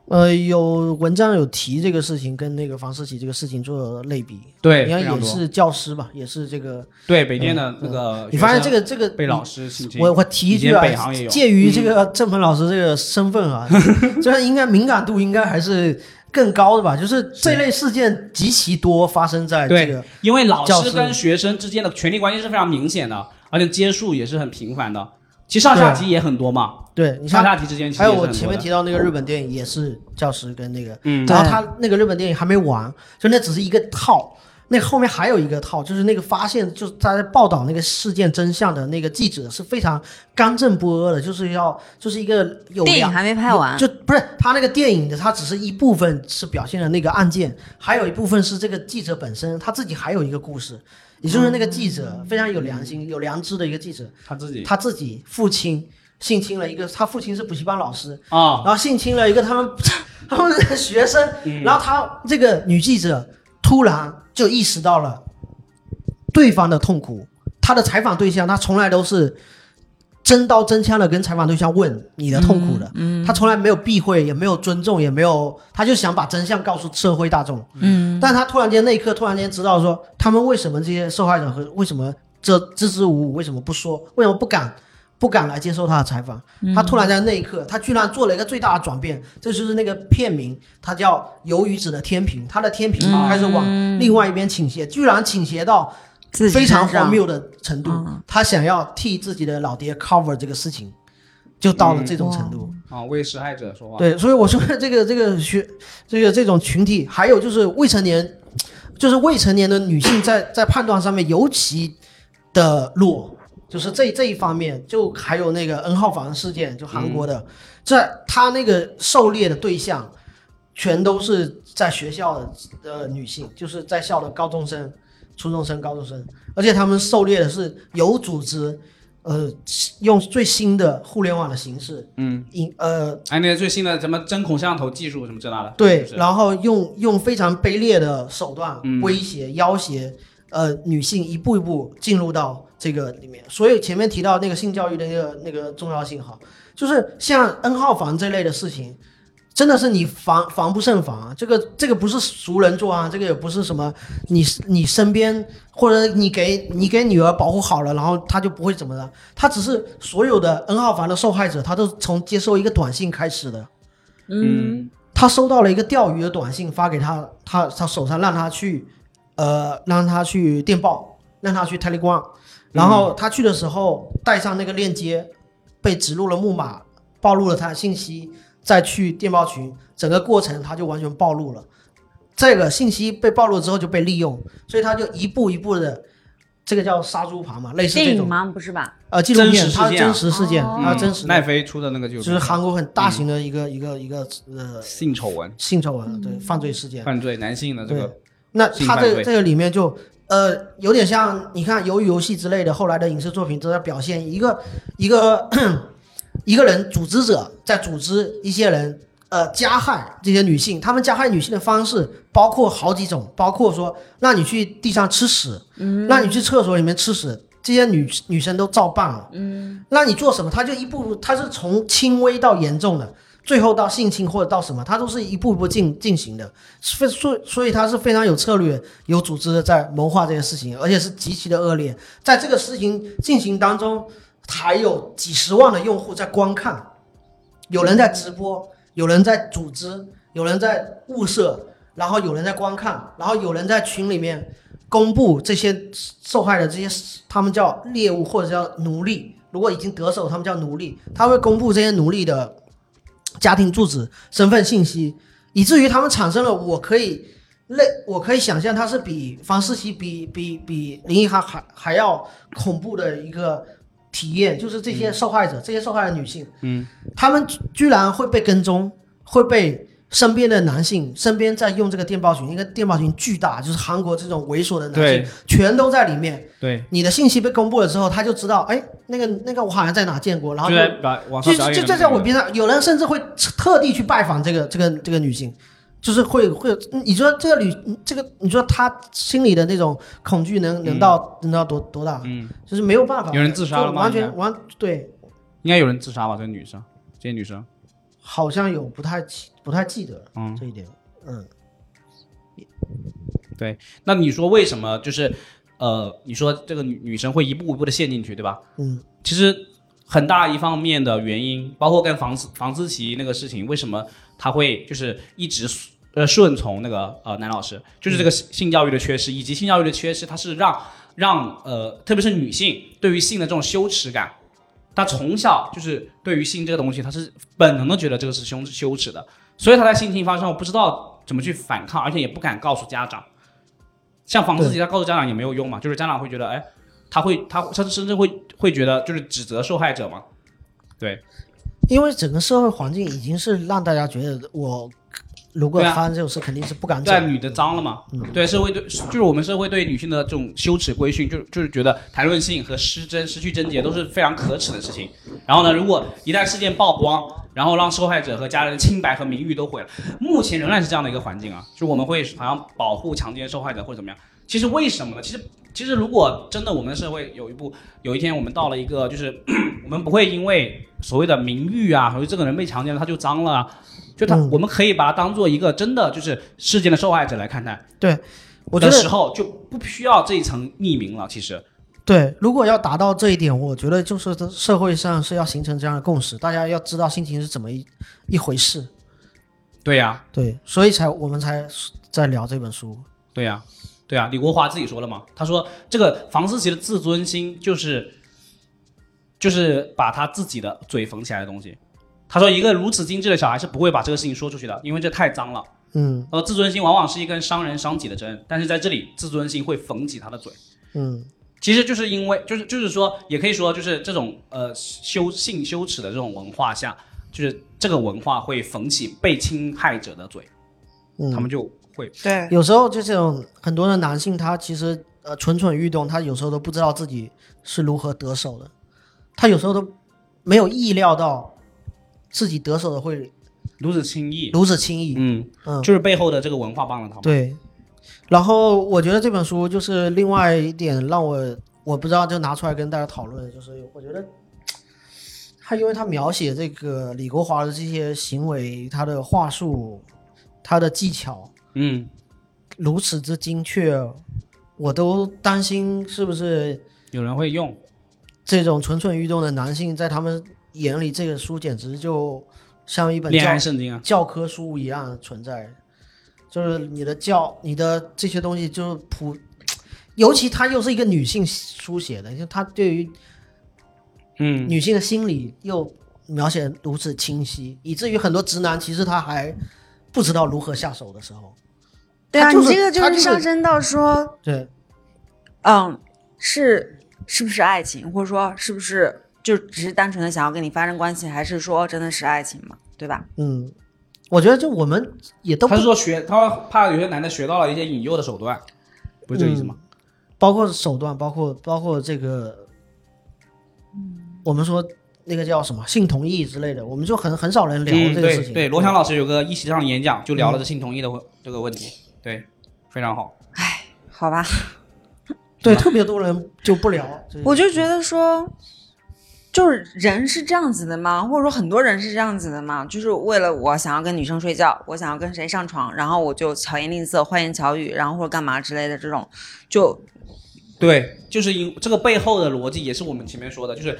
Speaker 1: 呃，有文章有提这个事情，跟那个房思琪这个事情做类比，
Speaker 2: 对，
Speaker 1: 你看
Speaker 2: 非常
Speaker 1: 也
Speaker 2: 多。
Speaker 1: 是教师吧，也是这个。
Speaker 2: 对北电的那个学生，
Speaker 1: 你发现这个这个
Speaker 2: 被老师性侵，
Speaker 1: 我我提一句
Speaker 2: 以前
Speaker 1: 啊
Speaker 2: 北航也，有
Speaker 1: 介于这
Speaker 3: 嗯
Speaker 1: 个郑鹏老师这个身份 啊，就是应该敏感度应该还是更高的吧？就是这类事件极其多发生在这
Speaker 2: 对
Speaker 1: 个，
Speaker 2: 因为老
Speaker 1: 教
Speaker 2: 师
Speaker 1: 师
Speaker 2: 跟学生之间的权力关系是非常明显的，而且接触也是很频繁的。其实上下级也很多嘛，
Speaker 1: 对，啊你
Speaker 2: 上
Speaker 1: 看，
Speaker 2: 下级之间其实
Speaker 1: 还有
Speaker 2: 也是
Speaker 1: 我
Speaker 2: 很
Speaker 1: 前
Speaker 2: 多
Speaker 1: 面
Speaker 2: 的
Speaker 1: 提到那个日本电影也是教师跟那个，
Speaker 2: 嗯
Speaker 1: 然后
Speaker 3: 对
Speaker 1: 他那个日本电影还没完，就那只是一个套。那后面还有一个套，就是那个发现，就是他在报道那个事件真相的那个记者是非常刚正不阿的，就是要就是一个有
Speaker 3: 电影
Speaker 1: 良
Speaker 3: 还没拍完，
Speaker 1: 就不是他那个电影的，他只是一部分是表现了那个案件，还有一部分是这个记者本身他自己还有一个故事，也就是那个记者非常有良心、有良知的一个记者，
Speaker 2: 他自己
Speaker 1: 他自己父亲性侵了一个，他父亲是补习班老师，
Speaker 2: 啊，
Speaker 1: 然后性侵了一个他们 他们的学生，然后他这个女记者突然就意识到了对方的痛苦，她的采访对象她从来都是真刀真枪的跟采访对象问你的痛苦的，她从来没有避讳，也没有尊重，也没有，她就想把真相告诉社会大众，
Speaker 3: 嗯，
Speaker 1: 但她突然间那一刻突然间知道说他们为什么这些受害者和为什么这支支吾吾，为什么不说，为什么不敢。不敢来接受他的采访，他突然在那一刻，他居然做了一个最大的转变，这就是那个片名，它叫《鱿鱼子的天平》，他的天平开始往另外一边倾斜，居然倾斜到
Speaker 3: 自己
Speaker 1: 非常
Speaker 3: 身上
Speaker 1: 荒谬的程度，
Speaker 3: 嗯
Speaker 1: 他想要替自己的老爹 cover 这个事情，就到了这种程度。
Speaker 2: 啊，为施害者说话。
Speaker 1: 对，所以我说这个这个学这个这种群体，还有就是未成年，就是未成年的女性在在判断上面尤其的弱，就是这这一方面，就还有那个 N 号房事件，就韩国
Speaker 2: 嗯
Speaker 1: 的，这、他那个狩猎的对象，全都是在学校的呃女性，就是在校的高中生、初中生、高中生，而且他们狩猎的是有组织。呃，用最新的互联网的形式，嗯，引呃
Speaker 2: 哎，那个最新的什么针孔摄像头技术什么这那的，
Speaker 1: 对
Speaker 2: 是，不是
Speaker 1: 然后用用非常卑劣的手段
Speaker 2: 嗯
Speaker 1: 威胁、要挟，呃，女性一步一步进入到这个里面。所以前面提到那个性教育的那个那个重要性哈，就是像 N 号房这类的事情，真的是你防防不胜防啊！这个这个不是熟人做啊，这个也不是什么你你身边或者你给你给女儿保护好了，然后她就不会怎么的。她只是所有的 N 号房的受害者，她都是从接受一个短信开始的。
Speaker 2: 嗯，
Speaker 1: 他收到了一个钓鱼的短信发给他，他他手上让他去，呃，让他去电报，让他去 Telegram，然后他去的时候带上那个链接，被植入了木马，暴露了他的信息，再去电报群，整个过程他就完全暴露了。这个信息被暴露之后就被利用，所以他就一步一步的，这个叫杀猪盘嘛，类似这
Speaker 3: 电
Speaker 1: 种
Speaker 3: 影吗？不是吧？
Speaker 1: 呃纪录
Speaker 2: 真
Speaker 1: 片，
Speaker 2: 实事
Speaker 1: 它
Speaker 2: 件啊
Speaker 1: 真实事件，
Speaker 3: 哦
Speaker 1: 它真实的
Speaker 2: 奈飞出的那个就
Speaker 1: 就是韩国很大型的一个、一个一个呃
Speaker 2: 性丑闻、
Speaker 1: 性丑闻，对犯罪事件。
Speaker 2: 犯罪、男性的这个
Speaker 1: 对，那
Speaker 2: 性
Speaker 1: 他
Speaker 2: 犯
Speaker 1: 这
Speaker 2: 罪
Speaker 1: 这个里面就呃有点像你看《鱿鱼游戏》之类的后来的影视作品都在表现一个一个 一个人组织者在组织一些人呃加害这些女性，他们加害女性的方式包括好几种，包括说让你去地上吃屎，嗯，让你去厕所里面吃屎。这些女女生都照办了，嗯，让你做什么，她就一步步，她是从轻微到严重的，最后到性侵或者到什么，她都是一步一步进进行的。非所以所以他是非常有策略、有组织的在谋划这件事情，而且是极其的恶劣。在这个事情进行当中，还有几十万的用户在观看，有人在直播，有人在组织，有人在物色，然后有人在观看，然后有人在群里面公布这些受害的这些他们叫猎物或者叫奴隶，如果已经得手，他们叫奴隶，他会公布这些奴隶的家庭住址、身份信息，以至于他们产生了我可以类，我可以想象它是比房思琪比比比林奕涵还还要恐怖的一个体验，就是这些受害者，这些受害的女性，嗯，他们居居然会被跟踪，会被身边的男性，身边在用这个电报群，一个电报群巨大，就是韩国这种猥琐的男
Speaker 2: 对
Speaker 1: 性全都在里面。
Speaker 2: 对，
Speaker 1: 你的信息被公布了之后，他就知道，哎，那个那个我好像在哪见过，然后
Speaker 2: 就
Speaker 1: 就
Speaker 2: 在把网上
Speaker 1: 就
Speaker 2: 表演
Speaker 1: 就
Speaker 2: 的
Speaker 1: 就在
Speaker 2: 那个
Speaker 1: 我边上，有人甚至会特地去拜访这个这个这个女性，就是会会，嗯你说这个女这个，你说她心里的那种恐惧能能到、能到多多大？
Speaker 2: 嗯，
Speaker 1: 就是没有办法，
Speaker 2: 有人自杀了
Speaker 1: 就
Speaker 2: 吗
Speaker 1: 完
Speaker 2: 应
Speaker 1: 全
Speaker 2: 该
Speaker 1: 完对，
Speaker 2: 应该有人自杀吧？这个女生，这些女生，
Speaker 1: 好像有不太记不太记得了
Speaker 2: 嗯，
Speaker 1: 这一点，嗯，
Speaker 2: 那你说为什么就是，呃，你说这个女女生会一步一步的陷进去，对吧？
Speaker 1: 嗯，
Speaker 2: 其实很大一方面的原因，包括跟房思房思琪那个事情，为什么她会就是一直呃顺从那个呃男老师，就是这个性性教育的缺失，以及性教育的缺失，它是让让呃特别是女性对于性的这种羞耻感。她从小就是对于性这个东西，她是本能的觉得这个是羞羞耻的，所以她在性情发生，我不知道怎么去反抗，而且也不敢告诉家长。像房思琪，她告诉家长也没有用嘛，就是家长会觉得，哎，他会他他甚至会会觉得就是指责受害者嘛。
Speaker 1: 因为整个社会环境已经是让大家觉得我如果
Speaker 2: 对啊
Speaker 1: 发生这种事，肯定是不敢
Speaker 2: 对啊，
Speaker 1: 讲。
Speaker 2: 女的脏了嘛？对，社会对就是我们社会对女性的这种羞耻规训，就就是觉得谈论性和失贞、失去贞洁都是非常可耻的事情。然后呢，如果一旦事件曝光，然后让受害者和家人的清白和名誉都毁了，目前仍然是这样的一个环境啊，就我们会好像保护强奸受害者或者怎么样。其实为什么呢？其实其实如果真的我们的社会有一步有一天我们到了一个就是 我们不会因为所谓的名誉啊，所谓这个人被强奸了他就脏了啊、就他，
Speaker 1: 嗯
Speaker 2: 我们可以把它当做一个真的就是事件的受害者来看待，
Speaker 1: 我觉
Speaker 2: 的
Speaker 1: 得
Speaker 2: 时候就不需要这一层匿名了。其实，
Speaker 1: 对，如果要达到这一点，我觉得就是社会上是要形成这样的共识，大家要知道性情是怎么一一回事。
Speaker 2: 对呀、
Speaker 1: 对，所以才我们才在聊这本书。
Speaker 2: 对呀、对呀、李国华自己说了嘛，他说这个房思琪的自尊心就是，就是把他自己的嘴缝起来的东西。他说一个如此精致的小孩是不会把这个事情说出去的，因为这太脏了。
Speaker 1: 嗯
Speaker 2: 他说呃自尊心往往是一根伤人伤己的针，但是在这里自尊心会缝起他的嘴。
Speaker 1: 嗯，
Speaker 2: 其实就是因为，就是就是说，也可以说，就是这种呃羞性羞耻的这种文化下，就是这个文化会缝起被侵害者的嘴，
Speaker 1: 嗯
Speaker 2: 他们就会
Speaker 3: 对，
Speaker 1: 有时候就这种很多的男性，他其实呃蠢蠢欲动，他有时候都不知道自己是如何得手的，他有时候都没有意料到自己得手的会
Speaker 2: 如此轻易，
Speaker 1: 如此轻易。
Speaker 2: 嗯，
Speaker 1: 嗯，
Speaker 2: 就是背后的这个文化帮了他们。
Speaker 1: 对，然后我觉得这本书就是另外一点让我我不知道就拿出来跟大家讨论，就是我觉得他因为他描写这个李国华的这些行为，他的话术，他的技巧
Speaker 2: 嗯，
Speaker 1: 如此之精确，我都担心是不是
Speaker 2: 有人会用，
Speaker 1: 这种蠢蠢欲动的男性在他们眼里，这个书简直就像一本
Speaker 2: 恋
Speaker 1: 教
Speaker 2: 爱圣经啊，
Speaker 1: 教科书一样存在，就是你的教、你的这些东西就是普，尤其她又是一个女性书写的，就她对于
Speaker 2: 嗯，
Speaker 1: 女性的心理又描写得如此清晰，以至于很多直男其实他还不知道如何下手的时候，
Speaker 3: 对啊，
Speaker 1: 他就是
Speaker 3: 你这个就
Speaker 1: 他
Speaker 3: 是
Speaker 1: 就是
Speaker 3: 上升到说，
Speaker 1: 对，
Speaker 3: 嗯，是是不是爱情，或者说是不是就只是单纯的想要跟你发生关系，还是说真的是爱情嘛？对吧？
Speaker 1: 嗯，我觉得就我们也都不
Speaker 2: 他是说学，他怕有些男的学到了一些引诱的手段，
Speaker 1: 嗯
Speaker 2: 不是这个意思吗？
Speaker 1: 包括手段，包括包括这个，
Speaker 3: 嗯
Speaker 1: 我们说那个叫什么性同意之类的，我们就很很少人聊
Speaker 2: 嗯，
Speaker 1: 这个事情。
Speaker 2: 对对，罗翔老师有个一席上的演讲就聊了这性同意的问这个问题，对，非常好。
Speaker 3: 好吧，
Speaker 1: 对，特别多人就不聊。这个
Speaker 3: 我就觉得说，就是人是这样子的吗？或者说很多人是这样子的吗？就是为了我想要跟女生睡觉，我想要跟谁上床，然后我就巧言令色、花言巧语，然后或者干嘛之类的这种，就
Speaker 2: 对，就是因这个背后的逻辑也是我们前面说的，就是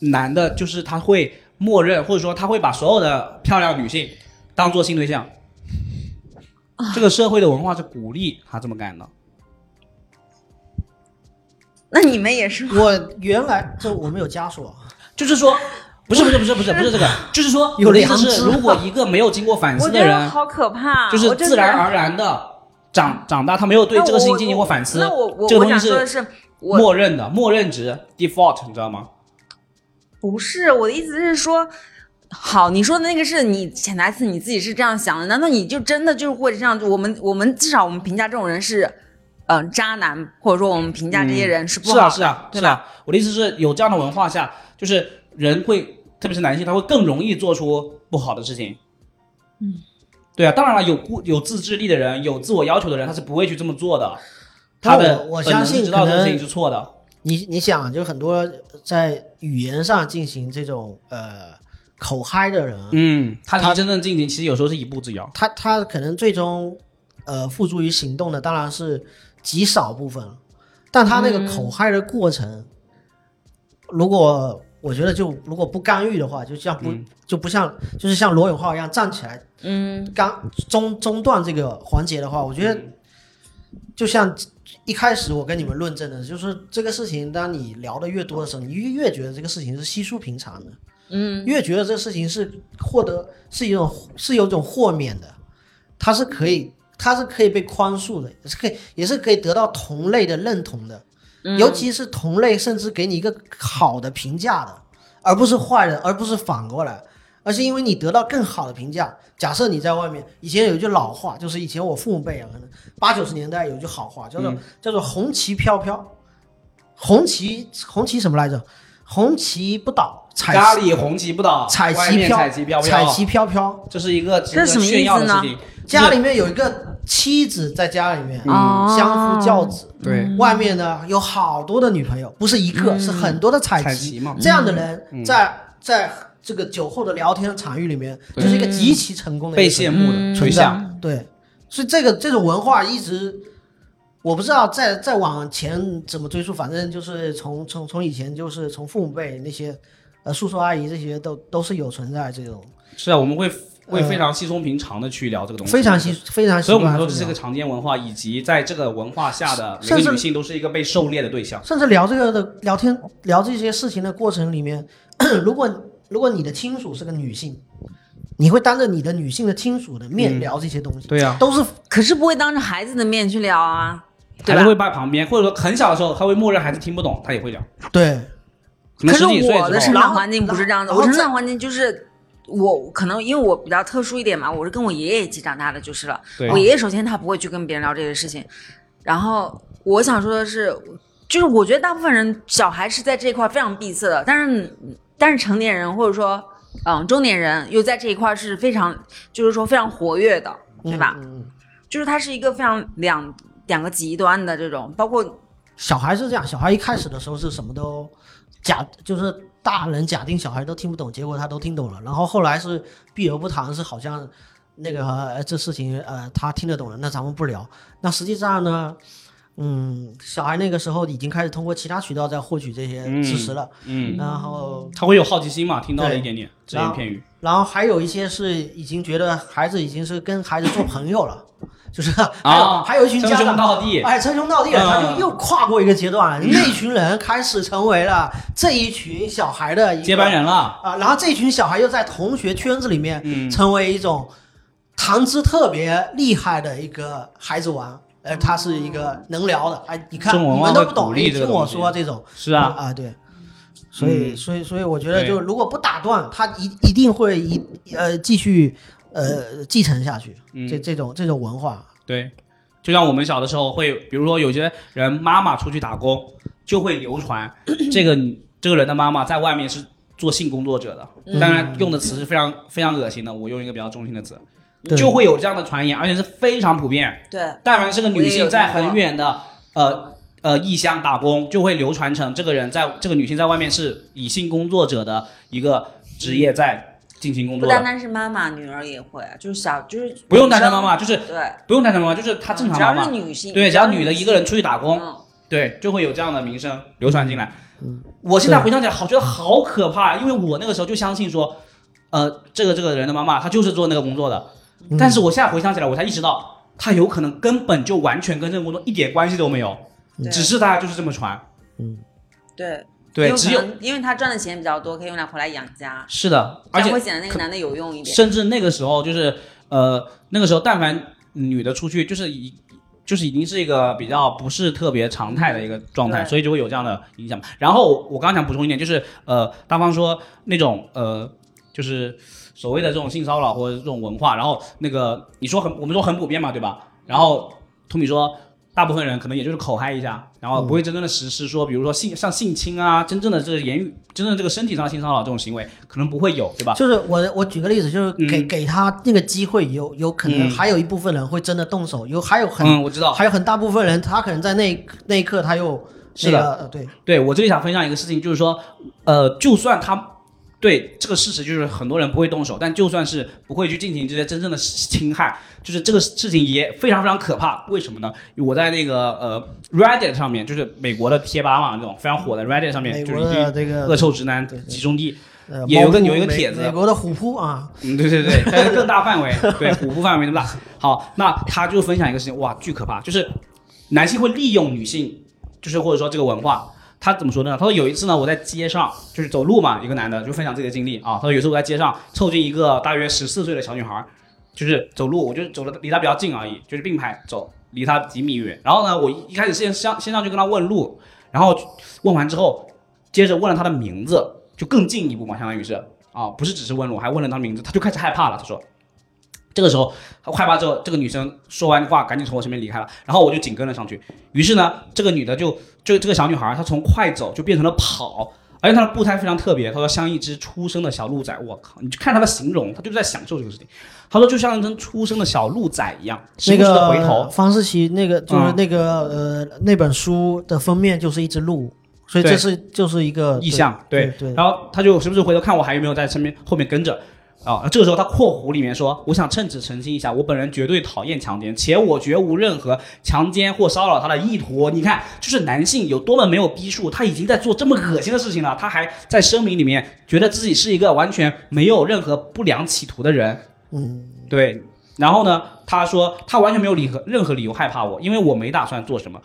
Speaker 2: 男的，就是他会默认或者说他会把所有的漂亮女性当做性对象。
Speaker 3: 啊
Speaker 2: 这个社会的文化是鼓励他这么干的，
Speaker 3: 那你们也是吗
Speaker 1: 我原来就我们有啊枷锁，
Speaker 2: 就是说，不是不是不是不是不是 这个，就是说，
Speaker 1: 有
Speaker 2: 我的意思
Speaker 1: 良
Speaker 2: 是，
Speaker 1: 知
Speaker 2: 如果一个没有经过反
Speaker 3: 我
Speaker 2: 思
Speaker 3: 觉
Speaker 2: 的
Speaker 3: 得
Speaker 2: 人，
Speaker 3: 好可怕，啊
Speaker 2: 就是
Speaker 3: 我真
Speaker 2: 自然
Speaker 3: 的
Speaker 2: 而然的长长大，他没有对
Speaker 3: 那
Speaker 2: 这个事情
Speaker 3: 我
Speaker 2: 进行过反思
Speaker 3: 那我我
Speaker 2: 这个
Speaker 3: 我
Speaker 2: 东
Speaker 3: 想
Speaker 2: 西
Speaker 3: 说的
Speaker 2: 是
Speaker 3: 是，我
Speaker 2: 默认的默认值 default，你知道吗？
Speaker 3: 不是我的意思是说，好，你说的那个是你潜台词，你自己是这样想的，难道你就真的就是会这样？我们我们至少我们评价这种人是，嗯、渣男，或者说我们评价这些人是不好
Speaker 2: 是
Speaker 3: 的、
Speaker 2: 啊是啊是啊，我的意思是有这样的文化下，就是人会，特别是男性，他会更容易做出不好的事情。嗯，对啊，当然了，有顾有自制力的人，有自我要求的人，他是不会去这么做的。他的
Speaker 1: 我我
Speaker 2: 本
Speaker 1: 相
Speaker 2: 能是
Speaker 1: 信
Speaker 2: 知道
Speaker 1: 可
Speaker 2: 这个事
Speaker 1: 能
Speaker 2: 情是错的。
Speaker 1: 你你想，就很多在语言上进行这种呃口嗨的人，
Speaker 2: 嗯，他离真正进行其实有时候是一步之遥。
Speaker 1: 他他可能最终呃付诸于行动的当然是极少部分，但他那个口嗨的过程，如果我觉得就如果不干预的话，就像不、就不像就是像罗永浩一样站起来
Speaker 3: 嗯，
Speaker 1: 刚中中断这个环节的话，我觉得就像一开始我跟你们论证的，就是这个事情，当你聊的越多的时候，你越越觉得这个事情是稀疏平常的，嗯，越觉得这个事情是获得是一种是有一种豁免的，它是可以它是可以被宽恕的，也是可以也是可以得到同类的认同的，
Speaker 3: 嗯
Speaker 1: 尤其是同类甚至给你一个好的评价的，而不是坏人，而不是反过来。而是因为你得到更好的评价。假设你在外面，以前有一句老话，就是以前我父母辈啊，可能八九十年代有一句好话，叫做、叫做“红旗飘飘”，红旗红旗什么来着？红旗不倒，彩
Speaker 2: 咖喱红旗不倒，
Speaker 1: 彩
Speaker 2: 外
Speaker 1: 旗
Speaker 2: 面
Speaker 1: 飘，
Speaker 2: 彩旗飘
Speaker 1: 彩
Speaker 2: 飘，
Speaker 1: 旗飘飘。
Speaker 2: 这是一个值得
Speaker 3: 这是什么
Speaker 2: 炫耀的
Speaker 3: 意思呢
Speaker 2: 事情。
Speaker 1: 家里面有一个妻子在家里面、
Speaker 3: 哦
Speaker 1: 嗯相夫教子，
Speaker 2: 对
Speaker 1: 外面呢有好多的女朋友，不是一个，是很多的彩
Speaker 2: 彩旗嘛嗯
Speaker 1: 这样的人在、在这个酒后的聊天场域里面，就是一个极其成功的一
Speaker 2: 被
Speaker 1: 个
Speaker 2: 羡慕的
Speaker 1: 存
Speaker 2: 垂
Speaker 1: 在
Speaker 2: 下。
Speaker 1: 对，所以这个这种文化一直，我不知道再再往前怎么追溯，反正就是从从从以前就是从父母辈那些，呃叔叔阿姨这些都都是有存在这种
Speaker 2: 是啊，我们会会非常稀松平常的去聊这个东西，
Speaker 1: 非常习。非常习
Speaker 2: 所以我们
Speaker 1: 惯
Speaker 2: 说
Speaker 1: 的这
Speaker 2: 这是
Speaker 1: 种
Speaker 2: 个常见文化，以及在这个文化下的每
Speaker 1: 甚至
Speaker 2: 个女性都是一个被狩猎的对象。
Speaker 1: 甚至聊这个的聊天聊这些事情的过程里面，如果如果你的亲属是个女性，你会当着你的女性的亲属的
Speaker 2: 嗯
Speaker 1: 面聊这些东西，
Speaker 2: 对呀
Speaker 1: 都是
Speaker 3: 可是不会当着孩子的面去聊啊，对
Speaker 2: 孩
Speaker 3: 吧
Speaker 2: 子？会在旁边，或者说很小的时候，他会默认孩子听不懂，他也会聊。
Speaker 1: 对
Speaker 2: 可能
Speaker 3: 可是
Speaker 2: 十几岁
Speaker 3: 我的
Speaker 2: 时
Speaker 3: 成
Speaker 2: 候，
Speaker 1: 然
Speaker 3: 长
Speaker 1: 后
Speaker 3: 环境不是这样的，
Speaker 1: 然
Speaker 3: 我
Speaker 1: 后
Speaker 3: 成
Speaker 1: 再
Speaker 3: 长环境就是我可能因为我比较特殊一点嘛，我是跟我爷爷一起长大的，就是了。
Speaker 2: 对
Speaker 3: 我爷爷首先他不会去跟别人聊这些事情，然后我想说的是，就是我觉得大部分人小孩是在这一块非常闭塞的，但是但是成年人或者说嗯中年人又在这一块是非常就是说非常活跃的，对吧？
Speaker 1: 嗯嗯
Speaker 3: 就是它是一个非常两两个极端的这种，包括
Speaker 1: 小孩是这样，小孩一开始的时候是什么都假，就是大人假定小孩都听不懂，结果他都听懂了。然后后来是避而不谈，是好像那个、呃、这事情呃他听得懂了，那咱们不聊。那实际上呢，嗯，小孩那个时候已经开始通过其他渠道在获取这些知识了，
Speaker 2: 嗯，
Speaker 1: 然后
Speaker 2: 他会有好奇心嘛，听到了
Speaker 1: 对
Speaker 2: 一点点只
Speaker 1: 然
Speaker 2: 言
Speaker 1: 后
Speaker 2: 片语。
Speaker 1: 然后还有一些是已经觉得孩子已经是跟孩子做朋友了，就是还有、还有一群
Speaker 2: 称
Speaker 1: 家
Speaker 2: 兄
Speaker 1: 长
Speaker 2: 道弟，
Speaker 1: 哎，称兄道弟了，
Speaker 2: 嗯
Speaker 1: 他就又跨过一个阶 段了。那群人开始成为了这一群小孩的一个
Speaker 2: 接班人了。
Speaker 1: 啊，然后这群小孩又在同学圈子里面
Speaker 2: 嗯
Speaker 1: 成为一种谈资特别厉害的一个孩子王。呃，他是一个能聊的，哎，你看
Speaker 2: 嗯中文
Speaker 1: 你
Speaker 2: 网
Speaker 1: 们都
Speaker 2: 会
Speaker 1: 不
Speaker 2: 鼓
Speaker 1: 懂，
Speaker 2: 励
Speaker 1: 你
Speaker 2: 这个
Speaker 1: 听我
Speaker 2: 东西
Speaker 1: 说这种
Speaker 2: 是啊，嗯
Speaker 1: 啊，对。所以，所以，所以，我觉得，
Speaker 2: 对
Speaker 1: 就如果不打断，他一一定会一呃继续呃继承下去，
Speaker 3: 嗯
Speaker 2: 嗯
Speaker 1: 这这种这种文化，
Speaker 2: 对，就像我们小的时候会，比如说有些人妈妈出去打工，就会流传这个女这个人的妈妈在外面是做性工作者
Speaker 3: 嗯
Speaker 2: 的，当然用的词是非常非常恶心的，我用一个比较中性的词，
Speaker 1: 对
Speaker 2: 就会有这样的传言，而且是非常普遍。
Speaker 3: 对
Speaker 2: 但凡是个
Speaker 3: 我
Speaker 2: 女
Speaker 3: 也有
Speaker 2: 性
Speaker 3: 听
Speaker 2: 在很
Speaker 3: 过
Speaker 2: 远的呃呃异乡打工，就会流传成这个人在这个女性在外面是以性工作者的一个职业在进行工
Speaker 3: 不
Speaker 2: 作的
Speaker 3: 单。单是妈妈，女儿也会啊，就是小就是
Speaker 2: 不用单
Speaker 3: 单
Speaker 2: 身妈妈，就是
Speaker 3: 对，嗯
Speaker 2: 不用单身妈妈，就是她正常
Speaker 3: 只
Speaker 2: 妈
Speaker 3: 要
Speaker 2: 妈
Speaker 3: 是。女性，
Speaker 2: 对，只要女的
Speaker 3: 性
Speaker 2: 一个人出去打工，
Speaker 3: 嗯
Speaker 2: 对，就会有这样的名声流传进来。我现在回想起来，好觉得好可怕，因为我那个时候就相信说，呃，这个这个人的妈妈她就是做那个工作的，
Speaker 1: 嗯
Speaker 2: 但是我现在回想起来，我才意识到她有可能根本就完全跟这个工作一点关系都没有，
Speaker 3: 对
Speaker 2: 只是大家就是这么传。
Speaker 1: 嗯
Speaker 3: 对
Speaker 2: 对，
Speaker 3: 因为
Speaker 2: 只
Speaker 3: 可
Speaker 2: 有
Speaker 3: 能因为她赚的钱比较多，可以用来回来养家，
Speaker 2: 是的，
Speaker 3: 这
Speaker 2: 而
Speaker 3: 样
Speaker 2: 且
Speaker 3: 会显得那个男的有用一点。
Speaker 2: 甚至那个时候就是呃，那个时候但凡女的出去，就是一就是已经是一个比较不是特别常态的一个状态，
Speaker 3: 对
Speaker 2: 所以就会有这样的影响。然后我我刚刚想补充一点，就是呃，大方说那种呃。就是所谓的这种性骚扰或者这种文化。然后那个你说很，我们说很普遍嘛，对吧？然后托米说，大部分人可能也就是口嗨一下，然后不会真正的实施说，比如说性像性侵啊，真正的这个言语，真正这个身体上的性骚扰这种行为，可能不会有，对吧？
Speaker 1: 就是我我举个例子，就是给、给他那个机会有，有可能
Speaker 2: 嗯
Speaker 1: 还有一部分人会真的动手，有还有很、
Speaker 2: 嗯，我知道。
Speaker 1: 还有很大部分人，他可能在那一那一刻他又
Speaker 2: 是
Speaker 1: 那
Speaker 2: 的
Speaker 1: 个呃对，
Speaker 2: 对我这里想分享一个事情，就是说，呃，就算他对这个事实，就是很多人不会动手，但就算是不会去进行这些真正的侵害，就是这个事情也非常非常可怕。为什么呢？我在那个呃 Reddit 上面，就是美国的贴吧嘛，那种非常火的 Reddit 上面，
Speaker 1: 美
Speaker 2: 就是
Speaker 1: 国
Speaker 2: 一
Speaker 1: 的
Speaker 2: 堆
Speaker 1: 这个
Speaker 2: 恶臭直男
Speaker 1: 对对
Speaker 2: 集中地。
Speaker 1: 呃
Speaker 2: 也有个
Speaker 1: 猫扑
Speaker 2: 有一个
Speaker 1: 美
Speaker 2: 帖子
Speaker 1: 美国的虎扑啊，
Speaker 2: 嗯，对对 对，但是更大范围，对虎扑范围那么大。好，那他就分享一个事情，哇，巨可怕，就是男性会利用女性，就是或者说这个文化。他怎么说呢？他说有一次呢，我在街上就是走路嘛，一个男的就分享自己的经历啊。他说有一次我在街上凑近一个大约十四岁的小女孩，就是走路，我就走的离她比较近而已，就是并排走，离她几米远。然后呢，我一一开始先上先上去跟她问路，然后问完之后，接着问了她的名字，就更进一步嘛，相当于是啊，不是只是问了我，还问了她名字，她就开始害怕了。她说，这个时候她害怕之后，这个女生说完话，赶紧从我身边离开了，然后我就紧跟了上去。于是呢，这个女的就就这个小女孩，她从快走就变成了跑。而且她的步态非常特别，她说像一只出生的小鹿仔，我靠！你去看她的形容，她就是在享受这个事情。她说就像一只出生的小鹿仔一样，时
Speaker 1: 那
Speaker 2: 不时的回头
Speaker 1: 个，方世奇那个就是
Speaker 2: 嗯
Speaker 1: 那个、呃那本书的封面就是一只鹿，所以这
Speaker 2: 对
Speaker 1: 是就是一个
Speaker 2: 意向，对啊
Speaker 1: 对对
Speaker 2: 然后他就时不时回头看我还有没有在身边后面跟着。啊、这个时候他括弧里面说：“我想趁此澄清一下，我本人绝对讨厌强奸，且我绝无任何强奸或骚扰他的意图。你看，就是男性有多么没有逼数，他已经在做这么恶心的事情了，他还在声明里面觉得自己是一个完全没有任何不良企图的人。
Speaker 1: 嗯，
Speaker 2: 对，然后呢，他说他完全没有理和任何理由害怕我，因为我没打算做什么。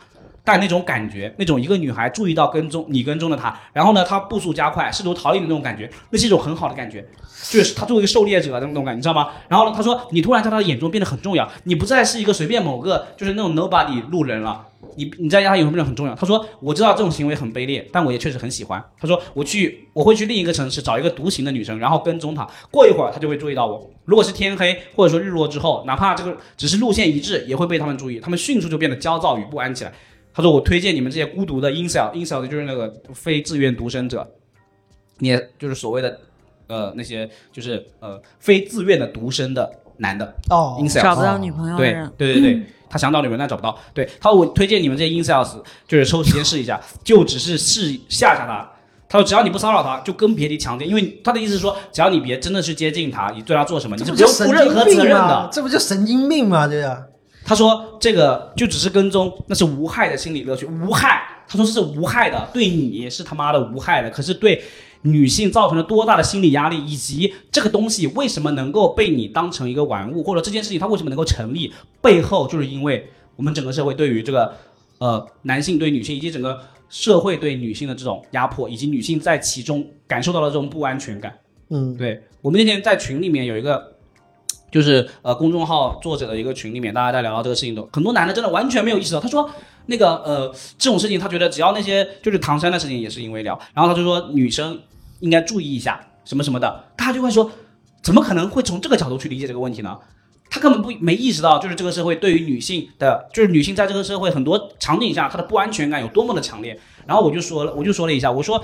Speaker 2: 但那种感觉，那种一个女孩注意到跟踪你跟踪了她，然后呢，她步速加快，试图逃离的那种感觉，那是一种很好的感觉，就是她作为一个狩猎者的那种感觉，你知道吗？然后呢，他说你突然在她的眼中变得很重要，你不再是一个随便某个就是那种 nobody 路人了，你你在她眼中变得很重要。他说我知道这种行为很卑劣，但我也确实很喜欢。他说我去我会去另一个城市找一个独行的女生，然后跟踪她，过一会儿她就会注意到我。如果是天黑或者说日落之后，哪怕这个只是路线一致，也会被他们注意，他们迅速就变得焦躁与不安起来。他说：“我推荐你们这些孤独的 incel，incel 就是那个非自愿独身者，你也就是所谓的呃那些就是呃非自愿的独身的男的
Speaker 1: 哦
Speaker 2: incel，
Speaker 3: 找不到女朋友的
Speaker 2: 对
Speaker 3: 人，
Speaker 2: 对对对，他想找女人但找不到。对他，说我推荐你们这些 incels，就是抽时间试一下，就只是试吓吓他。他说只要你不骚扰他，就更别提强奸，因为他的意思是说，只要你别真的去接近他，你对他做什么，你
Speaker 1: 这
Speaker 2: 是
Speaker 1: 不
Speaker 2: 不
Speaker 1: 就
Speaker 2: 用
Speaker 1: 神
Speaker 2: 负任何
Speaker 1: 经
Speaker 2: 责
Speaker 1: 病
Speaker 2: 任
Speaker 1: 吗
Speaker 2: 的？。
Speaker 1: 这不就神经病吗？啊这个。
Speaker 2: 他说这个就只是跟踪，那是无害的心理乐趣，无害。他说这是无害的，对你是他妈的无害的，可是对女性造成了多大的心理压力，以及这个东西为什么能够被你当成一个玩物，或者这件事情它为什么能够成立，背后就是因为我们整个社会对于这个呃男性对女性以及整个社会对女性的这种压迫，以及女性在其中感受到了这种不安全感。
Speaker 1: 嗯，
Speaker 2: 对我们那天在群里面有一个，就是呃公众号作者的一个群里面，大家在聊到这个事情都，很多男的真的完全没有意识到，他说。那个呃，这种事情他觉得只要那些就是唐山的事情也是因为聊，然后他就说女生应该注意一下什么什么的，大家就会说，怎么可能会从这个角度去理解这个问题呢？他根本不没意识到，就是这个社会对于女性的，就是女性在这个社会很多场景下她的不安全感有多么的强烈。然后我就说了，我就说了一下，我说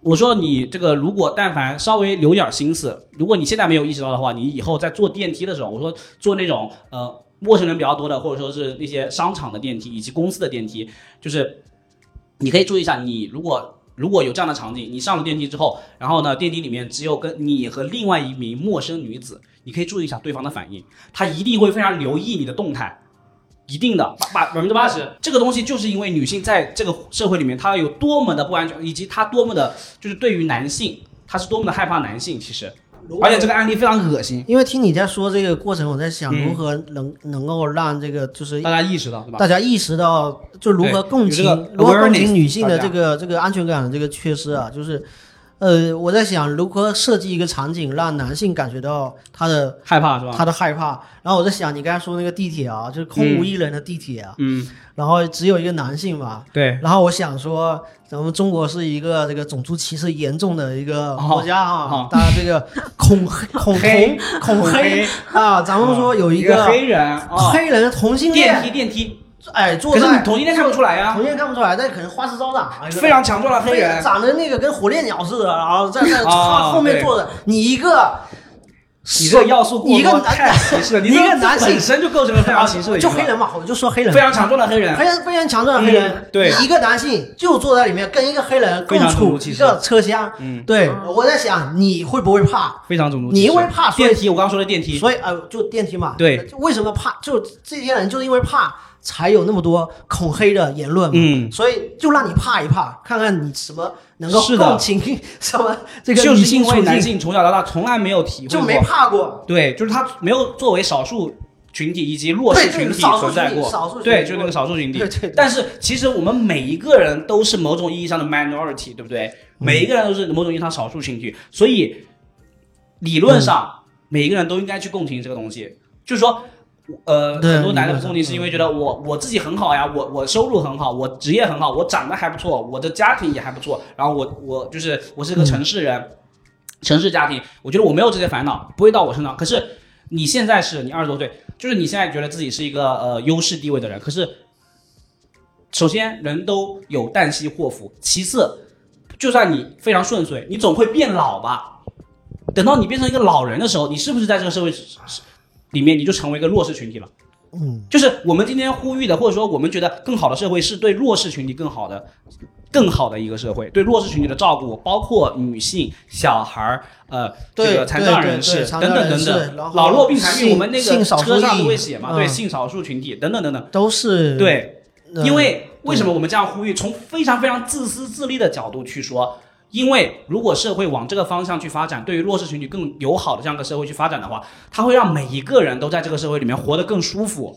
Speaker 2: 我说你这个如果但凡稍微留点心思，如果你现在没有意识到的话，你以后在坐电梯的时候，我说坐那种呃陌生人比较多的，或者说是那些商场的电梯以及公司的电梯，就是你可以注意一下，你如果如果有这样的场景，你上了电梯之后，然后呢电梯里面只有跟你和另外一名陌生女子，你可以注意一下对方的反应，她一定会非常留意你的动态。一定的百百百分之八十，这个东西就是因为女性在这个社会里面，她有多么的不安全，以及她多么的，就是对于男性，她是多么的害怕男性。其实，而且这个案例非常恶心，
Speaker 1: 因为听你在说这个过程，我在想
Speaker 2: 嗯
Speaker 1: 如何能、能够让这个就是
Speaker 2: 大家意识到对吧？
Speaker 1: 大家意识到，就如何
Speaker 2: 对
Speaker 1: 共情
Speaker 2: 有这个，
Speaker 1: 如何共
Speaker 2: awareness，
Speaker 1: 情女性的
Speaker 2: 大家嗯
Speaker 1: 这个这个安全感的这个缺失啊，就是呃，我在想如何设计一个场景，让男性感觉到他的
Speaker 2: 害怕是吧？
Speaker 1: 他的害怕。然后我在想，你刚才说那个地铁啊，就是空无一人的地铁啊，
Speaker 2: 嗯，
Speaker 1: 然后只有一个男性嘛。
Speaker 2: 对，
Speaker 1: 然后我想说，咱们中国是一个这个种族歧视严重的一个国家
Speaker 2: 哦
Speaker 1: 啊，大家这个 恐黑、恐
Speaker 2: 黑
Speaker 1: 同、恐黑啊，咱们说有
Speaker 2: 哦一
Speaker 1: 一个
Speaker 2: 黑人哦，
Speaker 1: 黑人同性
Speaker 2: 电
Speaker 1: 恋，
Speaker 2: 梯电梯，
Speaker 1: 哎，坐
Speaker 2: 可是
Speaker 1: 在
Speaker 2: 你同性恋看不出来啊呀
Speaker 1: 同，性恋看不出来，但可能花枝招展啊，一个
Speaker 2: 非常强壮的黑人，
Speaker 1: 长得那个跟火烈鸟似的，然后在在
Speaker 2: 啊
Speaker 1: 他后面坐着，你一个，啊
Speaker 2: 你这个要素过
Speaker 1: 你一个
Speaker 2: 多，
Speaker 1: 男
Speaker 2: 太 歧视了，你
Speaker 1: 你一
Speaker 2: 这
Speaker 1: 个男性
Speaker 2: 本身就构成了非常歧视的一
Speaker 1: 就
Speaker 2: 个，
Speaker 1: 黑人嘛，我就说黑人
Speaker 2: 非，常强壮的黑人，
Speaker 1: 黑人非常强壮的黑
Speaker 2: 嗯
Speaker 1: 人，
Speaker 2: 对
Speaker 1: 一个男性就坐在里面跟一个黑人共
Speaker 2: 非常种
Speaker 1: 处
Speaker 2: 族歧
Speaker 1: 一
Speaker 2: 视
Speaker 1: 个车厢，
Speaker 2: 嗯，
Speaker 1: 对，我在想你会不会怕？
Speaker 2: 非常种族歧视，
Speaker 1: 你因为怕所以
Speaker 2: 电梯，我刚刚说的电梯，
Speaker 1: 所以呃，就电梯嘛，
Speaker 2: 对，
Speaker 1: 为什么怕？就这些人就是因为怕，才有那么多恐黑的言论嘛，
Speaker 2: 嗯
Speaker 1: 所以就让你怕一怕，看看你什么能够
Speaker 2: 是的
Speaker 1: 共情 什么这个
Speaker 2: 就
Speaker 1: 女
Speaker 2: 是
Speaker 1: 性
Speaker 2: 因为
Speaker 1: 处
Speaker 2: 男
Speaker 1: 境
Speaker 2: 性从小到大从来没有体会
Speaker 1: 就
Speaker 2: 过，
Speaker 1: 没怕过，
Speaker 2: 对，就是他没有作为少数群体以及弱势
Speaker 1: 对就是
Speaker 2: 群体
Speaker 1: 少数
Speaker 2: 存在
Speaker 1: 群体
Speaker 2: 过
Speaker 1: 少数，群体
Speaker 2: 对，就是那个少数群体
Speaker 1: 对。对对
Speaker 2: 但是其实我们每一个人都是某种意义上的 minority，对不对？每一个人都是某种意义上少数群体，所以理论上每一个人都应该去共情这个东西。就是说，呃，
Speaker 1: 对
Speaker 2: 很多男的
Speaker 1: 理论
Speaker 2: 不
Speaker 1: 上
Speaker 2: 共情是因为觉得我我自己很好呀，我我收入很好，我职业很好，我长得还不错，我的家庭也还不错，然后我我就是我是个城市人，城市家庭，我觉得我没有这些烦恼，不会到我身上。可是你现在是你二十多岁，就是你现在觉得自己是一个呃优势地位的人，可是首先人都有旦夕祸福，其次，就算你非常顺遂，你总会变老吧。等到你变成一个老人的时候，你是不是在这个社会里面你就成为一个弱势群体了？
Speaker 1: 嗯，
Speaker 2: 就是我们今天呼吁的，或者说我们觉得更好的社会是对弱势群体更好的、更好的一个社会，对弱势群体的照顾，包括女性、小孩儿、呃，
Speaker 1: 对
Speaker 2: 这个残障
Speaker 1: 对对
Speaker 2: 人士
Speaker 1: 对残
Speaker 2: 等
Speaker 1: 障
Speaker 2: 等
Speaker 1: 人
Speaker 2: 等
Speaker 1: 士
Speaker 2: 等，
Speaker 1: 然后
Speaker 2: 老弱病残孕，
Speaker 1: 性
Speaker 2: 我们那个
Speaker 1: 性少数
Speaker 2: 车上
Speaker 1: 裔
Speaker 2: 都会写嘛，
Speaker 1: 嗯
Speaker 2: 对，性少数群体等等等等，
Speaker 1: 都是
Speaker 2: 对。
Speaker 1: 呃
Speaker 2: 因为为什么我们这样呼吁？从非常非常自私自利的角度去说，因为如果社会往这个方向去发展，对于弱势群体更友好的这样一个社会去发展的话，它会让每一个人都在这个社会里面活得更舒服。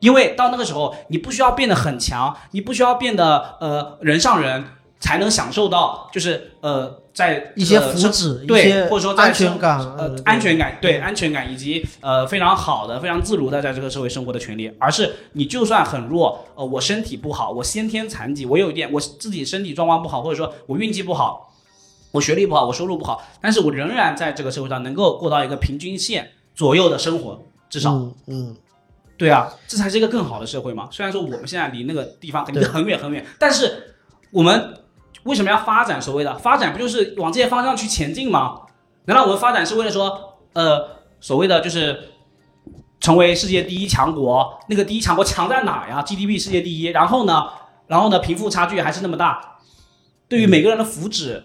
Speaker 2: 因为到那个时候，你不需要变得很强，你不需要变得呃人上人，才能享受到就是呃在
Speaker 1: 一些
Speaker 2: 这个
Speaker 1: 福
Speaker 2: 生
Speaker 1: 祉，一
Speaker 2: 对
Speaker 1: 些
Speaker 2: 或者说在
Speaker 1: 安全感，
Speaker 2: 呃
Speaker 1: 对，
Speaker 2: 安全感，对安全感以及呃非常好的、非常自如的在这个社会生活的权利，而是你就算很弱，呃，我身体不好，我先天残疾，我有一点我自己身体状况不好，或者说我运气不好，我学历不好，我收入不好，但是我仍然在这个社会上能够过到一个平均线左右的生活，至少、
Speaker 1: 嗯嗯，
Speaker 2: 对啊，这才是一个更好的社会嘛。虽然说我们现在离那个地方很
Speaker 1: 对
Speaker 2: 很远很远，但是我们为什么要发展？所谓的发展不就是往这些方向去前进吗？难道我们发展是为了说，呃，所谓的就是成为世界第一强国？那个第一强国强在哪儿呀？GDP 世界第一，然后呢，然后呢，贫富差距还是那么大，对于每个人的福祉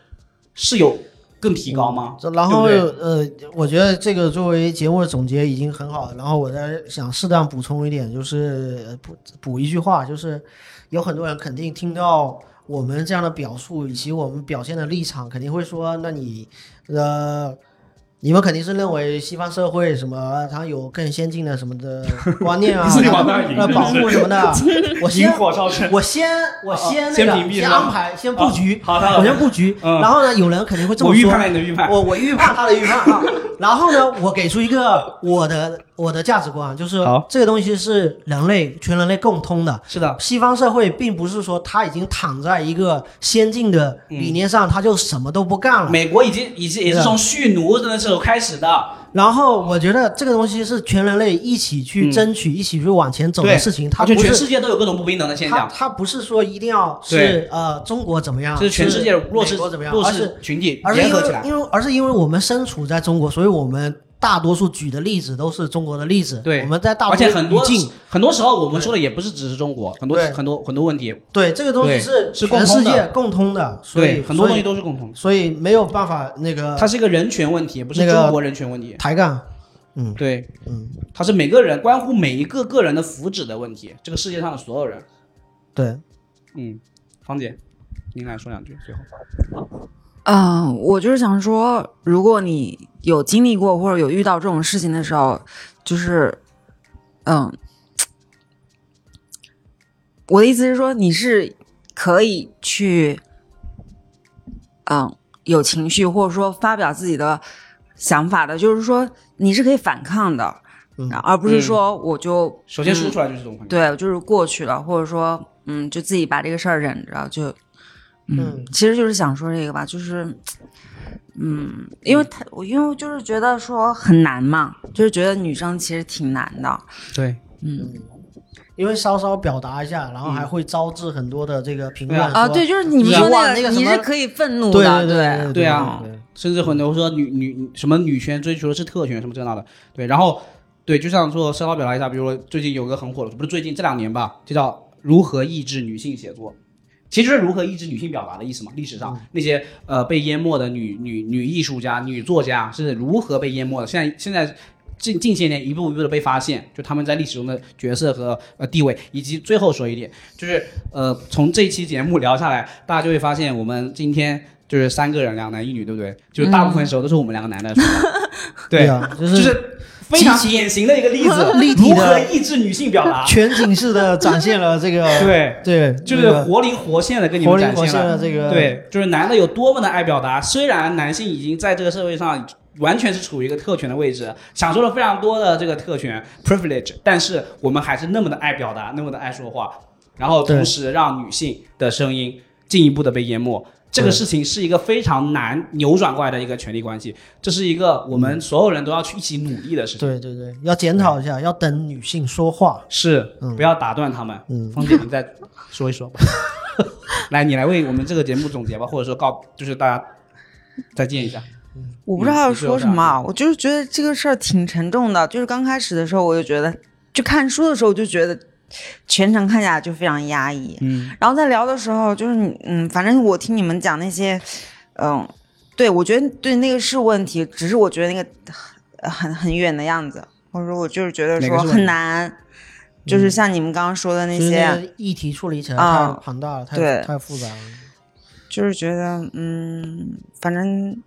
Speaker 2: 是有更提高吗？
Speaker 1: 这然后
Speaker 2: 对
Speaker 1: 呃，我觉得这个作为节目的总结已经很好了。然后我再想适当补充一点，就是呃补补一句话，就是有很多人肯定听到我们这样的表述以及我们表现的立场，肯定会说，那你呃。你们肯定是认为西方社会什么，它有更先进的什么 的观念啊，
Speaker 2: 你往那儿引
Speaker 1: 呃，保护什么 的。嗯 我先
Speaker 2: 火烧身，
Speaker 1: 我先我
Speaker 2: 啊
Speaker 1: 先
Speaker 2: 先
Speaker 1: 那
Speaker 2: 屏
Speaker 1: 个
Speaker 2: 蔽
Speaker 1: 先
Speaker 2: 是吧啊
Speaker 1: 安排先布局，
Speaker 2: 好的好的
Speaker 1: 我先布局。
Speaker 2: 嗯
Speaker 1: 然后呢，有人肯定会这么
Speaker 2: 我
Speaker 1: 说，
Speaker 2: 预判了你的预判，
Speaker 1: 我我预判他的预判 啊，然后呢，我给出一个我的我的价值观，啊就是
Speaker 2: 好
Speaker 1: 这个东西是人类全人类共通的。
Speaker 2: 是的，
Speaker 1: 西方社会并不是说他已经躺在一个先进的理念上，他就什么都不干了。
Speaker 2: 美国已经已经也是从蓄奴的那时候开始的，
Speaker 1: 然后我觉得这个东西是全人类一起去争取、一起去往前走的事情，它
Speaker 2: 而且
Speaker 1: 嗯不
Speaker 2: 啊全
Speaker 1: 是
Speaker 2: 世界都有各种不平等的现
Speaker 1: 它
Speaker 2: 象，
Speaker 1: 它不是说一定要是
Speaker 2: 对
Speaker 1: 呃中国怎么样，
Speaker 2: 这是全世界弱势
Speaker 1: 美国怎么样，
Speaker 2: 弱
Speaker 1: 而是
Speaker 2: 势群体
Speaker 1: 而是
Speaker 2: 联
Speaker 1: 因
Speaker 2: 合起
Speaker 1: 为
Speaker 2: 来。
Speaker 1: 因为而是因为我们身处在中国，所以我们大多数举的例子都是中国的例子。
Speaker 2: 对
Speaker 1: 我们在大
Speaker 2: 而
Speaker 1: 多数
Speaker 2: 且很多
Speaker 1: 语境，
Speaker 2: 很多时候我们说的也不是只是中国，很多
Speaker 1: 对
Speaker 2: 很多很多问题，
Speaker 1: 对这个东西
Speaker 2: 对
Speaker 1: 是
Speaker 2: 是共
Speaker 1: 全
Speaker 2: 通
Speaker 1: 世
Speaker 2: 的
Speaker 1: 界共通的，所以
Speaker 2: 对很多东西
Speaker 1: 都
Speaker 2: 都是共同的。
Speaker 1: 所以没有办法那个
Speaker 2: 它是一个人权问题，不是
Speaker 1: 那个
Speaker 2: 中国人权问题。
Speaker 1: 抬杠。嗯
Speaker 2: 对，
Speaker 1: 嗯，
Speaker 2: 它是每个人关乎每一个个人的福祉的问题，这个世界上的所有人。
Speaker 1: 对，
Speaker 2: 嗯，方姐，您来说两句，最后。
Speaker 3: 嗯、我就是想说，如果你有经历过或者有遇到这种事情的时候，就是，嗯，我的意思是说，你是可以去，嗯，有情绪或者说发表自己的想法的，就是说你是可以反抗的，
Speaker 1: 嗯
Speaker 3: 而不是说我就、
Speaker 2: 首先说
Speaker 3: 嗯
Speaker 2: 出来就是这种感觉。
Speaker 3: 对，就是过去了，或者说，嗯，就自己把这个事儿忍着，就，
Speaker 1: 嗯
Speaker 3: 其实就是想说这个吧，就是，嗯，因为他，我因为就是觉得说很难嘛，就是觉得女生其实挺难的，
Speaker 2: 对
Speaker 3: 嗯，
Speaker 1: 因为稍稍表达一下，然后还会招致很多的这个评论
Speaker 2: 嗯对啊
Speaker 1: 说
Speaker 3: 啊，对，就是你们
Speaker 1: 你
Speaker 3: 说
Speaker 1: 往
Speaker 3: 那
Speaker 1: 那个什
Speaker 3: 你
Speaker 1: 么
Speaker 3: 是可以愤怒
Speaker 1: 对
Speaker 3: 的，
Speaker 1: 对对对
Speaker 2: 对
Speaker 3: 啊
Speaker 1: 对对
Speaker 2: 甚至很多说女女什么女权追求的是特权什么这那的，对，然后对，就像说稍稍表达一下，比如说最近有个很火的，不是最近这两年吧，就叫如何抑制女性写作，其实就是如何抑制女性表达的意思嘛。历史上
Speaker 1: 嗯
Speaker 2: 那些呃被淹没的女女女艺术家、女作家是如何被淹没的，现在现在。近近些年一步一步的被发现，就他们在历史中的角色和呃地位，以及最后说一点，就是呃从这期节目聊下来，大家就会发现我们今天就是三个人，两男一女，对不对？就是大部分时候都是我们两个男的说话，
Speaker 1: 嗯 对啊就
Speaker 2: 就是是非常典型的一个例子，
Speaker 1: 立体的
Speaker 2: 如何抑制女性表 达，
Speaker 1: 全景式的展现了这个
Speaker 2: 对，
Speaker 1: 对，
Speaker 2: 就是
Speaker 1: 这个
Speaker 2: 活灵活现的跟你
Speaker 1: 活
Speaker 2: 们
Speaker 1: 灵
Speaker 2: 展
Speaker 1: 活
Speaker 2: 现
Speaker 1: 现
Speaker 2: 了
Speaker 1: 的，这个
Speaker 2: 对，就是男的有多么的爱表达，虽然男性已经在这个社会上完全是处于一个特权的位置，享受了非常多的这个特权 privilege，但是我们还是那么的爱表达，那么的爱说话，然后同
Speaker 1: 对
Speaker 2: 时让女性的声音进一步的被淹没。这个
Speaker 1: 对
Speaker 2: 事情是一个非常难扭转过来的一个权力关系，这是一个我
Speaker 1: 嗯
Speaker 2: 们所有人都要去一起努力的事情。
Speaker 1: 对对对，要检讨一下，要等女性说话。
Speaker 2: 是，
Speaker 1: 嗯
Speaker 2: 不要打断他们。
Speaker 1: 嗯
Speaker 2: 方姐，你再说一说吧。 来，你来为我们这个节目总结吧，或者说告，就是大家再见一下。
Speaker 3: 我不知道要说什么啊，我就是觉得这个事儿挺沉重的。就是刚开始的时候，我就觉得，就看书的时候就觉得，全程看下来就非常压抑。
Speaker 2: 嗯，
Speaker 3: 然后在聊的时候，就是你，嗯，反正我听你们讲那些，嗯，对我觉得对那个是问题，只是我觉得那个呃很很远的样子，或者说我就是觉得
Speaker 2: 哪个
Speaker 3: 说
Speaker 2: 是问题
Speaker 3: 很难，就是像你们刚刚说的那
Speaker 1: 嗯就是
Speaker 2: 啊
Speaker 3: 些，
Speaker 1: 那个议题处理起来太
Speaker 3: 啊
Speaker 1: 庞大了，太
Speaker 3: 对
Speaker 1: 太复杂了。
Speaker 3: 就是觉得，嗯，反正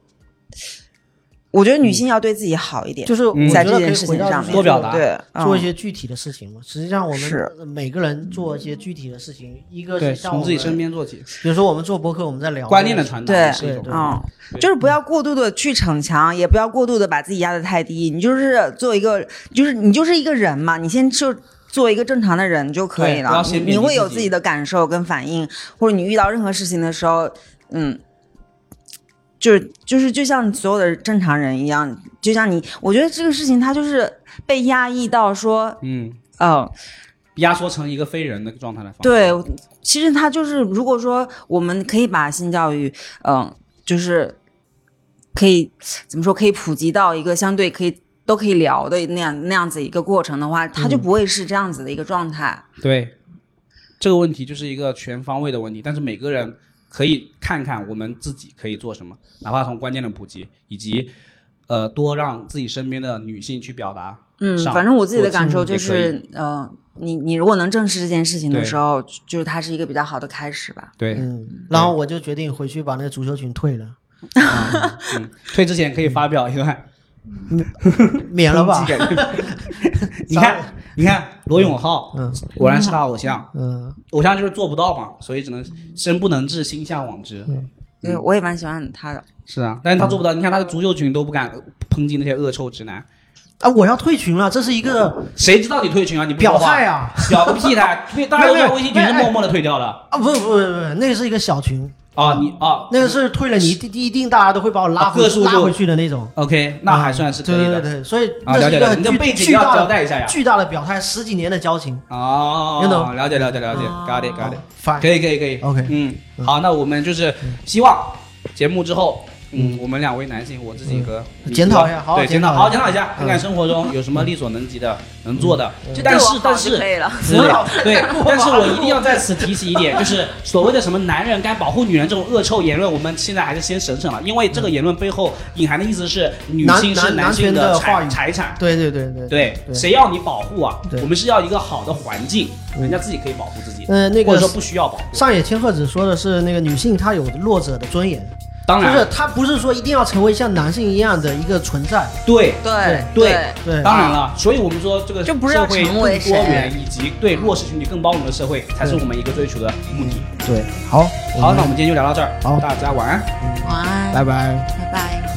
Speaker 3: 我觉得女性要对自己好一点。
Speaker 1: 嗯就是我
Speaker 2: 嗯
Speaker 1: 觉
Speaker 3: 在
Speaker 1: 得
Speaker 3: 这
Speaker 1: 可以
Speaker 3: 件事
Speaker 1: 回
Speaker 3: 情
Speaker 1: 到
Speaker 3: 上
Speaker 1: 就是
Speaker 3: 面
Speaker 2: 多表达
Speaker 3: 对，
Speaker 1: 做
Speaker 3: 嗯
Speaker 1: 一些具体的事情嘛。实际上，我
Speaker 3: 是
Speaker 1: 们每个人做一些具体的事情，一个
Speaker 2: 对，
Speaker 1: 是像
Speaker 2: 从
Speaker 1: 我
Speaker 2: 自己身
Speaker 1: 们，
Speaker 2: 边做起，
Speaker 1: 比如说我们做博客，我们在聊
Speaker 2: 观念
Speaker 1: 这
Speaker 2: 的
Speaker 1: 个
Speaker 2: 传达
Speaker 3: 对
Speaker 2: 也是一种
Speaker 1: 对。
Speaker 3: 嗯，
Speaker 2: 对
Speaker 3: 就是不要过度的去逞强，也不要过度的把自己压得太低。你就是做一个，就是你就是一个人嘛，你先就做一个正常的人就可以
Speaker 2: 对不要
Speaker 3: 了。
Speaker 2: 先
Speaker 3: 你
Speaker 2: 贬低
Speaker 3: 你会有
Speaker 2: 自己
Speaker 3: 自己的感受跟反应，或者你遇到任何事情的时候，嗯，就是就是就像所有的正常人一样，就像你，我觉得这个事情它就是被压抑到说，
Speaker 2: 嗯，
Speaker 3: 嗯、
Speaker 2: 压缩成一个非人的状态来放。
Speaker 3: 对，其实它就是，如果说我们可以把性教育，嗯、就是可以怎么说，可以普及到一个相对可以都可以聊的那样那样子一个过程的话，它就不会是这样子的一个状态。
Speaker 2: 对，这个问题就是一个全方位的问题，但是每个人可以看看我们自己可以做什么，哪怕从观念的普及，以及呃多让自己身边的女性去表达。
Speaker 3: 嗯，
Speaker 2: 上
Speaker 3: 反正我自己的
Speaker 2: 做
Speaker 3: 感受
Speaker 2: 节目也
Speaker 3: 就
Speaker 2: 可
Speaker 3: 是，嗯、你你如果能正视这件事情的
Speaker 2: 对
Speaker 3: 时候，就就是它是一个比较好的开始吧。
Speaker 2: 对，
Speaker 1: 嗯，然后我就决定回去把那个足球群退了，
Speaker 2: 嗯，退之前可以发表一段。
Speaker 1: 免了吧
Speaker 2: 攻击。感。 你看，你看罗永浩，
Speaker 1: 嗯
Speaker 2: 果然是他偶像，
Speaker 1: 嗯，
Speaker 2: 偶像就是做不到嘛，所以只能身不能至，心向往之。
Speaker 1: 嗯
Speaker 3: 对，我也蛮喜欢他的。
Speaker 2: 是啊，但是他做不到。你看他的足球群都不敢抨击那些恶臭直男，
Speaker 1: 啊，我要退群了，这是一个
Speaker 2: 谁知道你退群啊？你不说
Speaker 1: 表
Speaker 2: 话
Speaker 1: 态，啊！
Speaker 2: 表个 屁态！退，大家都在微信群
Speaker 1: 哎
Speaker 2: 是默默的退掉的
Speaker 1: 啊，不不不不，那个是一个小群，
Speaker 2: 啊，你啊
Speaker 1: 那个是退了你一定一定大家都会把我拉
Speaker 2: 啊
Speaker 1: 回
Speaker 2: 个数
Speaker 1: 拉
Speaker 2: 就
Speaker 1: 回去的那种。
Speaker 2: ，OK，那还算是可以
Speaker 1: 对
Speaker 2: 的
Speaker 1: 对对，所以
Speaker 2: 啊。
Speaker 1: 那
Speaker 2: 了
Speaker 1: 是
Speaker 2: 解
Speaker 1: 一
Speaker 2: 了
Speaker 1: 个
Speaker 2: 解，你的
Speaker 1: 巨
Speaker 2: 背景
Speaker 1: 巨
Speaker 2: 要
Speaker 1: 大
Speaker 2: 交
Speaker 1: 的
Speaker 2: 代一下啊呀。
Speaker 1: 巨大的表态，十几年的交情。
Speaker 2: 哦
Speaker 1: You，know 哦
Speaker 2: 了解了解了解，got it got it。
Speaker 1: 反
Speaker 2: 可以可以可以
Speaker 1: OK
Speaker 2: 嗯，好，那我们就是希望节目之后，嗯，我们两位男性，我自己和
Speaker 1: 嗯
Speaker 2: 你
Speaker 1: 检讨一下好好
Speaker 2: 对，
Speaker 1: 检
Speaker 2: 检
Speaker 1: 讨一下嗯
Speaker 2: 讨，好好检讨一下，看看生活中有什么力所能及的、能做的。但
Speaker 3: 对
Speaker 2: 是
Speaker 3: 我好
Speaker 2: 但
Speaker 3: 就是可以了。
Speaker 2: 对
Speaker 1: 嗯
Speaker 2: 对，但是我一定要在此提起一点，就是所谓的什么男人该保护女人这种恶臭言论，我们现在还是先省省了，因为这个言论背后隐含的意思是女
Speaker 1: 男
Speaker 2: 性是
Speaker 1: 男男
Speaker 2: 性
Speaker 1: 权的话
Speaker 2: 财
Speaker 1: 语
Speaker 2: 财产。
Speaker 1: 对对对对
Speaker 2: 对，谁要你保护啊？
Speaker 1: 对
Speaker 2: 我们是要一个好的环境，
Speaker 1: 嗯
Speaker 2: 人家自己可以保护自己，
Speaker 1: 呃，那
Speaker 2: 或
Speaker 1: 个
Speaker 2: 者说不需要保护。
Speaker 1: 上野千鹤子说的是那个女性她有弱者的尊严，
Speaker 2: 当
Speaker 1: 就
Speaker 2: 然
Speaker 1: 是他不是说一定要成为像男性一样的一个存在，
Speaker 2: 对
Speaker 3: 对
Speaker 2: 对
Speaker 1: 对，
Speaker 2: 当然了，所以我们说这个
Speaker 3: 就不是
Speaker 2: 社
Speaker 3: 要
Speaker 2: 会更
Speaker 3: 成为
Speaker 2: 多元
Speaker 3: 谁
Speaker 2: 以及对弱势群体更包容的社会，才是我们一个追求的目的。
Speaker 1: 对，好，
Speaker 2: 好，那
Speaker 1: 们
Speaker 2: 我们今天就聊到这儿，
Speaker 1: 嗯好
Speaker 2: 大家晚安。
Speaker 3: 晚安，
Speaker 1: 拜拜。
Speaker 3: 拜拜